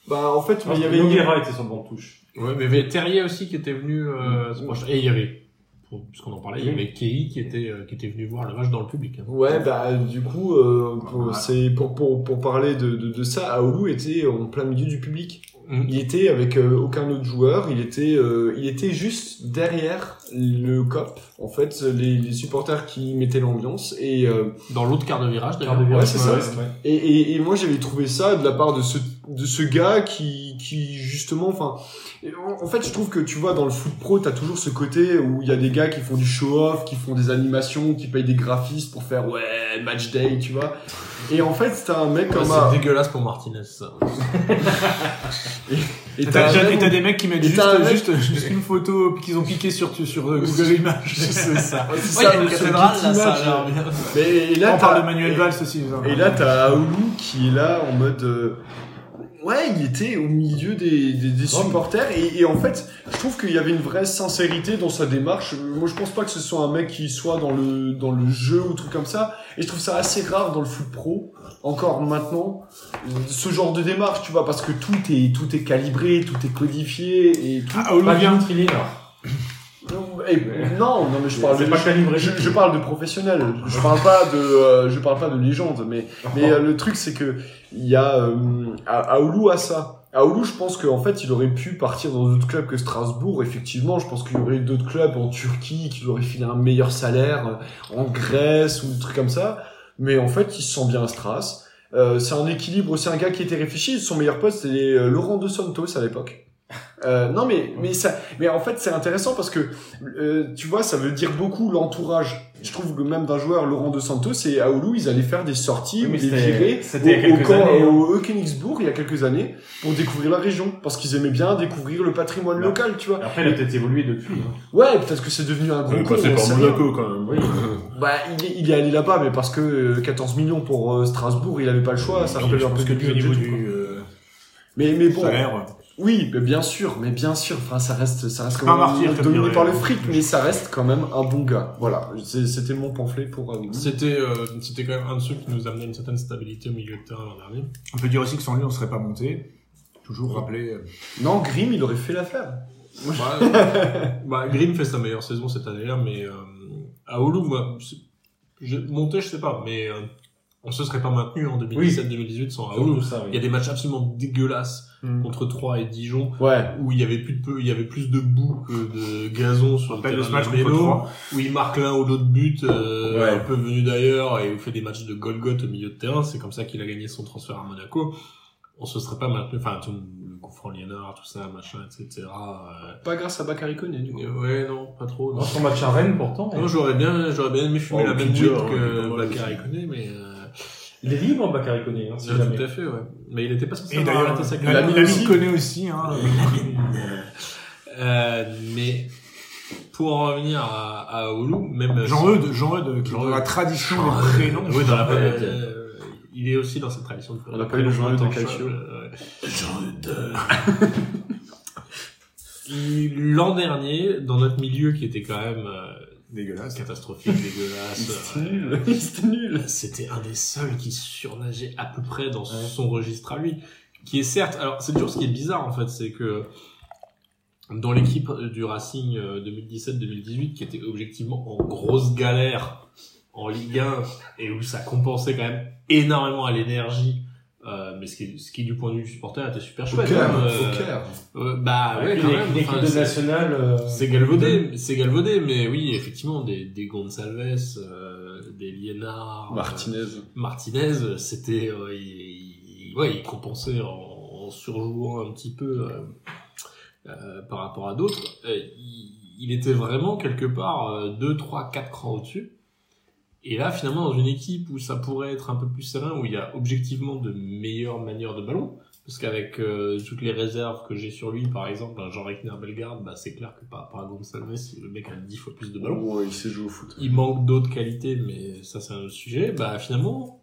Speaker 4: Bah en fait, mais il y avait
Speaker 5: Noguera était sur le banc de touche.
Speaker 6: Ouais, mais il y avait Terrier aussi qui était venu
Speaker 3: Mm.
Speaker 6: euh, se proche- Et il y avait, pour- puisqu'on en parlait, il y
Speaker 5: Oui.
Speaker 6: avait Kei qui était, euh, qui était venu voir le match dans le public. hein.
Speaker 4: Ouais, bah du coup, euh, pour,
Speaker 2: Ah, Ouais.
Speaker 4: c'est pour, pour, pour parler de, de, de ça, Aoulou était en plein milieu du public.
Speaker 6: Mm.
Speaker 4: Il était avec euh, aucun autre joueur, il était, euh, il était juste derrière le COP, en fait, les, les supporters qui mettaient l'ambiance. Et, euh,
Speaker 6: Dans l'autre quart de virage,
Speaker 5: Quart
Speaker 6: d'ailleurs.
Speaker 5: de virage,
Speaker 4: c'est ça.
Speaker 5: ouais.
Speaker 4: et, et, et moi, j'avais trouvé ça de la part de ce, de ce gars qui, qui justement, enfin, et en- en fait, je trouve que tu vois, dans le foot pro, t'as toujours ce côté où il y a des gars qui font du show-off, qui font des animations, qui payent des graphistes pour faire ouais, match day, tu vois. Et en fait, t'as un mec
Speaker 3: Ouais,
Speaker 4: comme
Speaker 3: c'est
Speaker 4: un.
Speaker 3: dégueulasse pour Martinez, ça.
Speaker 4: Et
Speaker 2: Et t'as
Speaker 4: un mec
Speaker 2: et t'as des mecs qui mettent
Speaker 4: et
Speaker 2: juste,
Speaker 4: t'as un mec-
Speaker 2: juste, juste une photo qu'ils ont cliqué sur, sur euh, Google Images. C'est ça.
Speaker 4: où- c'est
Speaker 3: Ouais,
Speaker 4: ça,
Speaker 3: il y a une
Speaker 4: ce
Speaker 3: cathédrale,
Speaker 4: petit
Speaker 3: là, ça
Speaker 4: match,
Speaker 3: a l'air bien.
Speaker 4: Mais et là,
Speaker 2: on parle
Speaker 4: t'as-
Speaker 2: de Manuel
Speaker 4: et-
Speaker 2: Valls aussi. hein. ça.
Speaker 4: Et là, t'as Aoulou qui est là en mode. euh, Ouais, il était au milieu des, des, des supporters et, et en fait, je trouve qu'il y avait une vraie sincérité dans sa démarche. Euh, Moi, je pense pas que ce soit un mec qui soit dans le dans le jeu ou truc comme ça. Et je trouve ça assez rare dans le foot pro, encore maintenant, euh, ce genre de démarche, tu vois, parce que tout est tout est calibré, tout est codifié et tout.
Speaker 2: Ah, Aoulou
Speaker 5: Pas
Speaker 2: vient.
Speaker 5: bien trié, là.
Speaker 4: Et- non, non, mais je parle
Speaker 5: Ah, C'est
Speaker 4: de
Speaker 5: pas calibré.
Speaker 4: je, je parle de professionnels. Je parle pas de, euh, je parle pas de légende. Mais, mais euh, le truc c'est que il y a euh, A- Aoulou à ça. Aoulou, je pense qu'en fait, il aurait pu partir dans d'autres clubs que Strasbourg. Effectivement, je pense qu'il y aurait eu d'autres clubs en Turquie qui lui auraient filé un meilleur salaire, euh, en Grèce ou des trucs comme ça. Mais en fait, il se sent bien à Stras. Euh, c'est un équilibre, c'est un gars qui était réfléchi. Son meilleur poste, c'est euh, Laurent de Santos à l'époque. Euh, non, mais mais ça, mais en fait, c'est intéressant parce que euh, tu vois, ça veut dire beaucoup l'entourage. Je trouve que même d'un joueur, Laurent De Santos et Aoulou, ils allaient faire des sorties
Speaker 5: Oui,
Speaker 4: ou
Speaker 5: mais
Speaker 4: des
Speaker 5: c'était-
Speaker 4: virées
Speaker 5: c'était il y a
Speaker 4: au, au
Speaker 5: quelques
Speaker 4: camp-
Speaker 5: années, hein.
Speaker 4: au Königsbourg il y a quelques années pour découvrir la région parce qu'ils aimaient bien découvrir le patrimoine
Speaker 5: Là.
Speaker 4: local, tu vois.
Speaker 5: Bah, Après, il a peut-être évolué depuis. hein.
Speaker 4: Ouais, peut-être que c'est devenu un
Speaker 5: Ah,
Speaker 1: On
Speaker 4: gros
Speaker 1: est
Speaker 4: con,
Speaker 1: passé
Speaker 4: on
Speaker 1: par
Speaker 4: sait rien.
Speaker 1: Monaco, quand même.
Speaker 5: Oui.
Speaker 4: Bah, il est, il est allé là-bas, mais parce que euh, 14 millions pour euh, Strasbourg, il avait pas le choix, ça rappelle
Speaker 2: Je
Speaker 4: un peu
Speaker 2: pense que
Speaker 4: le
Speaker 2: lui, au
Speaker 4: budget,
Speaker 2: niveau
Speaker 4: tout, quoi.
Speaker 2: du euh,
Speaker 4: Mais, mais bon.
Speaker 2: salaire.
Speaker 4: Oui, mais bien sûr, mais bien sûr, enfin, ça reste, ça reste
Speaker 2: C'est
Speaker 4: quand
Speaker 2: pas
Speaker 4: même
Speaker 2: un martyr, comme
Speaker 4: dominé
Speaker 2: dirait-
Speaker 4: par le fric, mais ça reste quand même un bon gars. Voilà, C'est- c'était mon pamphlet pour Aoulou.
Speaker 3: C'était, euh, c'était quand même un de ceux qui nous amenait une certaine stabilité au milieu de terrain l'an dernier.
Speaker 2: On peut dire aussi que sans lui, on serait pas monté. Toujours rappeler. euh,
Speaker 4: Non, Grimm, il aurait fait l'affaire.
Speaker 3: Bah, euh, bah, Grimm fait sa meilleure saison cette année-là, mais euh, à Oulu, moi, c'est- je, monter, je sais pas, mais euh, on se serait pas maintenu en 2017-2018 sans
Speaker 5: Tout
Speaker 3: Aoulou.
Speaker 5: ça,
Speaker 3: Il y a
Speaker 5: oui.
Speaker 3: des matchs absolument dégueulasses
Speaker 2: Mm.
Speaker 3: contre Troyes et Dijon
Speaker 4: Ouais.
Speaker 3: où il y avait plus de peu, il y avait plus de boue que de gazon sur le
Speaker 2: Pas
Speaker 3: terrain
Speaker 2: de ce match
Speaker 3: de
Speaker 2: contre
Speaker 3: vélo,
Speaker 2: Troyes.
Speaker 3: où il marque l'un ou l'autre but euh,
Speaker 4: Ouais.
Speaker 3: un peu venu d'ailleurs et où il fait des matchs de Golgoth au milieu de terrain. C'est comme ça qu'il a gagné son transfert à Monaco. On se serait pas maintenu, enfin tout le coup franc Lienard, tout ça, machin, etc. euh,
Speaker 4: Pas grâce à Bakary Koné, du coup.
Speaker 3: euh, Ouais, non, pas trop.
Speaker 5: Dans
Speaker 3: Non.
Speaker 5: son match à Rennes, pourtant.
Speaker 3: Non, j'aurais bien, j'aurais bien aimé fumer
Speaker 1: Oh,
Speaker 3: la même
Speaker 1: Pidgeot,
Speaker 3: weed
Speaker 1: hein, il est pas
Speaker 3: que
Speaker 1: mal
Speaker 3: Bakary
Speaker 1: aussi.
Speaker 3: Koné, mais euh,
Speaker 5: Il est libre, Bakary Koné, hein, si
Speaker 3: ouais,
Speaker 5: jamais.
Speaker 3: tout à fait, ouais. Mais il était pas
Speaker 2: Et
Speaker 3: spécialement
Speaker 2: d'ailleurs,
Speaker 3: arrêté sa
Speaker 2: la-
Speaker 3: carrière.
Speaker 2: la
Speaker 4: Lamine
Speaker 2: Lamine connaît aussi. hein.
Speaker 3: Euh, mais pour en revenir à, à Oulu, même
Speaker 2: Jean-Eudes, Jean-Eudes, qui est
Speaker 3: Jean-Eudes.
Speaker 2: dans la tradition des prénoms.
Speaker 3: Ah Oui, dans la
Speaker 5: Ouais,
Speaker 3: euh, il est aussi dans cette tradition. de-
Speaker 4: On n'a pas eu le Jean-Eudes de Calcio.
Speaker 3: Euh, ouais. Il- L'an dernier, dans notre milieu qui était quand même euh,
Speaker 2: Dégueulasse.
Speaker 3: catastrophique, dégueulasse,
Speaker 4: C'était
Speaker 3: euh,
Speaker 4: nul, c'était nul.
Speaker 3: c'était un des seuls qui surnageait à peu près dans son registre à lui. Qui est certes, alors c'est toujours ce qui est bizarre en fait, c'est que dans l'équipe du Racing euh, 2017-2018, qui était objectivement en grosse galère en Ligue 1 et où ça compensait quand même énormément à l'énergie, euh, mais ce qui, ce qui du point de vue du supporter était super
Speaker 4: Au
Speaker 3: chouette.
Speaker 4: cœur,
Speaker 3: hein,
Speaker 4: au
Speaker 3: euh,
Speaker 4: cœur.
Speaker 3: euh, bah ouais,
Speaker 5: Avec
Speaker 3: quand
Speaker 5: une
Speaker 3: même,
Speaker 5: une équipe
Speaker 3: enfin,
Speaker 5: de
Speaker 3: c'est-
Speaker 5: nationale. euh,
Speaker 3: c'est galvaudé, c'est galvaudé, mais oui, effectivement, des, des Gonsalves, euh, des Liénards, euh,
Speaker 4: Martinez.
Speaker 3: Martinez, c'était, euh, il, il- ouais, il compensait en, en surjouant un petit peu euh, euh, par rapport à d'autres. Euh, il, il était vraiment quelque part euh, deux, trois, quatre crans au-dessus. Et là, finalement, dans une équipe où ça pourrait être un peu plus serein, où il y a objectivement de meilleures manières de ballon, parce qu'avec euh, toutes les réserves que j'ai sur lui, par exemple, un Jean-Rechner Bellegarde, bah, c'est clair que par rapport à Gonsalves, le mec a 10 fois plus de ballon
Speaker 4: Ouais, il sait jouer au foot.
Speaker 3: il manque d'autres qualités, mais ça c'est un autre sujet. Bah finalement,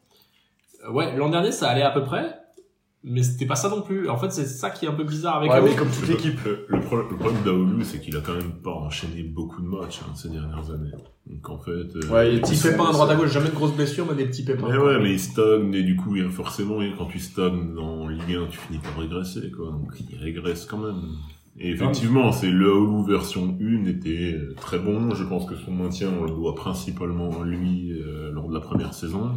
Speaker 3: euh, ouais, l'an dernier ça allait à peu près, mais c'était pas ça non plus. En fait, c'est ça qui est un peu bizarre avec
Speaker 4: Ouais,
Speaker 3: Ao.
Speaker 4: mais comme toute l'équipe.
Speaker 1: Le, le problème, le problème d'Aoulou, c'est qu'il a quand même pas enchaîné beaucoup de matchs hein, ces dernières années. Donc en fait. euh,
Speaker 4: Ouais, il
Speaker 3: Il
Speaker 4: était
Speaker 3: se fait pas un droit à gauche, jamais de grosses blessures, mais des petits pépins.
Speaker 1: Mais ouais, mais il stagne, et du coup, il- forcément, il- quand tu stagnes en Ligue 1, tu finis par régresser, quoi. Donc, il régresse quand même. Et effectivement, c'est le Aoulou version 1 était euh, très bon. Je pense que son maintien, on le doit principalement à lui euh, lors de la première saison.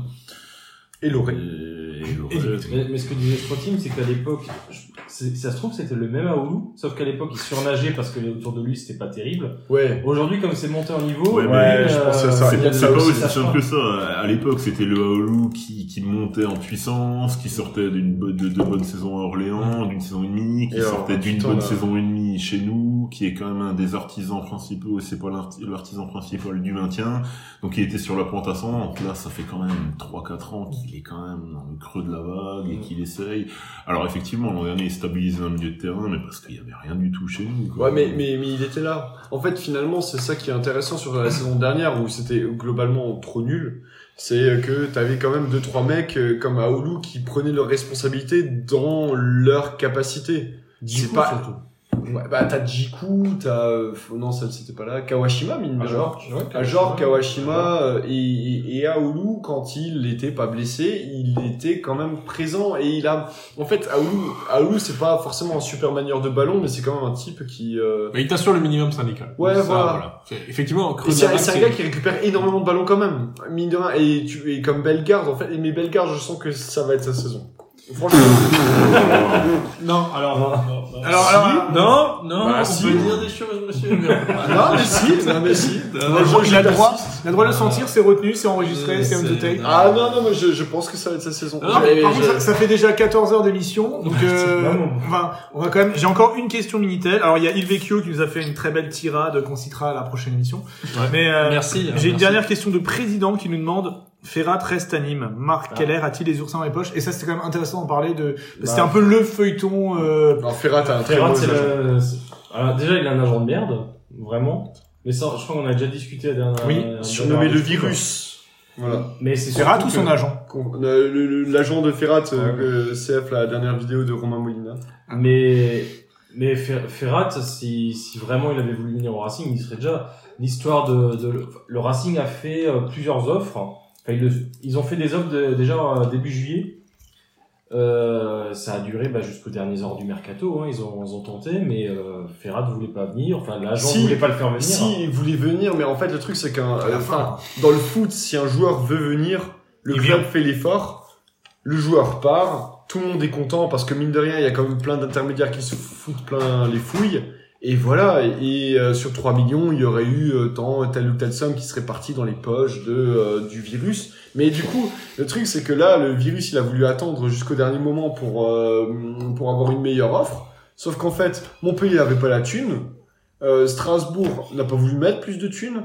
Speaker 4: Et
Speaker 1: Et,
Speaker 4: Loré.
Speaker 1: et le
Speaker 5: Mais,
Speaker 1: reste-
Speaker 5: mais ce que disait Strotim, c'est qu'à l'époque, je- c'est- c'est- ça se trouve, c'était le même Aoulou, sauf qu'à l'époque, il surnageait parce que autour de lui, c'était pas terrible. Euh,
Speaker 4: Ouais.
Speaker 5: Aujourd'hui, comme c'est monté en niveau,
Speaker 1: Ouais, mais
Speaker 4: je pensais à ça.
Speaker 5: il y a
Speaker 1: C'est
Speaker 5: de
Speaker 1: c'est
Speaker 5: la
Speaker 1: pas aussi
Speaker 5: oscillation.
Speaker 1: simple que ça. À l'époque, c'était le Haoulou qui, qui montait en puissance, qui sortait d'une bo- de deux bonnes saisons à Orléans, d'une saison et demie, qui
Speaker 4: Mm. Et alors,
Speaker 1: sortait d'une
Speaker 4: putain,
Speaker 1: bonne
Speaker 4: là.
Speaker 1: saison et demie chez nous, qui est quand même un des artisans principaux, et c'est pas l'arti- l'artisan principal du maintien. Donc il était sur la pointe ascendante. Là, ça fait quand même 3-4 ans qu'il est quand même dans le creux de la vague et
Speaker 4: Mm.
Speaker 1: qu'il essaye. Alors effectivement, l'an dernier, il stabilisait un milieu de terrain, mais parce qu'il y avait rien du tout chez nous. quoi.
Speaker 4: Ouais, mais, mais, mais il était là. En fait, finalement, c'est ça qui est intéressant sur la saison dernière où c'était globalement trop nul. C'est que t'avais quand même deux trois mecs euh, comme Aoulou qui prenaient leurs responsabilités dans leur capacité. C'est pas. Ouais, bah t'as Jiku, t'as euh, f- non celle c'était pas là, Kawashima mine de rien. Ah, Genre Kawashima euh, et, et, et Aoulou, quand il n'était pas blessé, il était quand même présent et il a. En fait, Aoulou, Aoulou c'est pas forcément un super manieur de ballon, mais c'est quand même un type qui. euh,
Speaker 3: Mais Bah, il t'assure le minimum syndical.
Speaker 4: Ouais,
Speaker 3: Ça,
Speaker 4: voilà.
Speaker 3: C'est- Effectivement,
Speaker 4: Et
Speaker 3: creux de
Speaker 4: c'est
Speaker 3: la vague,
Speaker 4: c'est un
Speaker 3: c'est-
Speaker 4: gars qui récupère énormément de ballons quand même, mine de rien. Et, tu, et comme Bellegarde, en fait, et mais Bellegarde, je sens que ça va être sa saison. Franchement,
Speaker 2: Non, alors.
Speaker 4: alors, alors,
Speaker 3: Non, non,
Speaker 4: Bah,
Speaker 3: on
Speaker 4: si.
Speaker 3: peut dire des choses, monsieur.
Speaker 4: non, mais si, non, mais si. Moi,
Speaker 3: Ah,
Speaker 2: la
Speaker 4: je- je
Speaker 2: il a
Speaker 4: persiste.
Speaker 2: droit, il a droit de le sentir, c'est retenu, c'est enregistré,
Speaker 3: Euh,
Speaker 2: c'est on the
Speaker 3: c'est-
Speaker 2: tape.
Speaker 4: Ah non, non, mais je, je pense que ça va être sa saison.
Speaker 3: Non,
Speaker 4: Je-
Speaker 2: Par contre,
Speaker 4: je-
Speaker 2: ça, ça fait déjà 14 heures d'émission, donc euh,
Speaker 5: vraiment.
Speaker 2: on, va, on va quand même. J'ai encore une question Minitel. Alors il y a Ilvecchio qui nous a fait une très belle tirade qu'on citera à la prochaine émission. Mais euh,
Speaker 3: Merci. hein,
Speaker 2: j'ai une
Speaker 3: merci.
Speaker 2: dernière question de président qui nous demande Ferrat reste à Nîmes. Marc Keller a-t-il les oursins dans les poches Et ça c'était quand même intéressant d'en parler. De c'était un peu le feuilleton. euh,
Speaker 4: Non, Ferrat, t'as un très
Speaker 5: Ferrat,
Speaker 4: bon
Speaker 5: c'est
Speaker 4: agent.
Speaker 5: le... c'est- Alors, déjà, il a un agent de merde, vraiment. Mais ça, je crois qu'on a déjà discuté la dernière.
Speaker 4: Oui,
Speaker 5: la dernière
Speaker 4: surnommé le
Speaker 5: fois.
Speaker 4: virus. Voilà.
Speaker 5: Mais c'est
Speaker 2: Ferrat
Speaker 5: surtout
Speaker 2: ou son
Speaker 5: que-
Speaker 2: agent
Speaker 4: Qu'on- euh, le- le- L'agent de Ferrat, euh, que CF, la dernière vidéo de Romain Molina.
Speaker 5: Mais, mais Fer- Ferrat, si, si vraiment il avait voulu venir au Racing, il serait déjà. L'histoire de, de le, le Racing a fait euh, plusieurs offres. Enfin, ils, le- ils ont fait des offres de- déjà euh, début juillet. Euh, ça a duré bah, jusqu'aux derniers heures du mercato. hein. Ils, ont, ils ont tenté, mais euh, Ferrat voulait pas venir. Enfin, l'agent
Speaker 4: Si.
Speaker 5: voulait pas le faire venir. hein.
Speaker 4: Si, il voulait venir, mais en fait, le truc, c'est qu'un, euh, enfin, dans le foot, si un joueur veut venir, le
Speaker 2: Il
Speaker 4: club fait l'effort, le joueur part, tout le monde est content parce que mine de rien, il y a quand même plein d'intermédiaires qui se foutent plein les fouilles. Et voilà, et, et, euh, sur 3 millions, il y aurait eu euh, tant, telle ou telle somme qui serait partie dans les poches de, euh, du virus. Mais du coup, le truc, c'est que là, le virus, il a voulu attendre jusqu'au dernier moment pour, euh, pour avoir une meilleure offre. Sauf qu'en fait, Montpellier n'avait pas la thune, euh, Strasbourg n'a pas voulu mettre plus de thunes,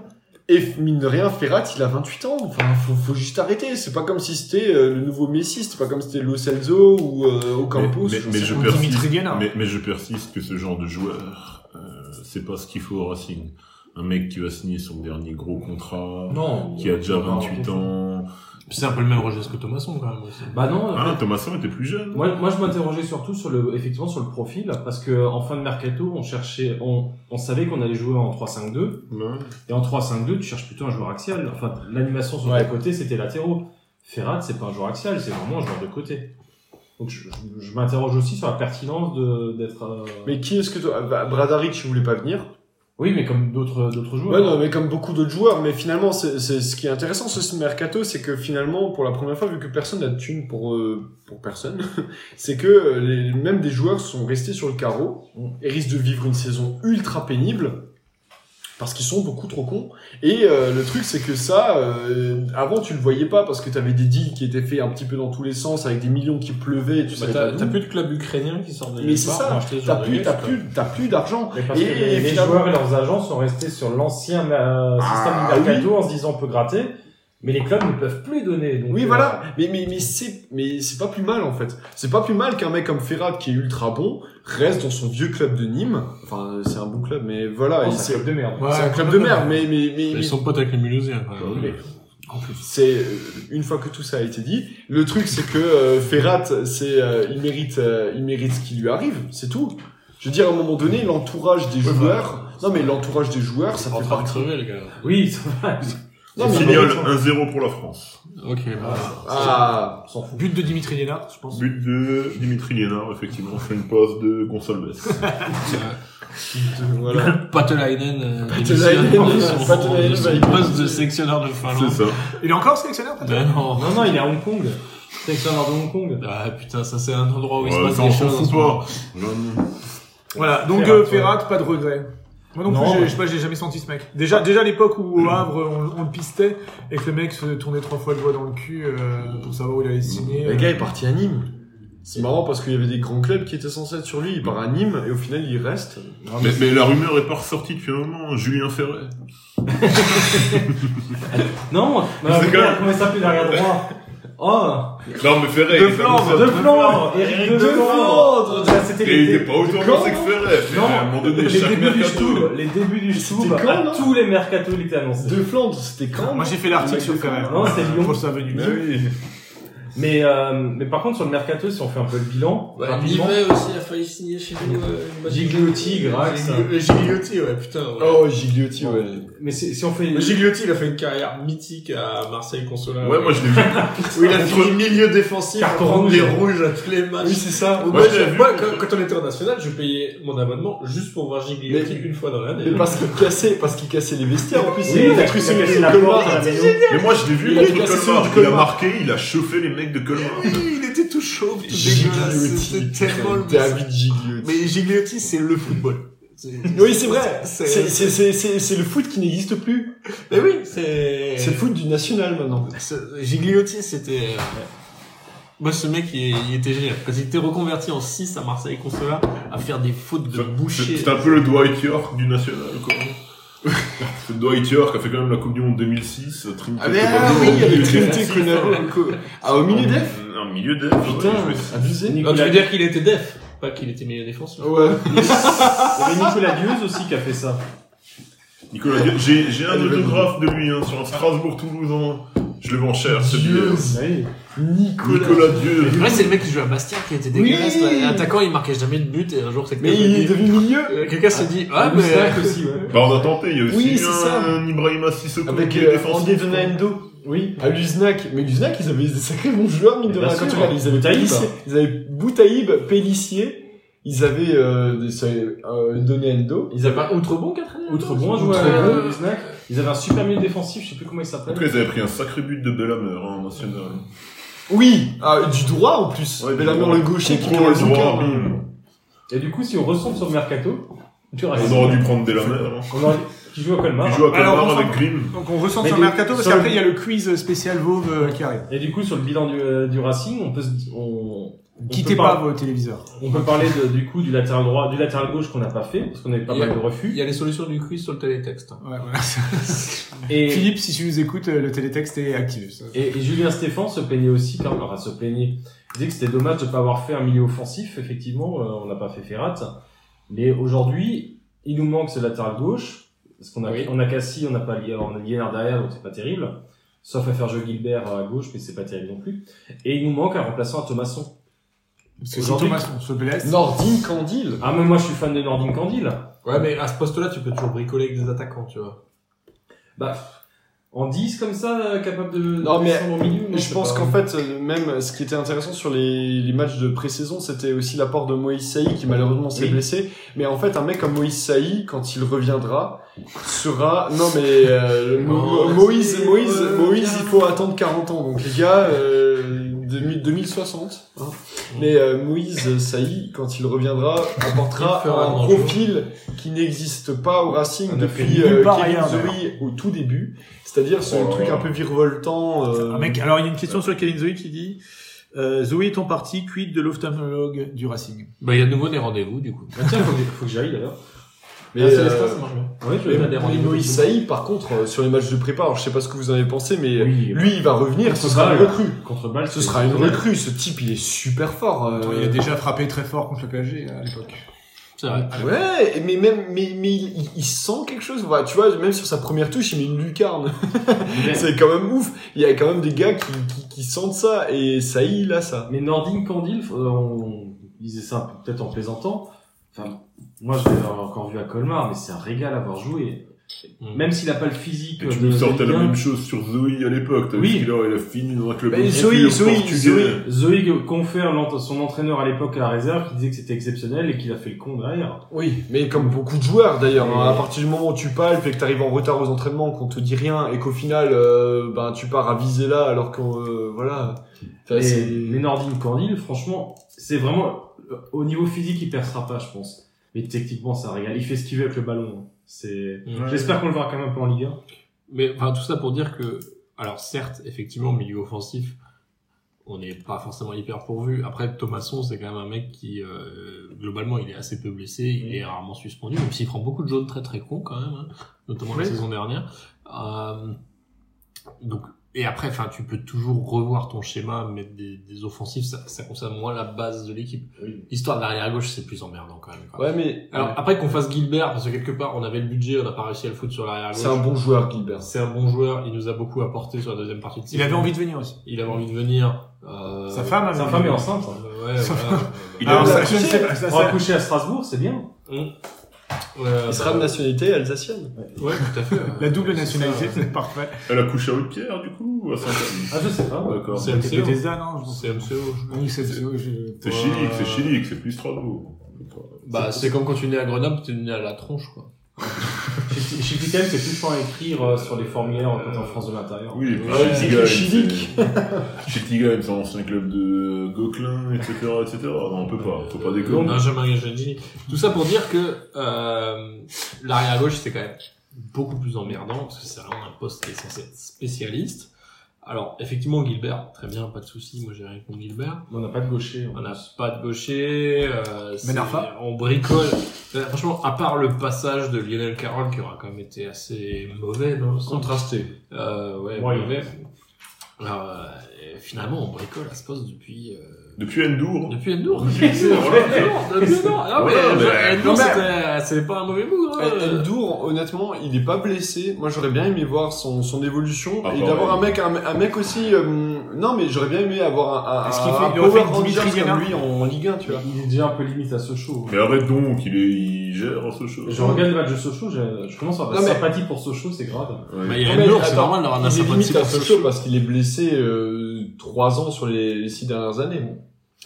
Speaker 4: et f- mine de rien, Ferrat, il a 28 ans. Enfin, faut, faut juste arrêter. C'est pas comme si c'était euh, le nouveau Messi, c'est pas comme si c'était Lo Celso ou euh, Ocampos.
Speaker 1: Mais- mais- mais je
Speaker 2: Ou
Speaker 1: persiste.
Speaker 2: Dimitri Guénard.
Speaker 1: Mais, mais je persiste que ce genre de joueur, euh, c'est pas ce qu'il faut au Racing. Un mec qui va signer son dernier gros contrat,
Speaker 5: Non.
Speaker 1: qui a déjà 28 ans.
Speaker 3: C'est un peu le même registre que Thomasson, quand même. aussi.
Speaker 5: Bah non, en fait,
Speaker 1: Ah, Thomasin était plus jeune.
Speaker 5: Moi, moi, je m'interrogeais surtout sur le, effectivement, sur le profil, parce que euh, en fin de mercato, on cherchait, on, on savait qu'on allait jouer en 3-5-2,
Speaker 1: Ouais.
Speaker 5: et en 3-5-2, tu cherches plutôt un joueur axial. Enfin, l'animation sur
Speaker 4: Ouais.
Speaker 5: les côtés, c'était latéraux. Ferrat, c'est pas un joueur axial, c'est vraiment un joueur de côté. Donc, je, je- je m'interroge aussi sur la pertinence de, d'être. euh,
Speaker 4: Mais qui est-ce que toi, bah, Bradaric, il voulait pas venir.
Speaker 5: Oui, mais comme d'autres, d'autres joueurs.
Speaker 4: Ouais, non, mais comme beaucoup d'autres joueurs, mais finalement, c'est c'est ce qui est intéressant sur ce mercato, c'est que finalement, pour la première fois, vu que personne n'a de thune pour, euh, pour personne, c'est que euh, les, même des joueurs sont restés sur le carreau et risquent de vivre une saison ultra pénible parce qu'ils sont beaucoup trop cons. Et euh, le truc, c'est que ça, euh, avant, tu le voyais pas parce que t'avais des deals qui étaient faits un petit peu dans tous les sens avec des millions qui pleuvaient, et tu
Speaker 3: Bah,
Speaker 4: savais pas
Speaker 3: t'as
Speaker 4: d'où.
Speaker 3: t'as plus de club ukrainien qui sort des
Speaker 4: Mais c'est ça, T'as plus, t'as plus, t'as plus d'argent.
Speaker 5: Mais parce
Speaker 4: Et-
Speaker 5: que les,
Speaker 4: et
Speaker 5: les
Speaker 4: finalement-
Speaker 5: joueurs et leurs agents sont restés sur l'ancien euh, système
Speaker 4: Ah,
Speaker 5: du mercato en se disant on peut gratter, mais les clubs ne peuvent plus donner. donc,
Speaker 4: Oui,
Speaker 5: euh,
Speaker 4: voilà. Mais, mais, mais c'est, mais c'est pas plus mal, en fait. C'est pas plus mal qu'un mec comme Ferrat, qui est ultra bon, reste dans son vieux club de Nîmes. Enfin, c'est un bon club, mais voilà.
Speaker 5: oh,
Speaker 4: il-
Speaker 5: c'est
Speaker 4: c'est,
Speaker 5: un club de merde.
Speaker 4: c'est un club de merde, mais, mais, mais, mais-
Speaker 3: Ils sont potes avec les Mulhousiens, quand même.
Speaker 4: mais- c'est, euh, une fois que tout ça a été dit, le truc, c'est que, euh, Ferrat, c'est, euh, il mérite, euh, il mérite ce qui lui arrive. C'est tout. Je veux dire, à un moment donné, l'entourage des joueurs, non, mais l'entourage des joueurs, ça
Speaker 3: Ils sont en
Speaker 4: fait
Speaker 3: train de
Speaker 4: partie.
Speaker 3: crever, les gars.
Speaker 5: Oui, ça va.
Speaker 4: Non, mais-
Speaker 1: Signal 1-0 pour la France.
Speaker 3: Ok, bah.
Speaker 4: Ah.
Speaker 5: On s'en fout.
Speaker 2: But de Dimitri Guénard, je pense.
Speaker 1: But de Dimitri Lénard, effectivement, fait une passe de Gonsalves.
Speaker 4: Voilà.
Speaker 3: Patelainen, euh,
Speaker 4: Patelainen,
Speaker 3: démissionne de son-
Speaker 4: Patelainen,
Speaker 3: de son
Speaker 4: bah, il-
Speaker 3: poste de sélectionneur de
Speaker 1: C'est
Speaker 3: Finlande.
Speaker 1: ça.
Speaker 2: Il est encore sélectionneur, peut-être
Speaker 3: Ben non.
Speaker 5: Non, non, il est à Hong Kong. sélectionneur de Hong Kong.
Speaker 6: Ah putain, ça c'est un endroit où il se
Speaker 1: Ouais,
Speaker 6: passe
Speaker 1: ça,
Speaker 6: des
Speaker 1: on s'en
Speaker 6: choses. en
Speaker 1: fout
Speaker 6: ce moment.
Speaker 1: pas. Genre,
Speaker 2: Voilà, donc
Speaker 5: Ferrat,
Speaker 2: euh,
Speaker 5: ouais.
Speaker 2: Ferrat, pas de regret. Moi non,
Speaker 5: Non,
Speaker 2: plus, j'ai-
Speaker 5: ouais. Mm.
Speaker 2: je sais pas, j'ai jamais senti ce mec. Déjà, déjà à l'époque où au Havre, on, on le pistait et que le mec se tournait trois fois le doigt dans le cul euh, pour savoir où il allait signer.
Speaker 4: Le
Speaker 2: euh,
Speaker 4: gars est parti à Nîmes. C'est marrant parce qu'il y avait des grands clubs qui étaient censés être sur lui. Il part à Nîmes et au final il reste.
Speaker 1: Mais, mais la rumeur est pas ressortie depuis un moment, Julien Ferret.
Speaker 5: Non, euh,
Speaker 1: C'est
Speaker 5: merde,
Speaker 1: quoi
Speaker 5: comment il s'appelle derrière droit Oh
Speaker 1: Non mais Ferret.
Speaker 4: De
Speaker 1: il était
Speaker 4: Flandre,
Speaker 1: comme ça.
Speaker 5: De Flandre Eric De
Speaker 4: De
Speaker 5: Flandre
Speaker 4: Flandre.
Speaker 5: Ça, C'était
Speaker 1: Et il
Speaker 5: les,
Speaker 1: était pas autant lancé que Ferret. Mais à un moment donné,
Speaker 5: les
Speaker 1: chaque
Speaker 5: débuts du
Speaker 1: mercato.
Speaker 5: Stub, les débuts du Stub,
Speaker 4: C'était quand,
Speaker 5: à
Speaker 4: là
Speaker 5: tous les mercato, il était annoncé.
Speaker 4: De Flandre, c'était quand
Speaker 2: Moi j'ai fait l'article sur Ferrer.
Speaker 5: Non, c'est Lyon. Bah
Speaker 2: Pour sa venue.
Speaker 1: Mais oui.
Speaker 5: Mais, euh, mais par contre, sur le mercato, si on fait un peu le bilan,
Speaker 6: Ouais,
Speaker 5: rapidement,
Speaker 6: Livet aussi a failli signer chez nous. euh, une bonne-
Speaker 5: Gigliotti, Grax.
Speaker 6: Giglio- Gigliotti, ouais, putain. ouais.
Speaker 4: Oh, Gigliotti, ouais.
Speaker 5: mais c'est- si on fait.
Speaker 6: Gigliotti, il a fait une carrière mythique à Marseille Consola.
Speaker 1: Ouais, moi je l'ai vu.
Speaker 6: où il a fini milieu défensif, à
Speaker 5: Carton
Speaker 6: prendre
Speaker 5: rouge.
Speaker 6: des rouges à tous les matchs.
Speaker 4: Oui, c'est ça.
Speaker 6: Moi,
Speaker 1: Moi,
Speaker 6: je-
Speaker 1: je l'ai vu.
Speaker 6: moi, quand, quand on était en national, je payais mon abonnement juste pour voir Gigliotti une fois dans l'année.
Speaker 4: Mais parce qu'il cassait, parce qu'il cassait les vestiaires en plus.
Speaker 5: Oui, il a
Speaker 4: truc,
Speaker 5: cassé
Speaker 4: c'est
Speaker 5: la
Speaker 4: Colmar.
Speaker 5: porte à la maison.
Speaker 1: Mais moi je l'ai vu
Speaker 6: Il a
Speaker 1: contre
Speaker 6: cassé ceux
Speaker 1: Colmar.
Speaker 6: du
Speaker 1: Il a
Speaker 6: Colmar.
Speaker 1: marqué, il a chauffé les mecs de Colmar.
Speaker 6: Oui, il était tout chauve, tout
Speaker 4: Gigliotti. putain, David Gigliotti.
Speaker 6: Gigliotti, c'est le football. Oui,
Speaker 4: Oui, c'est vrai.
Speaker 6: C'est-
Speaker 4: C'est- C'est c'est- c'est- c'est le foot qui n'existe plus.
Speaker 6: mais oui, c'est.
Speaker 4: C'est le foot du national maintenant.
Speaker 6: Ce- Gigliotti, c'était. euh, Moi, ce mec, il, il était génial. Quand il était reconverti en 6 à Marseille Consola, à faire des fautes de
Speaker 1: C'est-
Speaker 6: boucher.
Speaker 1: C'est c'est un peu le Dwight York du national, quoi. C'est Dwight York qui a fait quand même la Coupe du Monde 2006, Trinité.
Speaker 4: Ah, mais
Speaker 1: Colombo,
Speaker 4: ah oui,
Speaker 1: milieu
Speaker 4: avec
Speaker 1: def.
Speaker 4: Trinité Colombo, quoi. Ah, au milieu d'Ef
Speaker 1: Un milieu d'Ef.
Speaker 4: Putain,
Speaker 1: ouais, il jouait-
Speaker 4: abusé.
Speaker 6: Non, tu
Speaker 5: Nicolas-
Speaker 6: veux dire qu'il était def, pas qu'il était meilleur défenseur.
Speaker 4: Ouais.
Speaker 5: Il y avait Nicolas Dieuze aussi qui a fait ça.
Speaker 1: Nicolas, Dieu- j'ai j'ai un autographe de lui hein, sur un Strasbourg toulousain. Je le vends cher, ce billet.
Speaker 4: Dieu.
Speaker 5: Oui.
Speaker 1: Nicolas Dieu.
Speaker 6: Ouais, c'est le mec qui jouait à Bastia qui était dégueulasse.
Speaker 4: Oui.
Speaker 6: là. Attaquant, il marquait jamais de but et un jour, c'est que
Speaker 4: Mais il est devenu milieu.
Speaker 6: Euh, quelqu'un s'est dit, ah,
Speaker 5: Ah,
Speaker 6: mais.
Speaker 5: Moustak aussi, ouais.
Speaker 1: Bah on a tenté, il y a aussi
Speaker 4: Oui,
Speaker 1: eu
Speaker 4: c'est
Speaker 1: un,
Speaker 4: ça.
Speaker 1: un Ibrahima Sissoko
Speaker 4: Avec
Speaker 1: qui est
Speaker 4: euh,
Speaker 1: défensif.
Speaker 4: André Venando.
Speaker 5: Oui.
Speaker 4: À Ah, Luznac. Mais Luznac, ils avaient des sacrés bons joueurs,
Speaker 1: Eh
Speaker 4: mine de
Speaker 1: ben
Speaker 5: Bien
Speaker 4: rien.
Speaker 5: sûr.
Speaker 4: Quand tu regardes, ils
Speaker 5: Boutaïb.
Speaker 4: avaient Pellissier, Ils avaient Boutaïb, Pellissier. Ils avaient, euh, des- ça- euh, Donendo.
Speaker 5: Ils avaient un
Speaker 6: Outre bon, Catherine
Speaker 5: Outre-Bon, joué à
Speaker 4: Outre-Bon.
Speaker 5: Moustak. Ils avaient un super milieu défensif, je sais plus comment il s'appelle.
Speaker 1: Après ils avaient pris un sacré but de Belhammer hein, en national.
Speaker 4: Oui, ah, du droit en plus.
Speaker 1: Ouais, du
Speaker 4: Belhameur
Speaker 1: droit.
Speaker 4: le gaucher qui prend
Speaker 1: Contrôle
Speaker 4: le
Speaker 1: droit.
Speaker 4: bouquin.
Speaker 1: hum.
Speaker 5: Et du coup, si on ressemble sur le mercato, tu
Speaker 1: On aurait dû prendre Belhammer. hein.
Speaker 5: On aurait- qui joue à Colmar.
Speaker 1: Il joue à
Speaker 2: Alors, on
Speaker 1: Colmar
Speaker 2: s'en
Speaker 1: avec Grimm.
Speaker 2: Donc on ressent
Speaker 5: Mais
Speaker 2: sur
Speaker 5: des-
Speaker 2: le mercato parce
Speaker 5: sur le-
Speaker 2: qu'après il y a le quiz spécial Vauve euh, qui arrive.
Speaker 5: Et du coup, sur le bilan du, euh, du Racing, on peut se- on, on
Speaker 2: Quittez
Speaker 5: peut
Speaker 2: pas
Speaker 5: par-
Speaker 2: vos téléviseurs.
Speaker 5: On peut parler de- du coup du latéral droit, du latéral gauche qu'on n'a pas fait parce qu'on avait pas
Speaker 6: Il y a-
Speaker 5: mal de
Speaker 6: Il
Speaker 5: refus.
Speaker 6: y a les solutions du quiz sur le télétexte.
Speaker 2: Ouais, voilà.
Speaker 5: Et,
Speaker 2: Philippe, si tu nous écoutes, euh, le télétexte est activé. ça.
Speaker 5: et, et Julien Stéphan se plaignait aussi, quand- enfin se plaignait. Il disait que c'était dommage de ne pas avoir fait un milieu offensif. Effectivement, euh, on n'a pas fait Ferrat. Mais aujourd'hui, il nous manque ce latéral gauche parce qu'on a
Speaker 6: Oui.
Speaker 5: on a Cassie, on n'a pas Li- on a Lienard derrière, donc c'est pas terrible. Sauf à faire jouer Gilbert à gauche, mais c'est pas terrible non plus. Et il nous manque un remplaçant à Thomasson.
Speaker 2: Parce que si
Speaker 5: Aujourd'hui-
Speaker 2: Thomas on se blesse.
Speaker 4: Nordine Candil.
Speaker 5: Ah mais moi je suis fan de Nordin Candil.
Speaker 6: Ouais, Ah, mais à ce poste-là, tu peux toujours bricoler avec des attaquants, tu vois.
Speaker 5: Bah en 10 comme ça euh, capable de
Speaker 4: Non, mais
Speaker 5: descendre au milieu.
Speaker 3: hein,
Speaker 5: non,
Speaker 4: Je
Speaker 5: c'est
Speaker 4: pense
Speaker 5: pas-
Speaker 4: qu'en fait, euh, même ce qui était intéressant sur les, les matchs de pré-saison, c'était aussi l'apport de Moïse Saï qui malheureusement s'est
Speaker 5: Oui.
Speaker 4: blessé. Mais en fait, un mec comme Moïse Saï, quand il reviendra, sera... Non mais euh, Mo-
Speaker 6: Oh,
Speaker 4: Moïse,
Speaker 6: c'est-
Speaker 4: Moïse,
Speaker 6: euh,
Speaker 4: Moïse, il faut attendre 40 ans. Donc les gars, euh, 2000 2060. hein. Mais euh, Moïse Saï, quand il reviendra, apportera
Speaker 6: Il fera
Speaker 4: un
Speaker 6: grand chose.
Speaker 4: profil qui n'existe pas au Racing
Speaker 5: On a fait
Speaker 4: depuis
Speaker 2: nulle
Speaker 4: euh,
Speaker 2: part
Speaker 4: Kevin
Speaker 2: ailleurs,
Speaker 4: Zoé au tout début. C'est-à-dire ce
Speaker 1: Oh.
Speaker 4: truc un peu virevoltant. euh,
Speaker 2: Un mec, alors il y a une question sur Kevin Zoé qui dit euh, Zoé étant partie, quid de l'ophtalmologue du Racing
Speaker 6: Bah, il y a de nouveau des rendez-vous, du coup.
Speaker 5: Ah, tiens, faut que, faut que j'aille d'ailleurs.
Speaker 4: Mais,
Speaker 6: Là, c'est
Speaker 4: euh,
Speaker 6: l'espace, ça marche bien.
Speaker 5: Ouais, je
Speaker 4: mais
Speaker 5: vais aller
Speaker 4: mais
Speaker 5: à rendez-vous.
Speaker 4: Moïse Saï, par contre, euh, sur les matchs de prépa, alors je sais pas ce que vous en avez pensé, mais
Speaker 5: Oui,
Speaker 4: lui, il va revenir, ce
Speaker 5: Contre
Speaker 4: sera une
Speaker 5: Bâle.
Speaker 4: recrue.
Speaker 5: contre balle,
Speaker 4: Ce sera une recrue, ce type, il est super fort. euh,
Speaker 2: Il a déjà frappé très fort contre le PSG euh, à l'époque.
Speaker 6: C'est vrai.
Speaker 4: Ouais, mais même, mais, mais il, il- il sent quelque chose. voilà, tu vois, même sur sa première touche, il met une lucarne. C'est quand même ouf. Il y a quand même des gars qui, qui, qui sentent ça, et Saï, il a ça.
Speaker 5: Mais Nordin Candil, faut- euh, on disait ça peut-être en plaisantant. Enfin, moi je l'ai encore vu à Colmar, mais c'est un régal à voir jouer.
Speaker 3: Mm.
Speaker 5: Même s'il n'a pas le physique.
Speaker 1: Et tu
Speaker 5: de-
Speaker 1: me sortais
Speaker 5: de
Speaker 1: la
Speaker 5: Ligue un,
Speaker 1: même chose sur Zoé à l'époque. T'as
Speaker 5: Oui.
Speaker 1: vu ce qu'il a, il a fini dans un club
Speaker 5: Ben,
Speaker 1: obscur
Speaker 5: Zoé, Zoé,
Speaker 1: portugais.
Speaker 5: Zoé, Zoé confère l'ent- son entraîneur à l'époque à la réserve qui disait que c'était exceptionnel et qu'il a fait le con derrière.
Speaker 4: Oui, mais comme beaucoup de joueurs d'ailleurs, hein, à partir du moment où tu palpes et que t'arrives en retard aux entraînements, qu'on te dit rien et qu'au final, euh, ben tu pars à viser là alors que euh, voilà. Enfin,
Speaker 5: Mais,
Speaker 4: c'est-
Speaker 5: mais Nordine Cordil, franchement, c'est vraiment euh, au niveau physique, il percera pas, je pense. Mais techniquement, ça régale. Il fait ce qu'il veut avec le ballon. hein. C'est. J'espère qu'on le verra quand même un peu en Ligue 1.
Speaker 3: Mais enfin, tout ça pour dire que, alors certes, effectivement, milieu offensif, on n'est pas forcément hyper pourvu. Après, Thomasson, c'est quand même un mec qui, euh, globalement, il est assez peu blessé, il est rarement suspendu, même s'il prend beaucoup de jaunes très très cons quand même, hein, notamment la
Speaker 6: Oui.
Speaker 3: saison dernière. Euh, donc, et après, enfin, tu peux toujours revoir ton schéma, mettre des, des offensifs, ça, ça concerne moins la base de l'équipe. L'histoire de l'arrière gauche, c'est plus emmerdant quand même. quoi.
Speaker 4: Ouais, mais
Speaker 3: Alors après qu'on fasse Gilbert, parce que quelque part, on avait le budget, on n'a pas réussi à le foutre sur l'arrière gauche.
Speaker 4: c'est un bon joueur, Gilbert.
Speaker 3: C'est un bon joueur, il nous a beaucoup apporté sur la deuxième partie de saison.
Speaker 2: Il avait envie de venir aussi.
Speaker 3: Il avait envie de venir. euh,
Speaker 2: Sa femme avait
Speaker 5: Sa
Speaker 2: envie
Speaker 5: femme
Speaker 2: de
Speaker 5: est
Speaker 2: venir.
Speaker 5: enceinte.
Speaker 3: euh, ouais, voilà.
Speaker 1: Il
Speaker 2: Alors,
Speaker 1: avait
Speaker 2: ça,
Speaker 1: envie.
Speaker 2: je ne sais pas. ça,
Speaker 5: On va
Speaker 2: ça-
Speaker 5: coucher à Strasbourg, c'est bien.
Speaker 3: Ouais,
Speaker 4: Il sera de
Speaker 3: bah,
Speaker 4: nationalité alsacienne.
Speaker 3: Ouais, tout à fait. euh,
Speaker 2: La double
Speaker 3: c'est
Speaker 2: nationalité,
Speaker 3: ça.
Speaker 2: c'est parfait.
Speaker 1: Elle a couché avec Pierre, du coup, à
Speaker 5: Ah,
Speaker 1: Saint-Denis.
Speaker 5: je sais pas.
Speaker 1: D'accord.
Speaker 3: C'est
Speaker 1: C'est
Speaker 2: C'était
Speaker 3: MCO.
Speaker 2: Bethesda, non je pense.
Speaker 3: C'est MCO. je-
Speaker 2: Oui, c'est je-
Speaker 1: c'est chilique, c'est chilique, c'est plus Strasbourg.
Speaker 3: Bah, c'est comme quand tu es né à Grenoble, tu es né à la tronche, quoi.
Speaker 5: Chez chez Pitel, c'est plus fort à écrire euh, sur les formulaires euh, quand t'es en France de l'intérieur.
Speaker 1: Oui, et puis
Speaker 3: Ouais, c'est
Speaker 1: Chittiga,
Speaker 4: que
Speaker 1: c'est-
Speaker 4: Chilique.
Speaker 1: Bah, Chittiga, c'est un ancien club de Gauquelin, etc., etc. Non, on peut pas, faut pas déconner.
Speaker 3: Benjamin Gagini. Tout ça pour dire que euh, l'arrière gauche c'est quand même beaucoup plus emmerdant parce que c'est vraiment un poste qui est censé être spécialiste. Alors effectivement Gilbert, très bien, pas de souci, moi j'ai rien contre Gilbert.
Speaker 5: On n'a pas de gaucher.
Speaker 3: On n'a pas de gaucher. Euh, c'est-
Speaker 2: Arfa
Speaker 3: On bricole. Euh, franchement, à part le passage de Lionel Carroll qui aura quand même été assez mauvais, non
Speaker 6: Contrasté.
Speaker 3: euh, ouais,
Speaker 5: Ouais.
Speaker 3: mauvais. Euh, et finalement, on bricole à ce poste depuis. euh,
Speaker 1: Depuis Endour,
Speaker 3: depuis Endour.
Speaker 1: Depuis Endour, voilà.
Speaker 3: Depuis Endour. Non,
Speaker 1: Voilà,
Speaker 3: mais
Speaker 1: mais-
Speaker 3: Endour,
Speaker 4: quand
Speaker 3: c'était- c'est pas un mauvais move. hein.
Speaker 4: El- Eldour, Eh, honnêtement, il est pas blessé. Moi, j'aurais bien aimé voir son, son évolution
Speaker 1: Ah,
Speaker 4: et
Speaker 1: bah,
Speaker 4: d'avoir un
Speaker 1: ouais.
Speaker 4: mec, un, un mec aussi. euh, non, mais j'aurais bien aimé avoir un, un,
Speaker 2: Est-ce qu'il fait-
Speaker 4: un
Speaker 2: il aurait fait
Speaker 4: power
Speaker 2: une Dimitri
Speaker 4: Rangers comme
Speaker 2: Guénin
Speaker 4: lui en Ligue 1, tu vois.
Speaker 5: Il est déjà un peu limite à Sochaux.
Speaker 1: mais arrête donc, il, est, il gère ce show.
Speaker 5: Je regarde le match de Sochaux, je, je commence à avoir de
Speaker 4: Non,
Speaker 5: la
Speaker 4: mais-
Speaker 5: sympathie pour Sochaux, c'est grave.
Speaker 3: Bah, il y a
Speaker 4: Non, mais
Speaker 3: Endour, c'est
Speaker 4: attends,
Speaker 3: normal d'avoir un
Speaker 4: Il est limite
Speaker 3: sympathie
Speaker 4: à
Speaker 3: pour Sochaux.
Speaker 4: Sochaux parce qu'il est blessé euh, trois ans sur les, les six dernières années.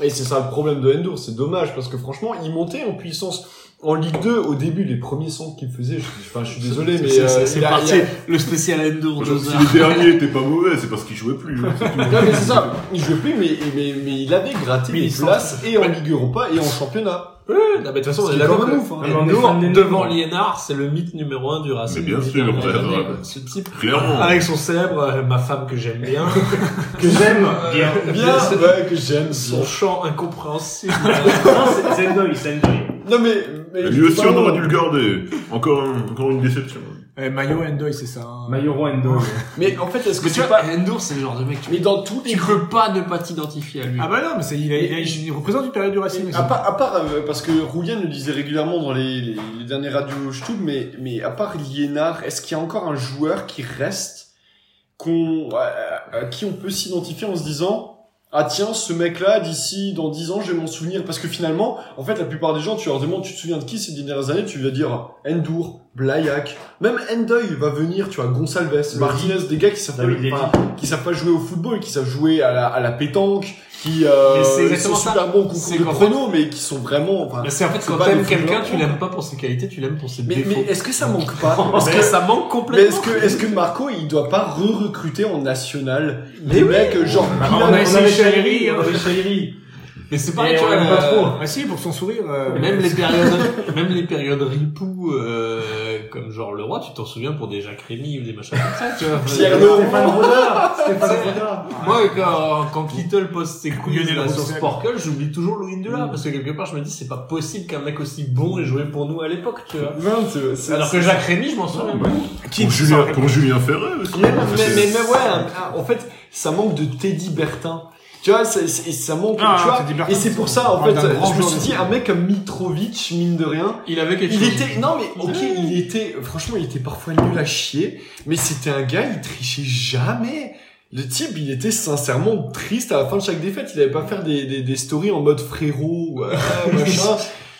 Speaker 4: Et c'est ça le problème de Endur, c'est dommage parce que franchement, il montait en puissance en Ligue 2 au début les premiers centres qu'il faisait. je- Enfin, je suis désolé, mais
Speaker 3: C'est-
Speaker 4: euh,
Speaker 3: c'est- C'est
Speaker 4: il a-
Speaker 3: parti,
Speaker 4: il a-
Speaker 3: le spécial Endour.
Speaker 1: Parce que si le dernier était pas mauvais, c'est parce qu'il jouait plus. hein, c'est tout.
Speaker 4: Non, mais c'est ça. Il jouait plus, mais mais mais il avait gratté
Speaker 3: Mais
Speaker 4: des
Speaker 3: il centre.
Speaker 4: places et en Ligue Europa et en championnat.
Speaker 3: Ouais, non, mais de toute façon, on
Speaker 4: Ce
Speaker 3: est
Speaker 4: qui est
Speaker 3: d'accord.
Speaker 4: quand même
Speaker 3: que
Speaker 4: ouf, hein.
Speaker 5: Mais on est
Speaker 3: Endour,
Speaker 5: fan d'Endour.
Speaker 3: devant Liénard, c'est le mythe numéro un du Racing.
Speaker 1: Mais bien
Speaker 3: depuis
Speaker 1: sûr,
Speaker 3: quelques
Speaker 1: ouais,
Speaker 3: années,
Speaker 1: ouais.
Speaker 3: quoi. Ce type,
Speaker 1: Clairement.
Speaker 4: Ah,
Speaker 3: avec son célèbre, euh, ma femme que j'aime bien,
Speaker 5: Que j'aime
Speaker 3: euh,
Speaker 5: bien.
Speaker 4: hein. Bien,
Speaker 3: son-
Speaker 4: ouais, que j'aime.
Speaker 3: son chant incompréhensible.
Speaker 5: Non, c'est c'est Ndoye, c'est Ndoye.
Speaker 4: Non mais mais
Speaker 1: Mais lui aussi, on
Speaker 4: pardon.
Speaker 1: aurait dû le garder. Encore, un- encore une déception.
Speaker 2: Eh, Mayo Endoy, c'est ça. hein.
Speaker 5: Mayoro Ndoye.
Speaker 4: Mais en fait, est-ce que
Speaker 3: Mais tu
Speaker 4: c'est
Speaker 3: vois,
Speaker 4: pas
Speaker 3: Endour, c'est le genre de mec, tu,
Speaker 4: mais dans tous les
Speaker 3: tu peux pas ne pas t'identifier à lui.
Speaker 2: Ah bah non, mais c'est- il, a- il, a- il représente une période du Racing. aussi.
Speaker 4: À part, à part, euh, parce que Roulien le disait régulièrement dans les, les, les dernières radios Stub, mais, mais à part Liénard, est-ce qu'il y a encore un joueur qui reste, qu'on, euh, à qui on peut s'identifier en se disant, ah tiens, ce mec-là, d'ici, dans 10 ans, je vais m'en souvenir. Parce que finalement, en fait, la plupart des gens, tu leur demandes, tu te souviens de qui ces dernières années, tu vas dire Endur, Blayak, même Endoy va venir, tu vois, Gonsalves, Martinez, des gars qui savent,
Speaker 5: David Lévy.
Speaker 4: pas, pas- qui savent pas jouer au football, qui savent jouer à la, à la pétanque, qui euh,
Speaker 3: Mais c'est
Speaker 4: sont
Speaker 3: exactement ça.
Speaker 4: super bons au
Speaker 3: C'est
Speaker 4: concours de
Speaker 3: qu'en
Speaker 4: pronos, mais qui sont vraiment... Enfin,
Speaker 3: Mais c'est en fait,
Speaker 4: C'est
Speaker 3: quand
Speaker 4: pas
Speaker 3: t'aimes
Speaker 4: des
Speaker 3: quelqu'un,
Speaker 4: footballeurs.
Speaker 3: tu l'aimes pas pour ses qualités, tu l'aimes pour ses
Speaker 4: mais mais
Speaker 3: défauts.
Speaker 4: est-ce que ça manque pas Est-ce
Speaker 3: Parce que
Speaker 4: que-
Speaker 3: ça manque
Speaker 4: Mais est-ce
Speaker 3: complètement.
Speaker 4: que, est-ce que Marco, il doit pas re-recruter en national des mecs euh, genre...
Speaker 2: Bah,
Speaker 4: Pilar-
Speaker 2: on a essayé Chahiri, hein.
Speaker 5: on avait Chahiri.
Speaker 3: Mais c'est
Speaker 5: Et
Speaker 3: pareil, tu
Speaker 5: on
Speaker 3: vois,
Speaker 5: l'aime pas
Speaker 3: euh,
Speaker 2: Ah si, pour son sourire. euh,
Speaker 3: Même les périodes, même les périodes ripoux, euh, comme genre le roi, tu t'en souviens pour des Jacques Rémy ou des machins comme ça, tu vois.
Speaker 4: Pierre Laurent.
Speaker 5: Stéphane Rodard. Stéphane Rodard.
Speaker 3: Moi, quand, quand Little poste ses couilles
Speaker 2: Lionel
Speaker 3: là, sur
Speaker 2: Roussel.
Speaker 3: Sporkle, j'oublie toujours Louis Dula, parce que quelque part, je me dis, c'est pas possible qu'un mec aussi bon ait joué pour nous à l'époque, tu vois.
Speaker 4: Non, c'est- c'est-
Speaker 3: Alors que Jacques Rémy, je m'en souviens.
Speaker 1: Ouais.
Speaker 2: qui-
Speaker 1: Pour Julien, pour Julien Ferret aussi.
Speaker 4: Mais,
Speaker 1: hein,
Speaker 4: mais,
Speaker 1: c'est-
Speaker 4: mais, mais ouais, un- un- en fait, ça manque de Teddy Bertin. Tu vois, ça, c'est- ça manque,
Speaker 2: Ah,
Speaker 4: tu vois.
Speaker 2: Teddy Bertin,
Speaker 4: et c'est pour ça,
Speaker 2: on
Speaker 4: en
Speaker 2: parle
Speaker 4: fait,
Speaker 2: d'un grand
Speaker 4: je me
Speaker 2: joueur
Speaker 4: suis
Speaker 2: de
Speaker 4: dit, un mec comme Mitrovic, mine de rien,
Speaker 3: Il avait quelque
Speaker 4: il
Speaker 3: chose.
Speaker 4: était, non mais, ok, il était, franchement, il était parfois nul à chier, mais c'était un gars, il trichait jamais. Le type, il était sincèrement triste à la fin de chaque défaite. Il avait pas faire des, des, des stories en mode frérot, ouais, euh, machin.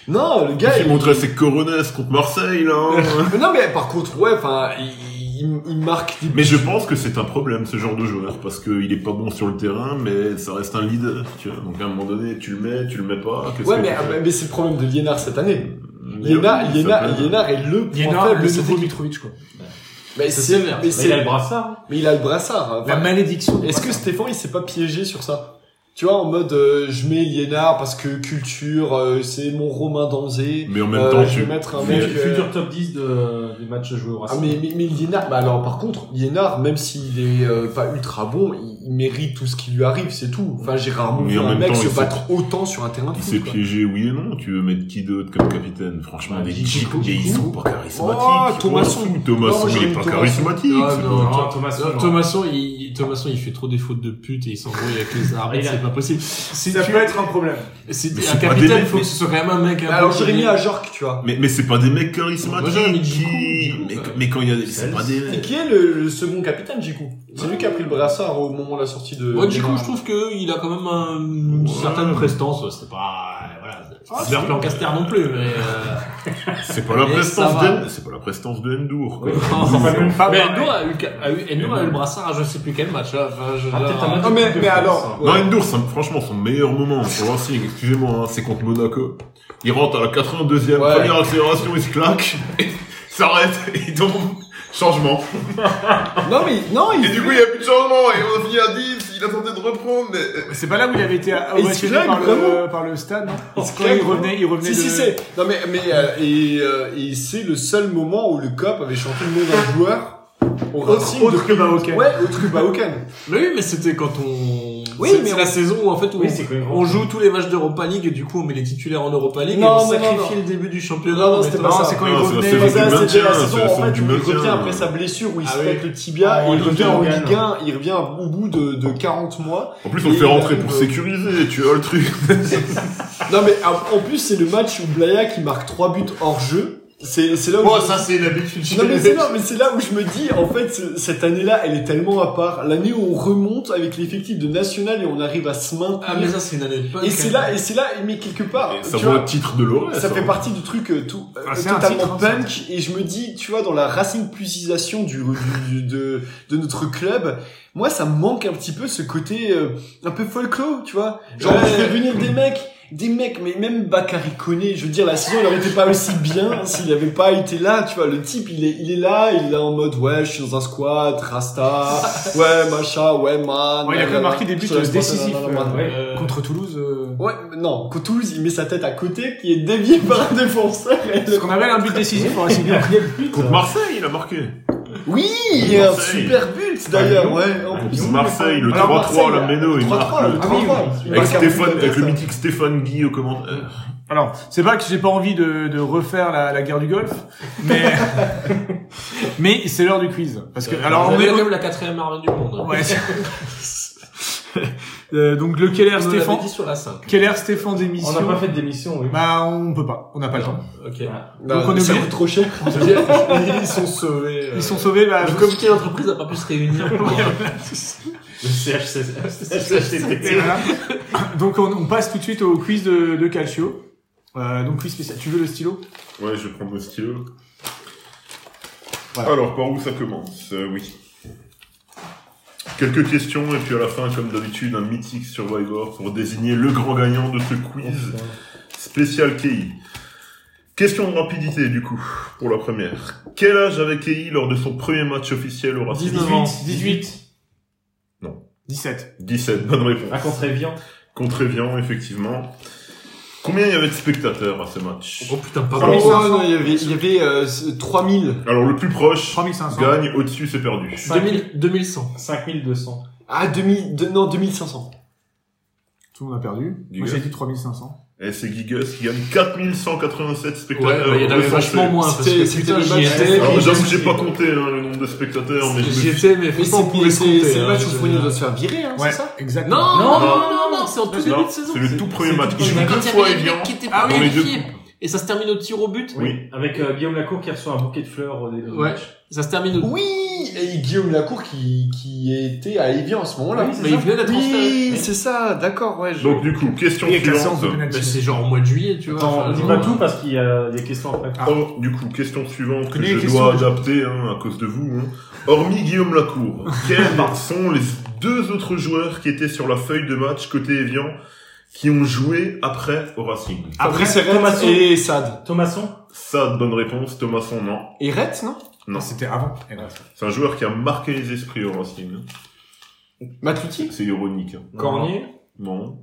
Speaker 4: Non, le gars.
Speaker 1: Il montrait ses coronas contre Marseille, là. hein.
Speaker 4: Mais non, mais par contre, ouais, enfin, il, il- il marque. des-
Speaker 1: Mais je pense que c'est un problème ce genre de joueur parce qu'il est pas bon sur le terrain, mais ça reste un leader. Tu vois. Donc à un moment donné, tu le mets, tu le mets pas. qu'est-ce
Speaker 4: Ouais,
Speaker 1: que
Speaker 4: mais, ah,
Speaker 1: tu fais
Speaker 4: mais c'est le problème de Liénard cette année.
Speaker 1: Mais
Speaker 4: Liénard,
Speaker 1: oui, ça
Speaker 4: Liénard,
Speaker 1: peut-
Speaker 4: Liénard est le point
Speaker 2: Liénard,
Speaker 4: faible
Speaker 2: le
Speaker 4: de cette
Speaker 2: nouveau
Speaker 4: équipe.
Speaker 2: Mitrovic, quoi.
Speaker 4: Mais
Speaker 5: Ça,
Speaker 4: c'est-
Speaker 5: c'est bien.
Speaker 4: mais
Speaker 5: Mais il a le
Speaker 4: c'est-
Speaker 5: brassard.
Speaker 4: mais il a le brassard. hein.
Speaker 2: La
Speaker 4: Enfin,
Speaker 2: malédiction.
Speaker 4: Est-ce que Stéphane il s'est pas piégé sur ça Tu vois, en mode euh, je mets Liénard parce que culture, euh, c'est mon Romain d'Anzé.
Speaker 1: Mais en même
Speaker 4: Euh,
Speaker 1: temps,
Speaker 4: je
Speaker 1: tu.
Speaker 4: vais mettre un
Speaker 1: mais-
Speaker 4: mec. euh,
Speaker 5: Futur top 10 de, des matchs joués au
Speaker 4: Ah,
Speaker 5: Racing.
Speaker 4: mais, mais, mais Liénard, bah alors par contre, Liénard, même s'il est euh, pas ultra bon, il, il mérite tout ce qui lui arrive, c'est tout. Enfin, j'ai rarement
Speaker 1: Mais
Speaker 4: vu
Speaker 1: en
Speaker 4: un
Speaker 1: même
Speaker 4: mec
Speaker 1: temps,
Speaker 4: se
Speaker 1: il s'est-
Speaker 4: battre autant sur un terrain de
Speaker 1: Il
Speaker 4: foot.
Speaker 1: s'est
Speaker 4: quoi.
Speaker 1: piégé, oui et non. Tu veux mettre qui d'autre comme capitaine Franchement,
Speaker 5: Ouais,
Speaker 1: des Gico,
Speaker 5: Gico.
Speaker 1: ils sont pas
Speaker 4: Oh,
Speaker 1: charismatiques.
Speaker 4: Thomasson.
Speaker 1: Oh, Thomasson,
Speaker 4: Non,
Speaker 1: il
Speaker 4: j'aime
Speaker 1: est pas
Speaker 4: Thomasson.
Speaker 1: charismatique.
Speaker 3: Ah,
Speaker 1: c'est
Speaker 3: non.
Speaker 1: pas-
Speaker 5: Non, Thomas,
Speaker 3: Non,
Speaker 5: non.
Speaker 3: Thomasson,
Speaker 2: hein.
Speaker 3: il, Thomasson, il fait trop des fautes de pute et il s'embrouille avec les arbitres,
Speaker 5: Il a-
Speaker 3: c'est pas possible. Si
Speaker 2: Ça
Speaker 3: tu-
Speaker 2: peut être un problème.
Speaker 3: si
Speaker 1: Mais
Speaker 3: un
Speaker 1: c'est pas
Speaker 3: capitaine,
Speaker 1: des-
Speaker 3: faut que ce soit quand même un mec. un peu
Speaker 4: Alors
Speaker 3: qui-
Speaker 4: j'aurais mis à Jork, tu vois.
Speaker 1: Mais, mais c'est pas des mecs
Speaker 3: Moi, j'aurais mis
Speaker 1: charismatiques.
Speaker 3: Gico,
Speaker 1: qui-
Speaker 3: Gico,
Speaker 1: mais,
Speaker 3: ouais.
Speaker 1: mais quand il y a des. C'est pas des
Speaker 4: C'est
Speaker 1: mecs.
Speaker 4: qui est le, le second capitaine, Jiku C'est lui qui a pris le brassard au moment de la sortie de.
Speaker 3: Ouais, du coup, je trouve qu'il a quand même un- une
Speaker 1: Ouais.
Speaker 3: certaine prestance. C'était pas, euh, voilà,
Speaker 2: Ah,
Speaker 3: c'est Lancaster non plus, mais. euh,
Speaker 1: C'est pas la
Speaker 3: Mais
Speaker 1: prestance
Speaker 3: ça va.
Speaker 1: de. C'est pas la prestance de Endur. quoi.
Speaker 5: Oui.
Speaker 3: Non.
Speaker 2: C'est même pas
Speaker 3: mais
Speaker 2: pareil.
Speaker 3: Endo a eu, a eu- Endo a eu le brassard à je sais plus quel match. là. Enfin, je-
Speaker 5: Ah, peut-être un match
Speaker 2: Non,
Speaker 5: de
Speaker 2: mais-
Speaker 5: Coupe de
Speaker 2: mais
Speaker 5: France,
Speaker 2: alors-
Speaker 5: hein.
Speaker 1: Non, Endur, c'est franchement son meilleur moment pour le Racing, excusez-moi, hein, c'est contre Monaco. Il rentre à la 82e,
Speaker 4: Ouais.
Speaker 1: première accélération, il se claque, et s'arrête, et il tombe. Changement.
Speaker 4: Non, mais non,
Speaker 1: Et
Speaker 4: il.
Speaker 1: du coup, il n'y a plus de changement, et on a fini à 10, il a tenté de reprendre, mais... euh,
Speaker 2: C'est pas là où il avait été
Speaker 4: Et
Speaker 2: ovationné
Speaker 4: Skyline,
Speaker 2: par le,
Speaker 4: vraiment
Speaker 2: par le stade, non
Speaker 4: Il
Speaker 2: Quand
Speaker 4: Skyline,
Speaker 2: il revenait, il revenait
Speaker 4: Si, si,
Speaker 2: de-
Speaker 4: c'est. Non, mais. mais euh, et euh, et c'est le seul moment où le cop avait chanté le nom d'un joueur. Au
Speaker 2: Autre-
Speaker 4: Racing
Speaker 2: autre
Speaker 4: depuis-
Speaker 2: que Bahoken.
Speaker 4: Ouais, autre que Bahoken.
Speaker 3: Mais oui, mais c'était quand on.
Speaker 4: Oui,
Speaker 3: c'est
Speaker 4: mais
Speaker 3: c'est
Speaker 4: on-
Speaker 3: la saison où en fait où
Speaker 5: Oui,
Speaker 3: on-
Speaker 5: c'est quand même
Speaker 3: on joue tous les matchs d'Europa League et du coup on met les titulaires en Europa League
Speaker 4: Non,
Speaker 3: et on
Speaker 4: non, non,
Speaker 3: sacrifie
Speaker 4: non.
Speaker 3: le début du championnat.
Speaker 4: Non, non,
Speaker 3: en
Speaker 4: c'était
Speaker 3: mettant-
Speaker 4: pas
Speaker 2: Non,
Speaker 4: ça.
Speaker 2: c'est quand il
Speaker 1: Non, c'est la
Speaker 2: revenait.
Speaker 1: saison
Speaker 4: Mais ça,
Speaker 1: du
Speaker 4: c'était la
Speaker 1: maintien, hein,
Speaker 4: saison,
Speaker 1: c'est la
Speaker 4: en
Speaker 1: saison
Speaker 4: fait,
Speaker 1: du
Speaker 4: où il
Speaker 1: maintien.
Speaker 4: revient après sa blessure, où il
Speaker 5: Ah
Speaker 4: se
Speaker 5: oui.
Speaker 4: pète le tibia,
Speaker 5: En
Speaker 4: et Oh, il
Speaker 5: Ligue
Speaker 4: revient
Speaker 5: 2,
Speaker 4: en
Speaker 5: on
Speaker 4: Ligue
Speaker 5: gagne.
Speaker 4: 1, il revient au bout de, de 40 mois.
Speaker 1: En plus, on le
Speaker 4: Et
Speaker 1: fait
Speaker 4: il
Speaker 1: rentrer
Speaker 4: arrive,
Speaker 1: pour
Speaker 4: euh,
Speaker 1: sécuriser, tu vois le truc.
Speaker 4: Non mais en en plus, c'est le match où Blaya qui marque 3 buts hors jeu. C'est c'est là où... je-
Speaker 1: c'est une habitude
Speaker 4: Non mais, Oh, c'est- non, mais c'est là où je me dis, en fait, ce- cette année-là, elle est tellement à part. L'année où on remonte avec l'effectif de National et on arrive à se maintenir.
Speaker 3: Ah mais ça c'est une année de punk,
Speaker 4: et
Speaker 3: hein.
Speaker 4: c'est là, et c'est là, mais quelque part,
Speaker 1: Ça
Speaker 4: tu
Speaker 1: vaut
Speaker 4: vois,
Speaker 1: le titre de l'ORS.
Speaker 4: ça fait
Speaker 1: hein.
Speaker 4: partie du truc euh, tout euh,
Speaker 2: Ah, c'est un titre,
Speaker 4: totalement
Speaker 2: hein,
Speaker 4: punk et je me dis tu vois dans la racing plusisation du, du- du- de de notre club moi ça me manque un petit peu ce côté euh, un peu folklore tu vois genre
Speaker 5: Ouais.
Speaker 4: on fait venir des mecs des mecs mais même Bakary Koné je veux dire la saison elle aurait été pas aussi bien s'il avait pas été là tu vois le type il est il est là il est là en mode ouais je suis dans un squat rasta ouais machin ouais man
Speaker 2: Ouais, il a quand même marqué des buts
Speaker 4: Je te laisse penser,
Speaker 2: décisifs,
Speaker 4: nanana, man.
Speaker 2: euh,
Speaker 5: Ouais.
Speaker 3: Euh,
Speaker 2: Contre Toulouse, euh,
Speaker 4: Ouais, mais non, quand Toulouse, il met sa tête à côté, qui est déviée par un défenseur. et
Speaker 2: ce
Speaker 4: le-
Speaker 2: qu'on appelle un but décisif pour essayer de
Speaker 1: Contre Marseille, il a marqué.
Speaker 4: Oui, il y a un
Speaker 1: Marseille. Ah,
Speaker 4: super but d'ailleurs, ouais. En plus,
Speaker 1: Contre Marseille, le
Speaker 2: Alors,
Speaker 1: 3-3, la
Speaker 4: Marseille,
Speaker 1: Méno, il
Speaker 4: 3-3,
Speaker 1: marque
Speaker 4: le
Speaker 1: le...
Speaker 4: 3-3. Il
Speaker 1: Avec
Speaker 4: marque un but
Speaker 1: Stéphane,
Speaker 4: comme
Speaker 1: avec
Speaker 4: ça.
Speaker 1: le mythique Stéphane Guy euh, au commentaire.
Speaker 2: Alors, c'est pas que j'ai pas envie de, de refaire la, la guerre du golf, mais mais c'est l'heure du quiz. Parce que alors on
Speaker 3: Vous avez
Speaker 2: est
Speaker 3: quand même la quatrième armée du monde.
Speaker 2: ouais. Euh, donc le Keller
Speaker 3: On l'avait
Speaker 2: Stéphane,
Speaker 3: dit sur la 5.
Speaker 2: Keller Stéphane
Speaker 5: On n'a
Speaker 2: d'émission.
Speaker 5: pas fait de démission, oui.
Speaker 2: Bah on peut pas, on n'a pas le temps.
Speaker 3: Ok.
Speaker 4: Non,
Speaker 2: on est
Speaker 4: ça
Speaker 2: obligé.
Speaker 4: coûte trop cher.
Speaker 3: Ils sont sauvés.
Speaker 2: Ils sont sauvés. Bah,
Speaker 3: Ah, Le
Speaker 2: je-
Speaker 3: comité d'entreprise n'a pas pu se réunir. pour-
Speaker 5: Le CHCT.
Speaker 2: et voilà. Donc on, on passe tout de suite au quiz de, de Calcio. Euh, donc quiz spécial. Tu veux le stylo
Speaker 1: Ouais, je vais prendre le stylo.
Speaker 2: Voilà.
Speaker 1: Alors, par où ça commence Euh, Oui. Quelques questions, et puis à la fin, comme d'habitude, un mythique Survivor pour désigner le grand gagnant de ce quiz spécial KI. Question de rapidité, du coup, pour la première. Quel âge avait KI lors de son premier match officiel au Racing
Speaker 2: 19 ans. 18.
Speaker 1: Non.
Speaker 2: 17.
Speaker 1: 17, bonne réponse.
Speaker 5: Ah, contre Evian.
Speaker 1: Contre Evian, effectivement. Combien il y avait de spectateurs à ce match
Speaker 3: Oh putain,
Speaker 4: Oh,
Speaker 3: pas
Speaker 2: Pardon.
Speaker 3: mal.
Speaker 4: non, il y avait, il y avait euh, ce- 3000.
Speaker 1: Alors, le plus proche
Speaker 2: 3500.
Speaker 1: gagne, au-dessus, c'est perdu.
Speaker 3: 2000 2100.
Speaker 5: 5200.
Speaker 4: Ah, 2000, de- non, 2500.
Speaker 2: Tout le monde a perdu.
Speaker 1: Du
Speaker 2: Moi
Speaker 1: gars.
Speaker 2: j'ai dit 3500.
Speaker 1: Et Eh, c'est Gigas qui gagne 4187
Speaker 3: Ouais, bah,
Speaker 1: spectateurs.
Speaker 3: il y en avait
Speaker 1: recensés.
Speaker 3: vachement moins parce
Speaker 4: C'était-
Speaker 3: que
Speaker 4: c'était
Speaker 3: putain,
Speaker 4: le
Speaker 3: j'y
Speaker 4: match
Speaker 3: étais.
Speaker 4: de-
Speaker 1: Alors,
Speaker 4: Et
Speaker 1: j'avoue
Speaker 4: j'ai-
Speaker 1: que j'ai pas compté hein, le nombre de spectateurs, mais je me
Speaker 3: J'y
Speaker 1: suis...
Speaker 3: étais, mais
Speaker 4: Mais
Speaker 3: franchement, on
Speaker 4: c'est
Speaker 3: pouvait se compter.
Speaker 4: c'est- c'est le
Speaker 3: hein,
Speaker 4: match où
Speaker 3: je-
Speaker 4: Fournier doit se faire virer, hein, c'est
Speaker 2: Ouais,
Speaker 4: ça
Speaker 2: exactement.
Speaker 3: Non, non, non, non, c'est en tout
Speaker 1: Non,
Speaker 3: début de saison.
Speaker 1: C'est le tout premier match.
Speaker 3: tout
Speaker 1: Il joue
Speaker 3: premier
Speaker 1: deux
Speaker 3: match.
Speaker 1: fois
Speaker 3: Il y avait
Speaker 1: Evian.
Speaker 3: qui Ah était
Speaker 1: Dans
Speaker 3: pas
Speaker 1: les deux-
Speaker 3: qualifié.
Speaker 6: Et ça se termine au tir au but.
Speaker 1: Oui.
Speaker 5: Avec euh, Guillaume Lacour qui reçoit un bouquet de fleurs au début du
Speaker 6: Ouais.
Speaker 5: match.
Speaker 6: Ça se termine au
Speaker 4: Oui, et Guillaume Lacour qui, qui était à Evian en ce moment-là.
Speaker 5: Oui, c'est
Speaker 6: Mais il venait d'être transféré.
Speaker 4: Oui, c'est ça, d'accord, ouais. je-
Speaker 1: Donc du coup, question
Speaker 2: Et Cassens
Speaker 1: suivante.
Speaker 2: de penalty.
Speaker 6: Bah, c'est genre au mois de juillet, tu vois.
Speaker 5: Attends,
Speaker 6: Enfin,
Speaker 5: on dit
Speaker 6: genre, euh,
Speaker 5: pas tout parce qu'il y a des questions après.
Speaker 4: Ah.
Speaker 1: Or, du coup, question suivante que
Speaker 4: Connais les
Speaker 1: je
Speaker 4: questions
Speaker 1: dois adapter hein, à cause de vous. hein. Hormis Guillaume Lacour, quels sont les deux autres joueurs qui étaient sur la feuille de match côté Evian qui ont joué après au Racing
Speaker 3: Ah.
Speaker 2: Après,
Speaker 4: Fabrice Eret
Speaker 5: Thomasson.
Speaker 4: et Sad.
Speaker 5: Thomasson
Speaker 1: Ça, bonne réponse. Thomason, non.
Speaker 4: Et Rett, non
Speaker 2: Non,
Speaker 1: Non.
Speaker 2: c'était avant. Et bref.
Speaker 1: C'est un joueur qui a marqué les esprits au Racing.
Speaker 4: Matuti
Speaker 1: C'est ironique. hein.
Speaker 6: Cornier.
Speaker 1: Non.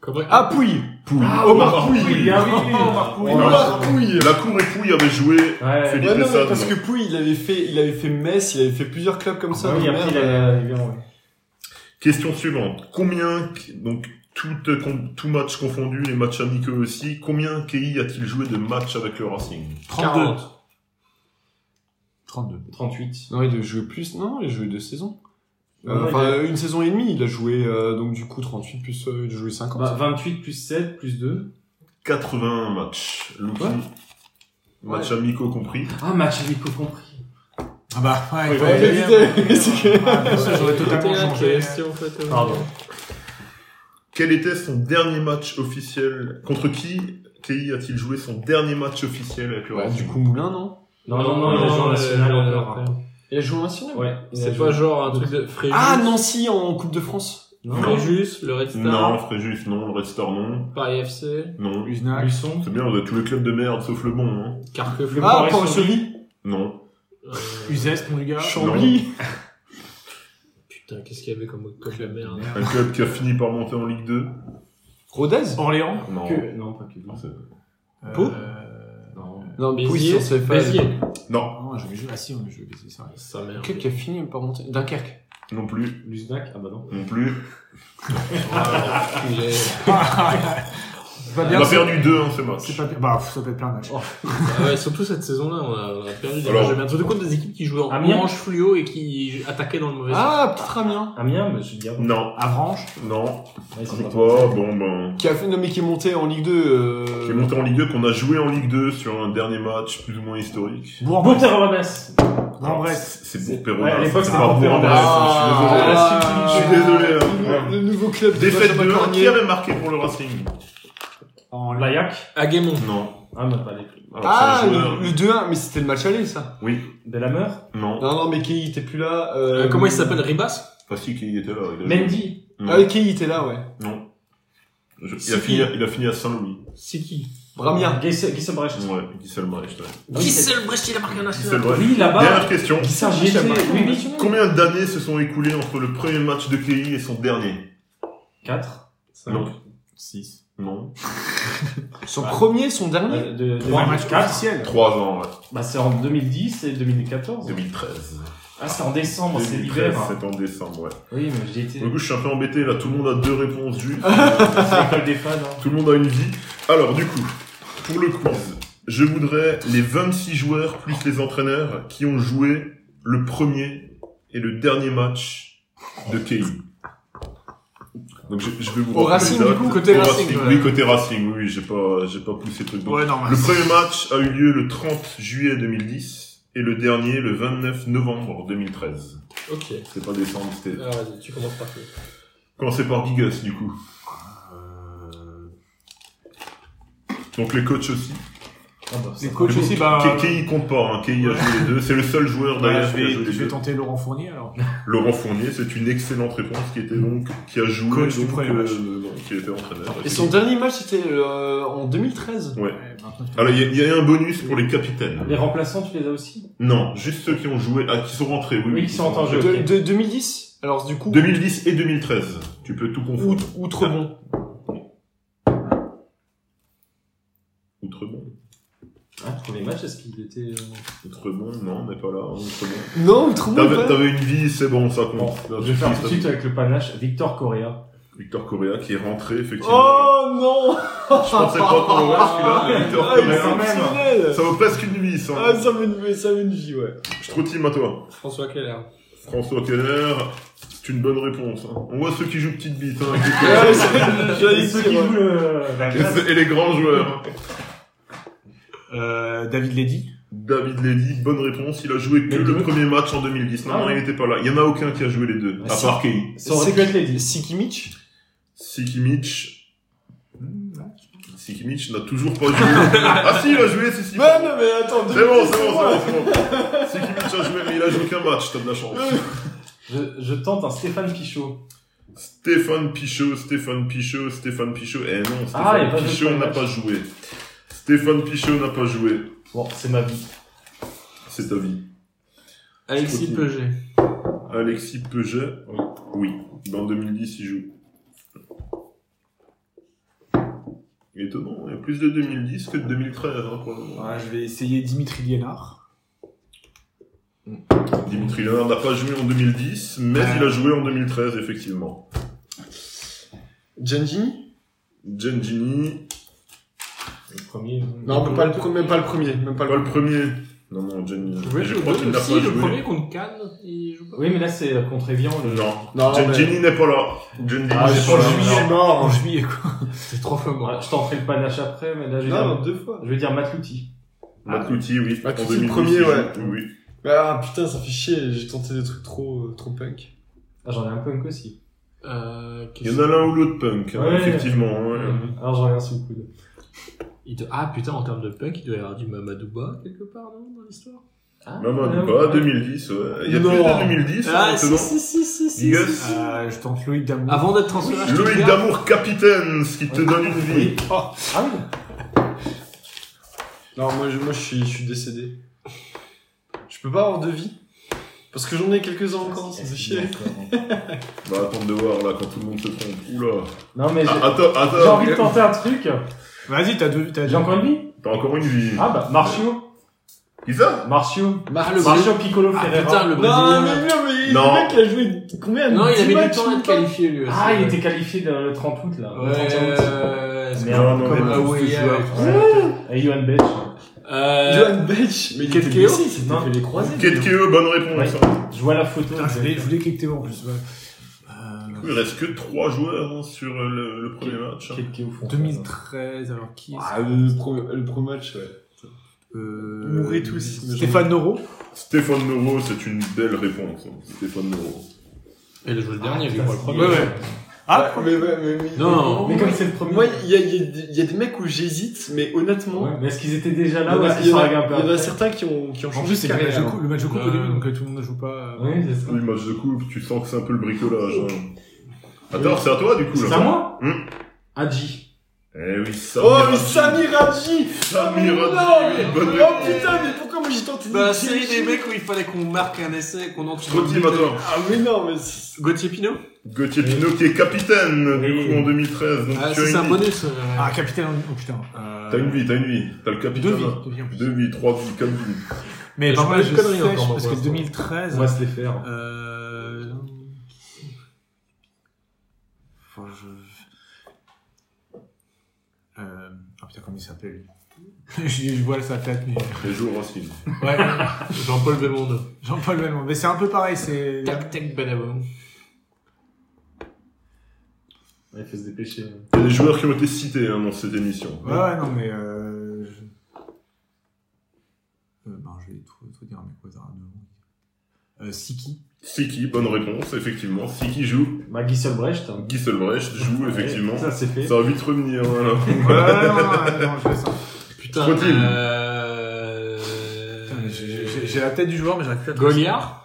Speaker 6: Comment-
Speaker 4: Ah, Pouille
Speaker 1: Pouille.
Speaker 4: Ah,
Speaker 1: Omar Pouille.
Speaker 5: Il y a oui.
Speaker 1: Oh, Omar Pouille. La Cour et Pouille avaient joué.
Speaker 5: Ouais.
Speaker 1: Félix
Speaker 4: Ouais, non, mais
Speaker 1: Sad, non.
Speaker 4: parce que Pouille, il avait fait, il avait fait Metz, il avait fait plusieurs clubs comme ça.
Speaker 5: Ah Oui,
Speaker 4: donc
Speaker 5: après,
Speaker 4: merde,
Speaker 5: il a- il vient, ouais.
Speaker 1: Question suivante. Combien, donc, tout, euh, com- tout match confondu, les matchs amicaux aussi, combien KI a-t-il joué de matchs avec le Racing
Speaker 2: 32.
Speaker 4: 32.
Speaker 5: 38.
Speaker 4: Non, il a joué plus, non, il a joué deux saisons. Euh,
Speaker 5: Ah Ouais,
Speaker 4: Enfin,
Speaker 5: il a-
Speaker 4: euh, une saison et demie, il a joué, euh, donc du coup, 38 plus, euh, il a joué 50.
Speaker 5: Bah, 28 plus 7 plus 2.
Speaker 1: 81 matchs. Louki.
Speaker 4: Ouais.
Speaker 1: Match amicaux compris.
Speaker 5: Ah, match amico compris.
Speaker 2: Ah bah, ouais,
Speaker 4: ouais,
Speaker 2: ouais,
Speaker 4: évidemment,
Speaker 2: ouais, ouais,
Speaker 4: c'est
Speaker 2: ouais, ouais, Ah, ça, j'aurais
Speaker 6: C'était
Speaker 2: totalement
Speaker 6: la
Speaker 2: changé.
Speaker 6: question, en fait. euh.
Speaker 5: Pardon.
Speaker 1: Quel était son dernier match officiel Contre qui KI a-t-il joué son dernier match officiel avec le
Speaker 4: Bah,
Speaker 1: Racing
Speaker 4: du coup, Moulin, non
Speaker 5: Non, non, non, il a joué en
Speaker 6: euh,
Speaker 5: national
Speaker 6: euh,
Speaker 5: encore. hein.
Speaker 4: Il a joué en national
Speaker 5: Ouais. il a
Speaker 6: C'est
Speaker 5: joué.
Speaker 6: pas genre un truc de Fréjus.
Speaker 4: Ah, Nancy en Coupe de France.
Speaker 6: Fréjus, le Red
Speaker 1: Non,
Speaker 6: Star,
Speaker 1: Fréjus, non. Le Red Star, non.
Speaker 6: Paris FC,
Speaker 1: Non.
Speaker 2: Uznac.
Speaker 5: Luçon.
Speaker 1: C'est bien, on a tous les clubs de merde sauf le bon, hein.
Speaker 6: Carquefeu.
Speaker 4: Ah,
Speaker 5: Boris
Speaker 4: Porcelli.
Speaker 1: Non.
Speaker 6: euh,
Speaker 2: Uzès, mon gars.
Speaker 4: Chambly.
Speaker 6: Putain, qu'est-ce qu'il y avait comme autre club de merde
Speaker 1: Un club qui a fini par monter en Ligue 2
Speaker 4: Rodez
Speaker 2: Orléans.
Speaker 1: Non.
Speaker 5: Que- Non, pas que.
Speaker 1: Non, c'est-
Speaker 4: Pau
Speaker 2: Euh,
Speaker 5: Non.
Speaker 4: Non,
Speaker 6: Béziers,
Speaker 4: Pouilly, c'est fait.
Speaker 6: Béziers.
Speaker 1: Non,
Speaker 2: Non, je vais jouer. Ah si, on a joué Béziers, c'est vrai.
Speaker 6: Sa mère.
Speaker 4: Quel qui a fini par monter Dunkerque.
Speaker 1: non plus,
Speaker 5: Luznac Ah bah non.
Speaker 1: non plus.
Speaker 6: Ah, il est-
Speaker 2: C'est pas
Speaker 1: On
Speaker 2: bien.
Speaker 1: a
Speaker 2: Ah, c'est-
Speaker 1: perdu 2 en ce
Speaker 2: C'est
Speaker 1: match.
Speaker 2: pas bien. Bah, pff, ça peut être plein de matchs.
Speaker 6: Ah ouais, surtout cette saison-là, on a, on a perdu des
Speaker 1: Alors-
Speaker 6: matchs. Mais surtout contre des équipes qui jouaient en
Speaker 5: Amiens
Speaker 6: orange fluo et qui attaquaient dans le mauvais sens.
Speaker 4: Ah, petit Amiens.
Speaker 5: Amiens, mais je suis bien.
Speaker 1: Non,
Speaker 2: Avranches.
Speaker 1: non,
Speaker 5: Ouais, c'est
Speaker 1: je
Speaker 5: pas
Speaker 1: crois. Bon, ben.
Speaker 4: Qui a fait, non, mais qui est monté en Ligue 2. euh,
Speaker 1: Qui est monté en Ligue 2, qu'on a joué en Ligue 2 sur un dernier match plus ou moins historique.
Speaker 2: Bourg-en-Bresse.
Speaker 5: Bourg-en-Bresse.
Speaker 1: Alors,
Speaker 2: Bourg-en-Bresse.
Speaker 1: C'est c'est
Speaker 5: C'est-
Speaker 1: pour Perona.
Speaker 5: ouais, à l'époque,
Speaker 1: c'est
Speaker 5: c'était
Speaker 1: pas
Speaker 5: pour Perona.
Speaker 1: Perona,
Speaker 4: Ah,
Speaker 1: Je suis désolé. Je suis désolé. hein.
Speaker 4: Le nouveau club de
Speaker 1: Défaite
Speaker 4: Benjamin
Speaker 1: de 1, qui
Speaker 4: Cornier.
Speaker 1: avait marqué pour le Racing
Speaker 5: En Laillac.
Speaker 6: Aguémon.
Speaker 1: Non.
Speaker 5: Ah, mais pas les.
Speaker 1: Alors,
Speaker 4: Ah,
Speaker 1: c'est un joueur.
Speaker 4: le, le 2-1, mais c'était le match aller, ça.
Speaker 1: Oui,
Speaker 5: Delameur.
Speaker 1: non.
Speaker 4: Non, non, mais Kei était plus là. euh,
Speaker 6: Euh, comment il s'appelle Ribas
Speaker 1: Pas si qui était là. il a joué.
Speaker 5: Mendy.
Speaker 1: Non.
Speaker 4: Ah, oui, Kei était là, ouais.
Speaker 1: Non. Je- il,
Speaker 6: C'est
Speaker 1: a fini,
Speaker 6: qui
Speaker 1: il a fini à Saint-Louis.
Speaker 6: C'est qui
Speaker 4: Bramia.
Speaker 5: Guisse- Guisselbrecht.
Speaker 1: Ouais, Gisselbrecht. Ouais.
Speaker 5: Oui, c'est-
Speaker 6: Gisselbrecht, il a marqué un national.
Speaker 1: Gisselbrecht.
Speaker 5: Oui, là-bas.
Speaker 1: Dernière question.
Speaker 5: J'y étais. Oui, oui.
Speaker 1: Combien d'années se sont écoulées entre le premier match de KI et son dernier
Speaker 5: 4.
Speaker 1: Non.
Speaker 2: 6.
Speaker 1: Non.
Speaker 4: Son premier, son dernier.
Speaker 5: Euh, De, de,
Speaker 2: Trois
Speaker 5: de-
Speaker 2: matchs
Speaker 5: quatre.
Speaker 2: officiels.
Speaker 1: 3 ans, ouais.
Speaker 5: Bah, c'est en 2010 et 2014.
Speaker 1: 2013.
Speaker 5: Ah, c'est en décembre, c'est
Speaker 1: 2013,
Speaker 5: l'hiver. hein.
Speaker 1: c'est en décembre, ouais.
Speaker 5: Oui, mais j'y étais.
Speaker 1: Du coup, je suis un peu embêté, là, tout le monde a deux réponses justes.
Speaker 5: C'est l'école des fans. hein.
Speaker 1: tout le monde a une vie. Alors, du coup, pour le quiz, je voudrais les 26 joueurs plus les entraîneurs qui ont joué le premier et le dernier match de KI. Donc, je, je vais vous
Speaker 4: Au
Speaker 1: rappeler
Speaker 4: Racing,
Speaker 1: les
Speaker 4: du
Speaker 1: dates.
Speaker 4: coup, côté
Speaker 1: Au
Speaker 4: Racing, ouais.
Speaker 1: Oui, côté Racing, oui, j'ai pas, j'ai pas poussé le truc. Donc,
Speaker 2: Ouais, non,
Speaker 1: Le premier match a eu lieu le 30 juillet 2010 et le dernier le 29 novembre 2013.
Speaker 6: Ok.
Speaker 1: C'était pas décembre, c'était...
Speaker 6: Ah, vas-y, tu commences par qui
Speaker 1: Commencez par Gigas, du coup.
Speaker 2: Euh,
Speaker 1: Donc les coachs aussi.
Speaker 5: Ah, bah,
Speaker 2: Les
Speaker 5: c'est-
Speaker 2: coachs aussi, bah.
Speaker 1: Ke- Kei compte pas, hein. Kei a joué les deux. C'est le seul joueur
Speaker 2: bah,
Speaker 1: d'ailleurs
Speaker 2: je
Speaker 1: qui a
Speaker 2: vais,
Speaker 1: joué les
Speaker 2: je vais
Speaker 1: deux.
Speaker 2: tenter Laurent Fournier alors.
Speaker 1: Laurent Fournier, c'est une excellente réponse qui était donc qui a joué
Speaker 2: Coach du
Speaker 1: donc,
Speaker 2: premier match.
Speaker 1: donc, qui était entraîneur.
Speaker 4: Et son dernier match, c'était euh, en 2013.
Speaker 1: Ouais.
Speaker 2: Ouais, maintenant, je-
Speaker 1: Alors il y a- il y, a un bonus pour les capitaines.
Speaker 5: Les remplaçants, tu les as aussi
Speaker 1: Non, juste ceux qui ont joué, ah, qui sont rentrés. Oui,
Speaker 5: Oui,
Speaker 1: oui,
Speaker 5: qui sont en
Speaker 1: rentrés.
Speaker 5: jeu.
Speaker 4: De,
Speaker 5: ok.
Speaker 4: de 2010. Alors, du coup,
Speaker 1: 2010 et 2013. Tu peux tout
Speaker 4: ou-
Speaker 1: confondre.
Speaker 4: outre bon.
Speaker 1: Outrebon.
Speaker 5: Ah, pour les matchs, est-ce qu'il était. euh,
Speaker 1: Outrebon, non, on n'est pas là. Outrebon.
Speaker 4: Non, outre bon.
Speaker 1: T'avais,
Speaker 4: pas.
Speaker 1: t'avais une vie, c'est bon, ça
Speaker 5: Bon,
Speaker 1: compte.
Speaker 5: je vais faire tout de suite avec le panache. Victor Correa.
Speaker 1: Victor Correa qui est rentré, effectivement.
Speaker 4: Oh non
Speaker 1: je pensais pas qu'on l'aurait celui-là, mais Victor
Speaker 4: Ah,
Speaker 1: Correa.
Speaker 4: exceptionnel
Speaker 1: Ça vaut presque une vie, ça.
Speaker 4: Ah, ça me une, ça me une vie, ouais.
Speaker 1: Je trottine à toi.
Speaker 6: François Keller.
Speaker 1: François Keller, c'est une bonne réponse. hein. On voit ceux qui jouent petite bite. hein,
Speaker 4: Ouais,
Speaker 1: avec
Speaker 4: ça- j'allais
Speaker 5: Et ceux qui
Speaker 4: dire,
Speaker 5: jouent le. la
Speaker 1: les- Et les grands joueurs. hein.
Speaker 2: Euh, David Ledy.
Speaker 1: David Ledy, bonne réponse. Il a joué que
Speaker 5: Les
Speaker 1: le
Speaker 5: deux.
Speaker 1: premier match en 2010. Non,
Speaker 5: Ah
Speaker 1: non,
Speaker 5: ouais.
Speaker 1: il n'était pas là. Il y en a aucun qui a joué les deux,
Speaker 5: Ah,
Speaker 1: à
Speaker 5: si.
Speaker 1: part Kei.
Speaker 5: Ça aurait pu être Lady.
Speaker 4: Sikimic
Speaker 1: Sikimic. Sikimic n'a toujours pas joué. ah si, il a joué, si, si.
Speaker 4: Bah non, mais attends,
Speaker 1: C'est bon,
Speaker 4: 2010,
Speaker 1: c'est bon,
Speaker 4: moi.
Speaker 1: c'est bon, c'est bon. Sikimic a joué, mais il a joué qu'un match, t'as de la chance.
Speaker 5: Je, je tente un Stéphane Pichot.
Speaker 1: Stéphane Pichot, Stéphane Pichot, Stéphane Pichot. Eh non,
Speaker 5: Ah, il a
Speaker 1: Stéphane
Speaker 5: pas joué
Speaker 1: Pichot
Speaker 5: le
Speaker 1: n'a
Speaker 5: match.
Speaker 1: pas joué. Stéphane Pichot n'a pas joué.
Speaker 5: Bon, c'est ma vie.
Speaker 1: C'est ta vie.
Speaker 3: Alexis
Speaker 1: Continue.
Speaker 3: Peugeot.
Speaker 1: Alexis Peugeot. Oui. Dans 2010, il joue. Étonnant, il y a plus de 2010 que de 2013 hein, pour le moment.
Speaker 2: Voilà, je vais essayer Dimitri Liénard.
Speaker 1: Dimitri Léonard n'a pas joué en 2010, mais
Speaker 2: Ouais.
Speaker 1: il a joué en 2013, effectivement.
Speaker 4: Genji
Speaker 1: Gengini,
Speaker 5: Le
Speaker 2: euh,
Speaker 5: premier.
Speaker 4: Non, mais pas le, pre- même pas le premier. Même pas
Speaker 1: pas le
Speaker 4: le
Speaker 1: premier. Non, non, Gengini.
Speaker 3: Oui,
Speaker 1: Je
Speaker 3: le
Speaker 1: crois
Speaker 3: deux
Speaker 1: qu'il n'a pas
Speaker 3: aussi, le
Speaker 1: joué.
Speaker 3: premier contre Cannes, il joue pas.
Speaker 5: Oui, mais là, c'est euh, contre Evian. Le...
Speaker 1: Non,
Speaker 4: Non, mais-
Speaker 1: Ah, Gengini n'est pas là. Gengini
Speaker 5: Ah,
Speaker 1: n'est
Speaker 5: je
Speaker 1: pas
Speaker 5: pense
Speaker 1: là.
Speaker 5: que
Speaker 4: premier.
Speaker 5: premier.
Speaker 4: mort.
Speaker 2: En juillet, quoi.
Speaker 3: C'est trois fois mort.
Speaker 5: Ouais, je tenterai le panache après, mais là, je vais
Speaker 4: Non,
Speaker 5: dire,
Speaker 4: deux fois.
Speaker 5: je vais dire Matlouti.
Speaker 1: Matouti, oui.
Speaker 4: Matouti,
Speaker 1: en 2010,
Speaker 4: le premier,
Speaker 1: il joue.
Speaker 4: ouais.
Speaker 1: Oui, oui.
Speaker 4: Ah putain, ça fait chier, j'ai tenté des trucs trop, euh, trop punk.
Speaker 5: Ah, j'en ai un punk aussi.
Speaker 3: Euh, qu'est-ce
Speaker 1: Il y en a l'un ou l'autre punk, hein,
Speaker 5: Ouais.
Speaker 1: effectivement. ouais.
Speaker 5: Alors, j'en ai un sous le coude.
Speaker 3: Il doit- Ah putain, en termes de punk, il doit y avoir du Mamadouba quelque part, non, dans l'histoire
Speaker 5: Ah,
Speaker 1: Maman
Speaker 5: ouais,
Speaker 1: du pas,
Speaker 5: ouais.
Speaker 1: 2010, ouais. Il y a
Speaker 4: Non.
Speaker 1: plus de 2010, hein, maintenant.
Speaker 3: si, si,
Speaker 1: Yes.
Speaker 5: Ah.
Speaker 2: Euh, je tente Loïc Damour.
Speaker 3: Avant d'être transféré à
Speaker 1: Loïc
Speaker 3: Stuttgart,
Speaker 1: Damour, capitaine, ce qui te donne une vie.
Speaker 5: Ah oui.
Speaker 4: Non, moi je, moi, je, suis, je suis décédé. Je peux pas avoir de vie. Parce que j'en ai quelques-uns encore, ça fait chier.
Speaker 1: On va attendre Bah, de voir, là, quand tout le monde se trompe. Oula.
Speaker 5: Non, mais j'ai
Speaker 1: Ah, attends,
Speaker 5: j'ai envie de
Speaker 1: attends.
Speaker 5: tenter un truc.
Speaker 2: Vas-y, t'as deux, t'as
Speaker 5: J'ai
Speaker 2: deux.
Speaker 5: encore une vie
Speaker 1: T'as encore une vie.
Speaker 5: Ah bah, Marcio.
Speaker 1: Qui ça
Speaker 5: Marcio.
Speaker 4: Marc-
Speaker 5: Marcio Piccolo
Speaker 3: Ah
Speaker 5: Ferreira.
Speaker 3: putain, le
Speaker 4: Non,
Speaker 3: Brésilien.
Speaker 4: mais non, mais
Speaker 1: Non.
Speaker 4: le mec il a joué combien
Speaker 3: Non, il
Speaker 4: 10
Speaker 3: avait du
Speaker 4: matchs,
Speaker 3: temps à
Speaker 4: même
Speaker 3: être
Speaker 4: pas
Speaker 3: qualifié lui aussi.
Speaker 5: Ah, il était qualifié dans le 30 août, là. Le 31
Speaker 3: Ouais,
Speaker 5: août.
Speaker 3: euh, c'est-
Speaker 5: Merde,
Speaker 1: Non, non,
Speaker 3: comme
Speaker 1: mais tous
Speaker 3: Aoué,
Speaker 1: ces joueurs.
Speaker 5: Et Johan Betch.
Speaker 2: Ah,
Speaker 3: Euh,
Speaker 4: Johan Bench, mais il
Speaker 3: Ketkeo
Speaker 4: était blessé, il s'était
Speaker 5: Non.
Speaker 4: fait les croisés.
Speaker 1: Ketkeo, bonne réponse. hein.
Speaker 5: Je vois la photo.
Speaker 2: Putain, je voulais, je voulais cliquer Théo en plus. ouais.
Speaker 1: Il reste que 3 joueurs hein, sur euh, le, le premier match. hein.
Speaker 5: Quelqu'un au fond.
Speaker 2: 2013, alors qui est-ce
Speaker 4: Ah, le, premier, le premier match, ouais.
Speaker 2: euh,
Speaker 4: Mourrez tous, mais
Speaker 2: Stéphane Noro.
Speaker 1: Stéphane Neuro, c'est une belle réponse. hein. Stéphane Neuro.
Speaker 3: Il a joué le
Speaker 5: Ah,
Speaker 3: dernier, il
Speaker 5: putain,
Speaker 3: pas le
Speaker 5: c'est-
Speaker 3: premier.
Speaker 2: Ouais, ouais. Ah,
Speaker 4: Ouais, mais, ouais, mais, mais-
Speaker 3: Non.
Speaker 5: Mais comme c'est le premier.
Speaker 4: Moi, il y a, il y a des- il y a des mecs où j'hésite, mais honnêtement,
Speaker 5: Ouais, mais est-ce qu'ils étaient déjà
Speaker 4: il y
Speaker 5: là
Speaker 4: en
Speaker 5: ou est-ce
Speaker 4: a-
Speaker 5: qu'ils
Speaker 4: il y
Speaker 5: sont
Speaker 4: en
Speaker 5: arrivés un
Speaker 4: a
Speaker 5: peu
Speaker 4: il y en a
Speaker 5: après
Speaker 4: certains qui ont qui ont
Speaker 2: en
Speaker 4: changé
Speaker 2: plus,
Speaker 4: de
Speaker 2: c'est le match de
Speaker 4: carrière.
Speaker 2: coupe, le match de coupe au
Speaker 3: Euh,
Speaker 2: début, donc euh, tout le monde ne joue pas. euh,
Speaker 5: Oui, c'est ça.
Speaker 1: Oui, match de coupe, tu sens que c'est un peu le bricolage. hein. Attends, c'est à toi du coup
Speaker 5: C'est
Speaker 1: là.
Speaker 5: à moi
Speaker 4: Hmm.
Speaker 1: Hum.
Speaker 5: Adji.
Speaker 1: Eh oui, Samir.
Speaker 4: Oh, mais
Speaker 1: Hadji.
Speaker 4: Samir Hadji
Speaker 1: Samir
Speaker 4: Non,
Speaker 1: Hadji, oui, bonne
Speaker 4: Oh
Speaker 1: réponse.
Speaker 4: putain, mais pourquoi moi j'ai tenté de
Speaker 3: Bah,
Speaker 4: dire
Speaker 3: série des
Speaker 4: Jimmy
Speaker 3: mecs où il fallait qu'on marque un essai, qu'on entre.
Speaker 1: Trotti maintenant.
Speaker 4: Ah, mais non, mais. c'est-
Speaker 3: Gauthier Pinot
Speaker 1: Gauthier Pinot qui est capitaine
Speaker 5: Oui.
Speaker 1: du coup en 2013. Donc
Speaker 3: Ah,
Speaker 1: tu as
Speaker 3: ça, c'est
Speaker 1: une
Speaker 3: un
Speaker 1: vie.
Speaker 3: bonus. euh,
Speaker 2: Ah, capitaine, oh putain. Euh,
Speaker 1: T'as une vie, t'as une vie. T'as le
Speaker 2: Deux
Speaker 1: capitaine.
Speaker 2: vies, deux vies en plus.
Speaker 1: Deux vies, trois vies, quatre vies.
Speaker 2: Mais
Speaker 3: Je
Speaker 2: par
Speaker 3: vois
Speaker 2: contre,
Speaker 3: les
Speaker 2: je
Speaker 3: conneries
Speaker 2: sèche
Speaker 3: encore, moi,
Speaker 2: parce
Speaker 3: pour
Speaker 2: que
Speaker 3: l'instant.
Speaker 5: On
Speaker 2: 2013.
Speaker 5: va se les faire.
Speaker 2: Euh... Enfin, je... Euh... Ah putain, comment il s'appelle lui je, je vois sa tête, mais...
Speaker 1: Les jours aussi.
Speaker 2: Ouais,
Speaker 3: Jean-Paul Belmondo.
Speaker 2: Jean-Paul Belmont. Mais c'est un peu pareil, c'est...
Speaker 3: Tac, tac, badabou.
Speaker 5: Ouais, il faut se dépêcher.
Speaker 1: Il y a des joueurs qui ont été cités hein, dans cette émission.
Speaker 2: Ouais, ouais, non, mais... Euh... je- Euh, ben, je vais tout, tout dire à mes cousins devant. Euh, Siki.
Speaker 1: Siki, bonne réponse, effectivement. Siki joue.
Speaker 5: Maggie Solbrecht. hein.
Speaker 1: Gisselbrecht joue, effectivement.
Speaker 5: Ça, c'est fait.
Speaker 1: Ça va vite revenir. hein, là.
Speaker 2: Ouais, ouais, ouais, ouais, non, je vais ça.
Speaker 3: Putain.
Speaker 1: Trotti.
Speaker 3: Euh...
Speaker 2: Putain, mais j'ai- J'ai j'ai la tête du joueur, mais j'arrive plus à...
Speaker 3: Goliard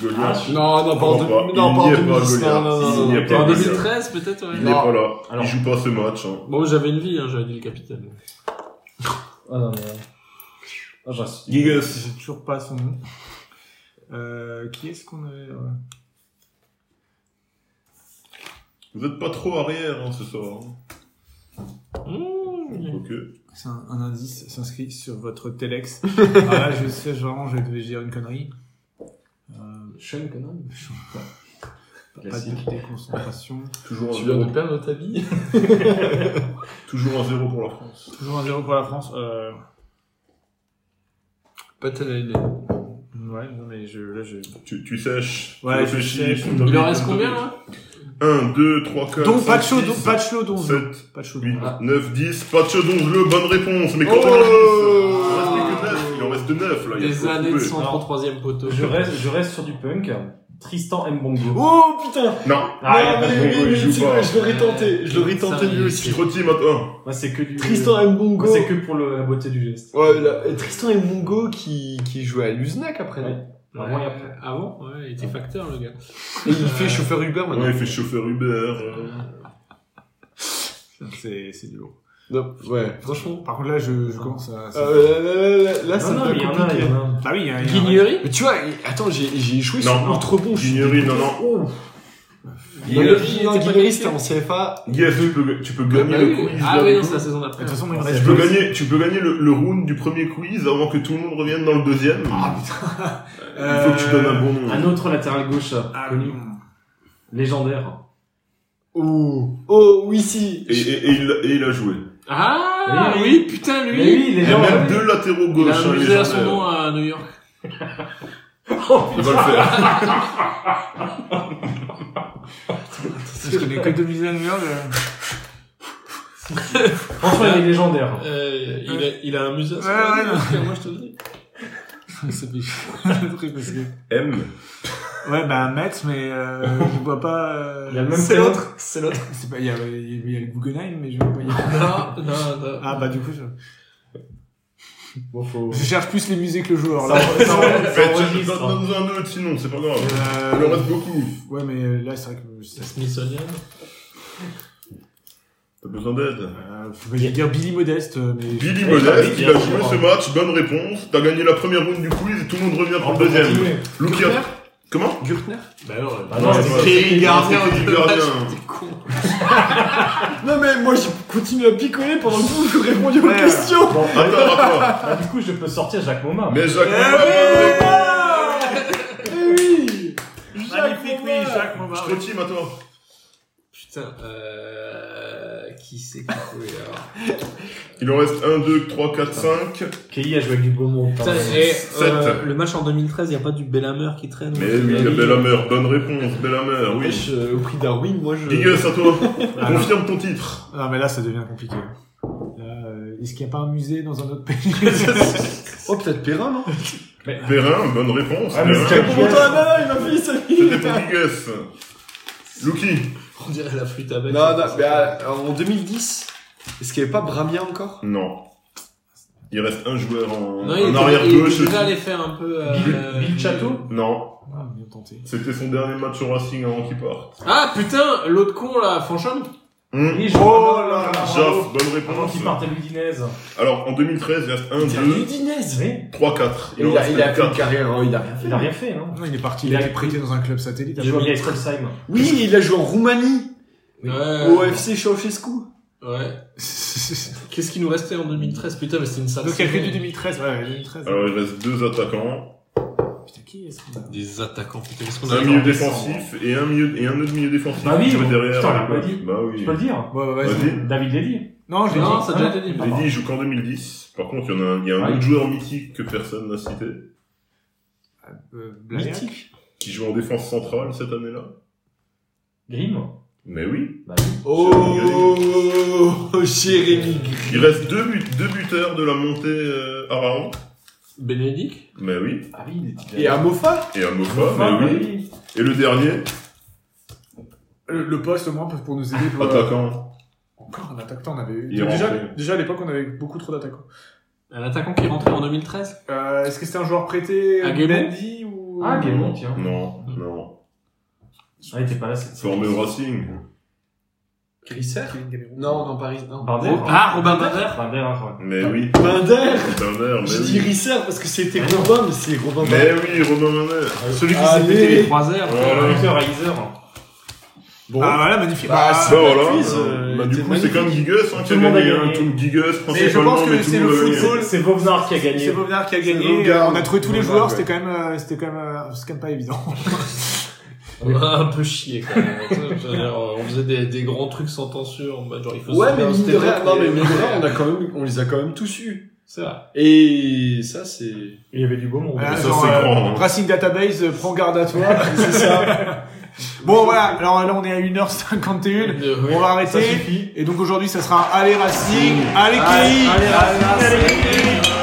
Speaker 1: Goliath,
Speaker 4: euh, ah, Non, non, pas en
Speaker 1: Non,
Speaker 4: deux-
Speaker 1: pas-
Speaker 4: non,
Speaker 1: il
Speaker 4: pas en
Speaker 1: n'y est pas,
Speaker 4: 2010, non,
Speaker 1: Goliath.
Speaker 4: non, non,
Speaker 1: Il
Speaker 4: non.
Speaker 1: n'y est pas.
Speaker 3: En
Speaker 1: Goliath.
Speaker 3: 2013, peut-être, ouais.
Speaker 1: Il n'est pas là.
Speaker 5: Alors-
Speaker 1: Il joue pas ce match. hein.
Speaker 3: Bon, j'avais une vie, hein, j'avais dit le capitaine.
Speaker 5: Ah non, mais. Ah, j'en suis.
Speaker 1: Gigas.
Speaker 2: J'ai toujours pas son nom. Euh, qui est-ce qu'on avait ouais.
Speaker 1: Vous êtes pas trop arrière hein, ce soir. hein.
Speaker 3: Mmh.
Speaker 1: Ok.
Speaker 2: C'est un, un indice, s'inscrit sur votre Telex. ah là, je sais, vraiment, je vais dire une connerie. Euh,
Speaker 3: Sean Connery.
Speaker 2: je sais pas. Pas- Pas
Speaker 5: Classique.
Speaker 2: de déconcentration.
Speaker 1: Toujours un,
Speaker 4: Tu viens de
Speaker 1: zéro.
Speaker 4: perdre ta vie
Speaker 1: Toujours un zéro pour la France.
Speaker 2: Toujours un 0 pour la France. Euh,
Speaker 3: Pas
Speaker 4: Ah,
Speaker 3: Tanalé.
Speaker 2: ouais, non mais je, là je.
Speaker 1: Tu, tu sèches.
Speaker 2: Ouais,
Speaker 1: tu
Speaker 2: je
Speaker 1: réfléchis,
Speaker 2: sèche.
Speaker 1: tu t'as
Speaker 3: Il en
Speaker 1: mis
Speaker 3: reste
Speaker 1: comme
Speaker 3: combien,
Speaker 1: t'as mis.
Speaker 3: là
Speaker 1: 1, 2, 3, 4,
Speaker 2: Donc,
Speaker 1: 5,
Speaker 2: Pacho,
Speaker 1: 6,
Speaker 2: donc, Pacho, Donzo.
Speaker 1: sept,
Speaker 2: Pacho,
Speaker 1: 8,
Speaker 6: Ah.
Speaker 2: Donzo.
Speaker 1: 9, 10. Pacho, 11, le bonne réponse. Mais quand
Speaker 4: Oh
Speaker 1: on en reste Il en reste 9, là. il y a
Speaker 6: Des
Speaker 1: trop
Speaker 6: années de
Speaker 1: coupé.
Speaker 6: centre au troisième poteau.
Speaker 5: Je reste, je reste sur du punk. Tristan Mbongo.
Speaker 4: Oh putain
Speaker 1: Non,
Speaker 5: ah, y a
Speaker 4: Non,
Speaker 5: pas de
Speaker 4: mais
Speaker 5: Mbongo,
Speaker 4: oui,
Speaker 5: il
Speaker 4: mais
Speaker 5: joue
Speaker 4: c'est
Speaker 5: pas.
Speaker 4: vrai, je l'aurais tenté, je l'aurais tenté lui aussi.
Speaker 1: je trottine maintenant.
Speaker 5: Moi, c'est que du.
Speaker 4: Tristan
Speaker 5: Moi,
Speaker 4: Mbongo.
Speaker 5: C'est que pour le- la beauté du geste.
Speaker 4: Ouais, là, euh, Tristan Mbongo qui, qui jouait à Luznac après. non
Speaker 5: Avant et après.
Speaker 6: Avant, ouais, il était facteur, le gars.
Speaker 4: Et il fait chauffeur Uber maintenant.
Speaker 1: Ouais, il fait chauffeur Uber. euh.
Speaker 2: C'est, c'est du lourd.
Speaker 4: Non, ouais, franchement.
Speaker 2: Par contre, là, je, je commence à...
Speaker 4: Euh, là, là, là, là, ça
Speaker 5: Non, non,
Speaker 4: devient
Speaker 5: il y en a, il y
Speaker 4: compliqué.
Speaker 5: en a.
Speaker 2: Bah oui, il y a- il y a-
Speaker 6: Guignery
Speaker 4: Mais tu vois, attends, j'ai j'ai échoué
Speaker 1: Non,
Speaker 4: sur
Speaker 1: non.
Speaker 4: Outrebon. je suis
Speaker 1: Guignery, non, non.
Speaker 6: Guignery,
Speaker 4: Non,
Speaker 6: il était pas
Speaker 4: Guignery,
Speaker 6: qualifié.
Speaker 4: c'était en CFA.
Speaker 1: Yes, tu peux, tu peux
Speaker 4: Ah,
Speaker 1: gagner
Speaker 4: bah
Speaker 1: le
Speaker 4: oui.
Speaker 1: quiz.
Speaker 6: Ah
Speaker 1: là,
Speaker 6: oui,
Speaker 1: du
Speaker 6: non,
Speaker 1: coup.
Speaker 6: c'est la saison d'après.
Speaker 2: De toute façon, il me
Speaker 1: Tu
Speaker 2: reste
Speaker 1: peux
Speaker 2: deux.
Speaker 1: gagner, tu peux gagner le, le round du premier quiz avant que tout le monde revienne dans le deuxième.
Speaker 6: Ah,
Speaker 1: Il faut que tu donnes un bon
Speaker 6: Euh,
Speaker 1: nom.
Speaker 5: Un autre latéral gauche euh,
Speaker 2: Ah,
Speaker 5: connu,
Speaker 2: hum.
Speaker 5: légendaire.
Speaker 4: Oh, oh, oui, si.
Speaker 1: Et, et- et il, et il a joué.
Speaker 6: Ah
Speaker 5: Oui,
Speaker 6: oui, putain,
Speaker 5: Mais
Speaker 6: lui
Speaker 5: oui,
Speaker 1: Il y a même
Speaker 5: légendaire.
Speaker 1: deux latéraux
Speaker 6: Il
Speaker 1: gauches.
Speaker 6: a
Speaker 1: hein,
Speaker 6: amusé à son
Speaker 1: légendaires.
Speaker 6: nom à New York.
Speaker 1: Il va le faire.
Speaker 2: Je connais que deux musées à New York. euh.
Speaker 5: Franchement, il est légendaire.
Speaker 6: Euh, il, a, il a amusé à son
Speaker 2: Ouais,
Speaker 6: nom à
Speaker 2: ouais,
Speaker 6: New
Speaker 2: non.
Speaker 6: York, moi je te le dis.
Speaker 2: Ça fait chier. Le truc, parce que-
Speaker 6: hein.
Speaker 1: M.
Speaker 2: Ouais, bah, Metz, mais euh, je vois pas... euh,
Speaker 5: Il a le même
Speaker 4: C'est
Speaker 5: prénom.
Speaker 4: l'autre, c'est l'autre.
Speaker 2: C'est pas, il y a, il y a le Guggenheim, mais je vois pas. il y a-
Speaker 6: Non, non, non.
Speaker 2: Ah, bah, du coup, je,
Speaker 5: Bon, faut...
Speaker 2: je cherche plus les musées que le joueur, là.
Speaker 1: Faites-
Speaker 5: enregistre.
Speaker 1: Donne-nous un autre sinon, c'est pas grave.
Speaker 2: Euh,
Speaker 1: Il en reste beaucoup.
Speaker 2: Ouais, mais euh, là, c'est vrai que. c'est-
Speaker 6: Smithsonian.
Speaker 1: T'as besoin d'aide.
Speaker 2: Euh, je vais dire Billy Modeste, euh, mais.
Speaker 1: Billy
Speaker 5: Et
Speaker 1: Modeste,
Speaker 5: Billy,
Speaker 1: il a
Speaker 5: bien
Speaker 1: joué
Speaker 5: sûr.
Speaker 1: ce match, bonne réponse. T'as gagné la première round du quiz et tout le monde revient pour
Speaker 5: On
Speaker 1: le
Speaker 5: peut
Speaker 1: deuxième.
Speaker 5: continuer.
Speaker 1: Lucky
Speaker 4: Gürtner
Speaker 1: Comment
Speaker 4: Gürtner
Speaker 6: Bah alors,
Speaker 5: Bah non,
Speaker 1: Ouais,
Speaker 5: c'est
Speaker 1: ouais.
Speaker 5: Thierry
Speaker 1: C'était
Speaker 6: gardien
Speaker 1: Thierry
Speaker 6: de
Speaker 1: Gardien.
Speaker 6: t'es con.
Speaker 4: Non, mais moi, j'ai continué à picoler pendant que vous, je vous répondu aux
Speaker 2: Ouais.
Speaker 4: questions.
Speaker 5: Bon,
Speaker 1: Attends, attends.
Speaker 5: bah, du coup, je peux sortir Jacques Momin.
Speaker 1: Mais Jacques,
Speaker 2: Eh
Speaker 1: Morin, bonne réponse.
Speaker 4: Eh oui
Speaker 2: Magnifique, oui,
Speaker 4: Morin.
Speaker 2: Jacques Morin.
Speaker 1: Je trottine à toi.
Speaker 6: Putain, euh... Qui c'est qui couille, alors
Speaker 1: Il en reste 1, 2, 3, 4, 5.
Speaker 5: Kelly a joué avec du Beaumont.
Speaker 6: Putain,
Speaker 5: pardon.
Speaker 6: et,
Speaker 1: Sept.
Speaker 6: euh, le match en 2013, il a pas du Belhammer qui traîne
Speaker 1: Mais oui,
Speaker 6: il
Speaker 1: la belle amère, bonne réponse, belle amère, oui.
Speaker 4: Wesh, euh, au prix Darwin, moi, je...
Speaker 1: Gigas, à toi. Confirme ton titre.
Speaker 2: Non, mais là, ça devient compliqué. Là, euh, est-ce qu'il n'y a pas un musée dans un autre pays
Speaker 4: Oh, peut-être Perrin, non
Speaker 1: Perrin, bonne réponse.
Speaker 5: Ah, mais
Speaker 1: Perrin.
Speaker 5: c'est Jacques Morin.
Speaker 4: non, non, il m'a fait ça
Speaker 1: C'était pour Gigas. Lucky.
Speaker 6: On dirait la
Speaker 2: Ah
Speaker 6: flûte à
Speaker 2: bah,
Speaker 6: bec.
Speaker 4: Non, non, mais euh, en 2010, est-ce qu'il n'y avait pas Bramia encore
Speaker 1: Non. Il reste un joueur en,
Speaker 6: Non, il
Speaker 1: en
Speaker 6: était-
Speaker 1: arrière
Speaker 6: il
Speaker 1: gauche.
Speaker 6: était déjà allé faire un peu... euh,
Speaker 5: Bill Chateau
Speaker 1: Non.
Speaker 2: Ah, bien tenté.
Speaker 1: C'était son dernier match au Racing avant qu'il parte.
Speaker 6: Ah putain, l'autre con là, Fanchon
Speaker 1: Hum.
Speaker 5: Oui, je-
Speaker 2: Oh là là.
Speaker 5: Bravo.
Speaker 1: Jaff, bonne
Speaker 5: Avant qu'il
Speaker 1: réponse.
Speaker 5: parte à l'Udinese.
Speaker 1: Alors, en 2013, il reste 1, 2,
Speaker 4: Ludinez
Speaker 1: 3, 4.
Speaker 4: Il a,
Speaker 1: reste
Speaker 4: il a fait une
Speaker 1: 4.
Speaker 4: carrière, hein, il a rien fait.
Speaker 5: Il a rien fait, non
Speaker 2: Non, il est parti,
Speaker 5: Il
Speaker 2: il
Speaker 5: a-
Speaker 2: a été prêté dans un club satellite.
Speaker 5: Il a joué avec Colsheim.
Speaker 4: Oui, il a joué en Roumanie,
Speaker 3: Euh.
Speaker 4: au FC Ceausescu.
Speaker 6: Ouais.
Speaker 2: Donc,
Speaker 6: Qu'est-ce qui nous restait en 2013 Putain, mais c'était une sale
Speaker 2: il y a que
Speaker 6: saison.
Speaker 2: du 2013. Ouais, ouais, 2013.
Speaker 5: Euh.
Speaker 1: Alors, il reste deux attaquants,
Speaker 2: Putain, qui est-ce qu'on a
Speaker 6: Des attaquants, putain, qu'est-ce qu'on
Speaker 1: un
Speaker 6: a
Speaker 1: milieu
Speaker 5: en décembre.
Speaker 1: défensif et un, milieu, et un autre milieu défensif.
Speaker 5: Bah oui,
Speaker 1: qui joue
Speaker 5: bon,
Speaker 1: derrière.
Speaker 5: putain, on l'a
Speaker 1: à
Speaker 5: pas
Speaker 1: l'époque.
Speaker 5: dit.
Speaker 1: Bah oui.
Speaker 5: Tu peux le dire
Speaker 2: Ouais, ouais,
Speaker 1: Vas-y.
Speaker 2: vas-y.
Speaker 5: David Lédy.
Speaker 2: Non, je l'ai
Speaker 6: Non,
Speaker 2: dit.
Speaker 6: ça a déjà été dit.
Speaker 1: J'ai dit, il joue qu'en 2010. Par contre, il y en a, un- il y a un
Speaker 5: Ouais.
Speaker 1: autre joueur mythique que personne n'a cité,
Speaker 2: Euh, Blagnac.
Speaker 4: Mythique.
Speaker 1: qui joue en défense centrale cette année-là.
Speaker 5: Grimm.
Speaker 1: Mais oui.
Speaker 5: Bah oui.
Speaker 4: Oh, Jérémy Gris.
Speaker 1: Il reste deux, buts, deux buteurs de la montée euh, à Raon.
Speaker 6: Bénédicte
Speaker 1: Mais oui.
Speaker 5: Ah oui, il est titulaire.
Speaker 4: Et à Mofa
Speaker 1: Et à Mofa.
Speaker 5: Enfin,
Speaker 1: Mais oui. Et le dernier,
Speaker 2: Le, le poste, au moins, pour pour nous aider. Pour,
Speaker 1: attaquant.
Speaker 2: Encore un attaquant, on avait eu.
Speaker 1: Il est
Speaker 2: Déjà,
Speaker 1: rentré.
Speaker 2: déjà, à l'époque, on avait beaucoup trop d'attaquants.
Speaker 6: Un attaquant qui est rentré en 2013
Speaker 2: Euh, est-ce que c'était un joueur prêté euh,
Speaker 6: Aguemon
Speaker 2: Mendy ou.
Speaker 5: Ah, Guémon, tiens.
Speaker 1: Non, non.
Speaker 5: Ah, il était pas là cette
Speaker 1: Formé au Racing.
Speaker 4: Grisser
Speaker 2: Kevin Gamero.
Speaker 4: Non, non, Paris, non.
Speaker 5: Bardet. hein.
Speaker 6: Ah, Robin Barder
Speaker 5: Bardet, hein,
Speaker 1: Mais oui.
Speaker 4: Binder
Speaker 1: Binder,
Speaker 4: J'ai dit
Speaker 1: mais oui.
Speaker 4: Risser parce que c'était Robin, mais c'est Robin Bardet.
Speaker 1: Mais oui, Romain Binder.
Speaker 6: Celui
Speaker 2: Ah,
Speaker 6: qui s'est
Speaker 4: Allez.
Speaker 6: pété les croiseurs.
Speaker 3: Ah,
Speaker 1: Ouais.
Speaker 5: quoi.
Speaker 1: Voilà.
Speaker 5: Buteur à Iser.
Speaker 4: Bon.
Speaker 2: Ah, voilà, magnifique.
Speaker 4: Bah,
Speaker 2: Ah,
Speaker 4: c'est-
Speaker 1: Bon,
Speaker 4: Le
Speaker 1: alors,
Speaker 4: quiz,
Speaker 1: euh,
Speaker 4: euh,
Speaker 1: bah,
Speaker 4: il
Speaker 1: du
Speaker 4: était
Speaker 1: coup, c'est quand même
Speaker 4: magnifique.
Speaker 1: Gigas hein, qui
Speaker 5: Tout
Speaker 1: a
Speaker 5: le monde
Speaker 1: gagné
Speaker 5: a
Speaker 1: un
Speaker 5: gagné.
Speaker 1: Tour de Gigas, principalement,
Speaker 2: pense que
Speaker 1: mais tout
Speaker 2: c'est
Speaker 1: le
Speaker 2: le
Speaker 1: monde a gagné.
Speaker 2: football.
Speaker 5: C'est Vauvenard qui a
Speaker 2: C'est
Speaker 5: gagné.
Speaker 2: Bovnard qui a
Speaker 4: C'est
Speaker 2: gagné.
Speaker 4: Bovnard.
Speaker 2: on a trouvé tous les
Speaker 4: Bovnard,
Speaker 2: joueurs,
Speaker 4: ouais.
Speaker 2: c'était quand même, euh, c'était quand même, euh, c'était quand même pas évident.
Speaker 6: On a un peu chié quand même. Tu sais, je veux dire, on faisait des, des grands trucs sans tension. en mode, Genre, il faut
Speaker 4: Ouais,
Speaker 6: sauver
Speaker 4: mais
Speaker 6: un
Speaker 4: mine de
Speaker 6: stéroïde.
Speaker 4: rien, non, mais mine de rien, on a quand même, on les a quand même tous eus.
Speaker 6: C'est vrai.
Speaker 4: Et ça, c'est...
Speaker 5: Il y avait du Beaumont.
Speaker 2: Voilà,
Speaker 1: ça,
Speaker 2: Euh, genre,
Speaker 1: c'est grand, hein.
Speaker 2: Racing Database, euh, prends garde à toi.
Speaker 4: C'est ça.
Speaker 2: Bon, voilà. Alors là, on est à 1h51. On va
Speaker 4: Ça
Speaker 2: arrêter.
Speaker 4: suffit.
Speaker 2: Et donc aujourd'hui, ça sera Allez Racing, Allez KI.
Speaker 5: Allez, allez, allez, allez.
Speaker 2: Allez, KI.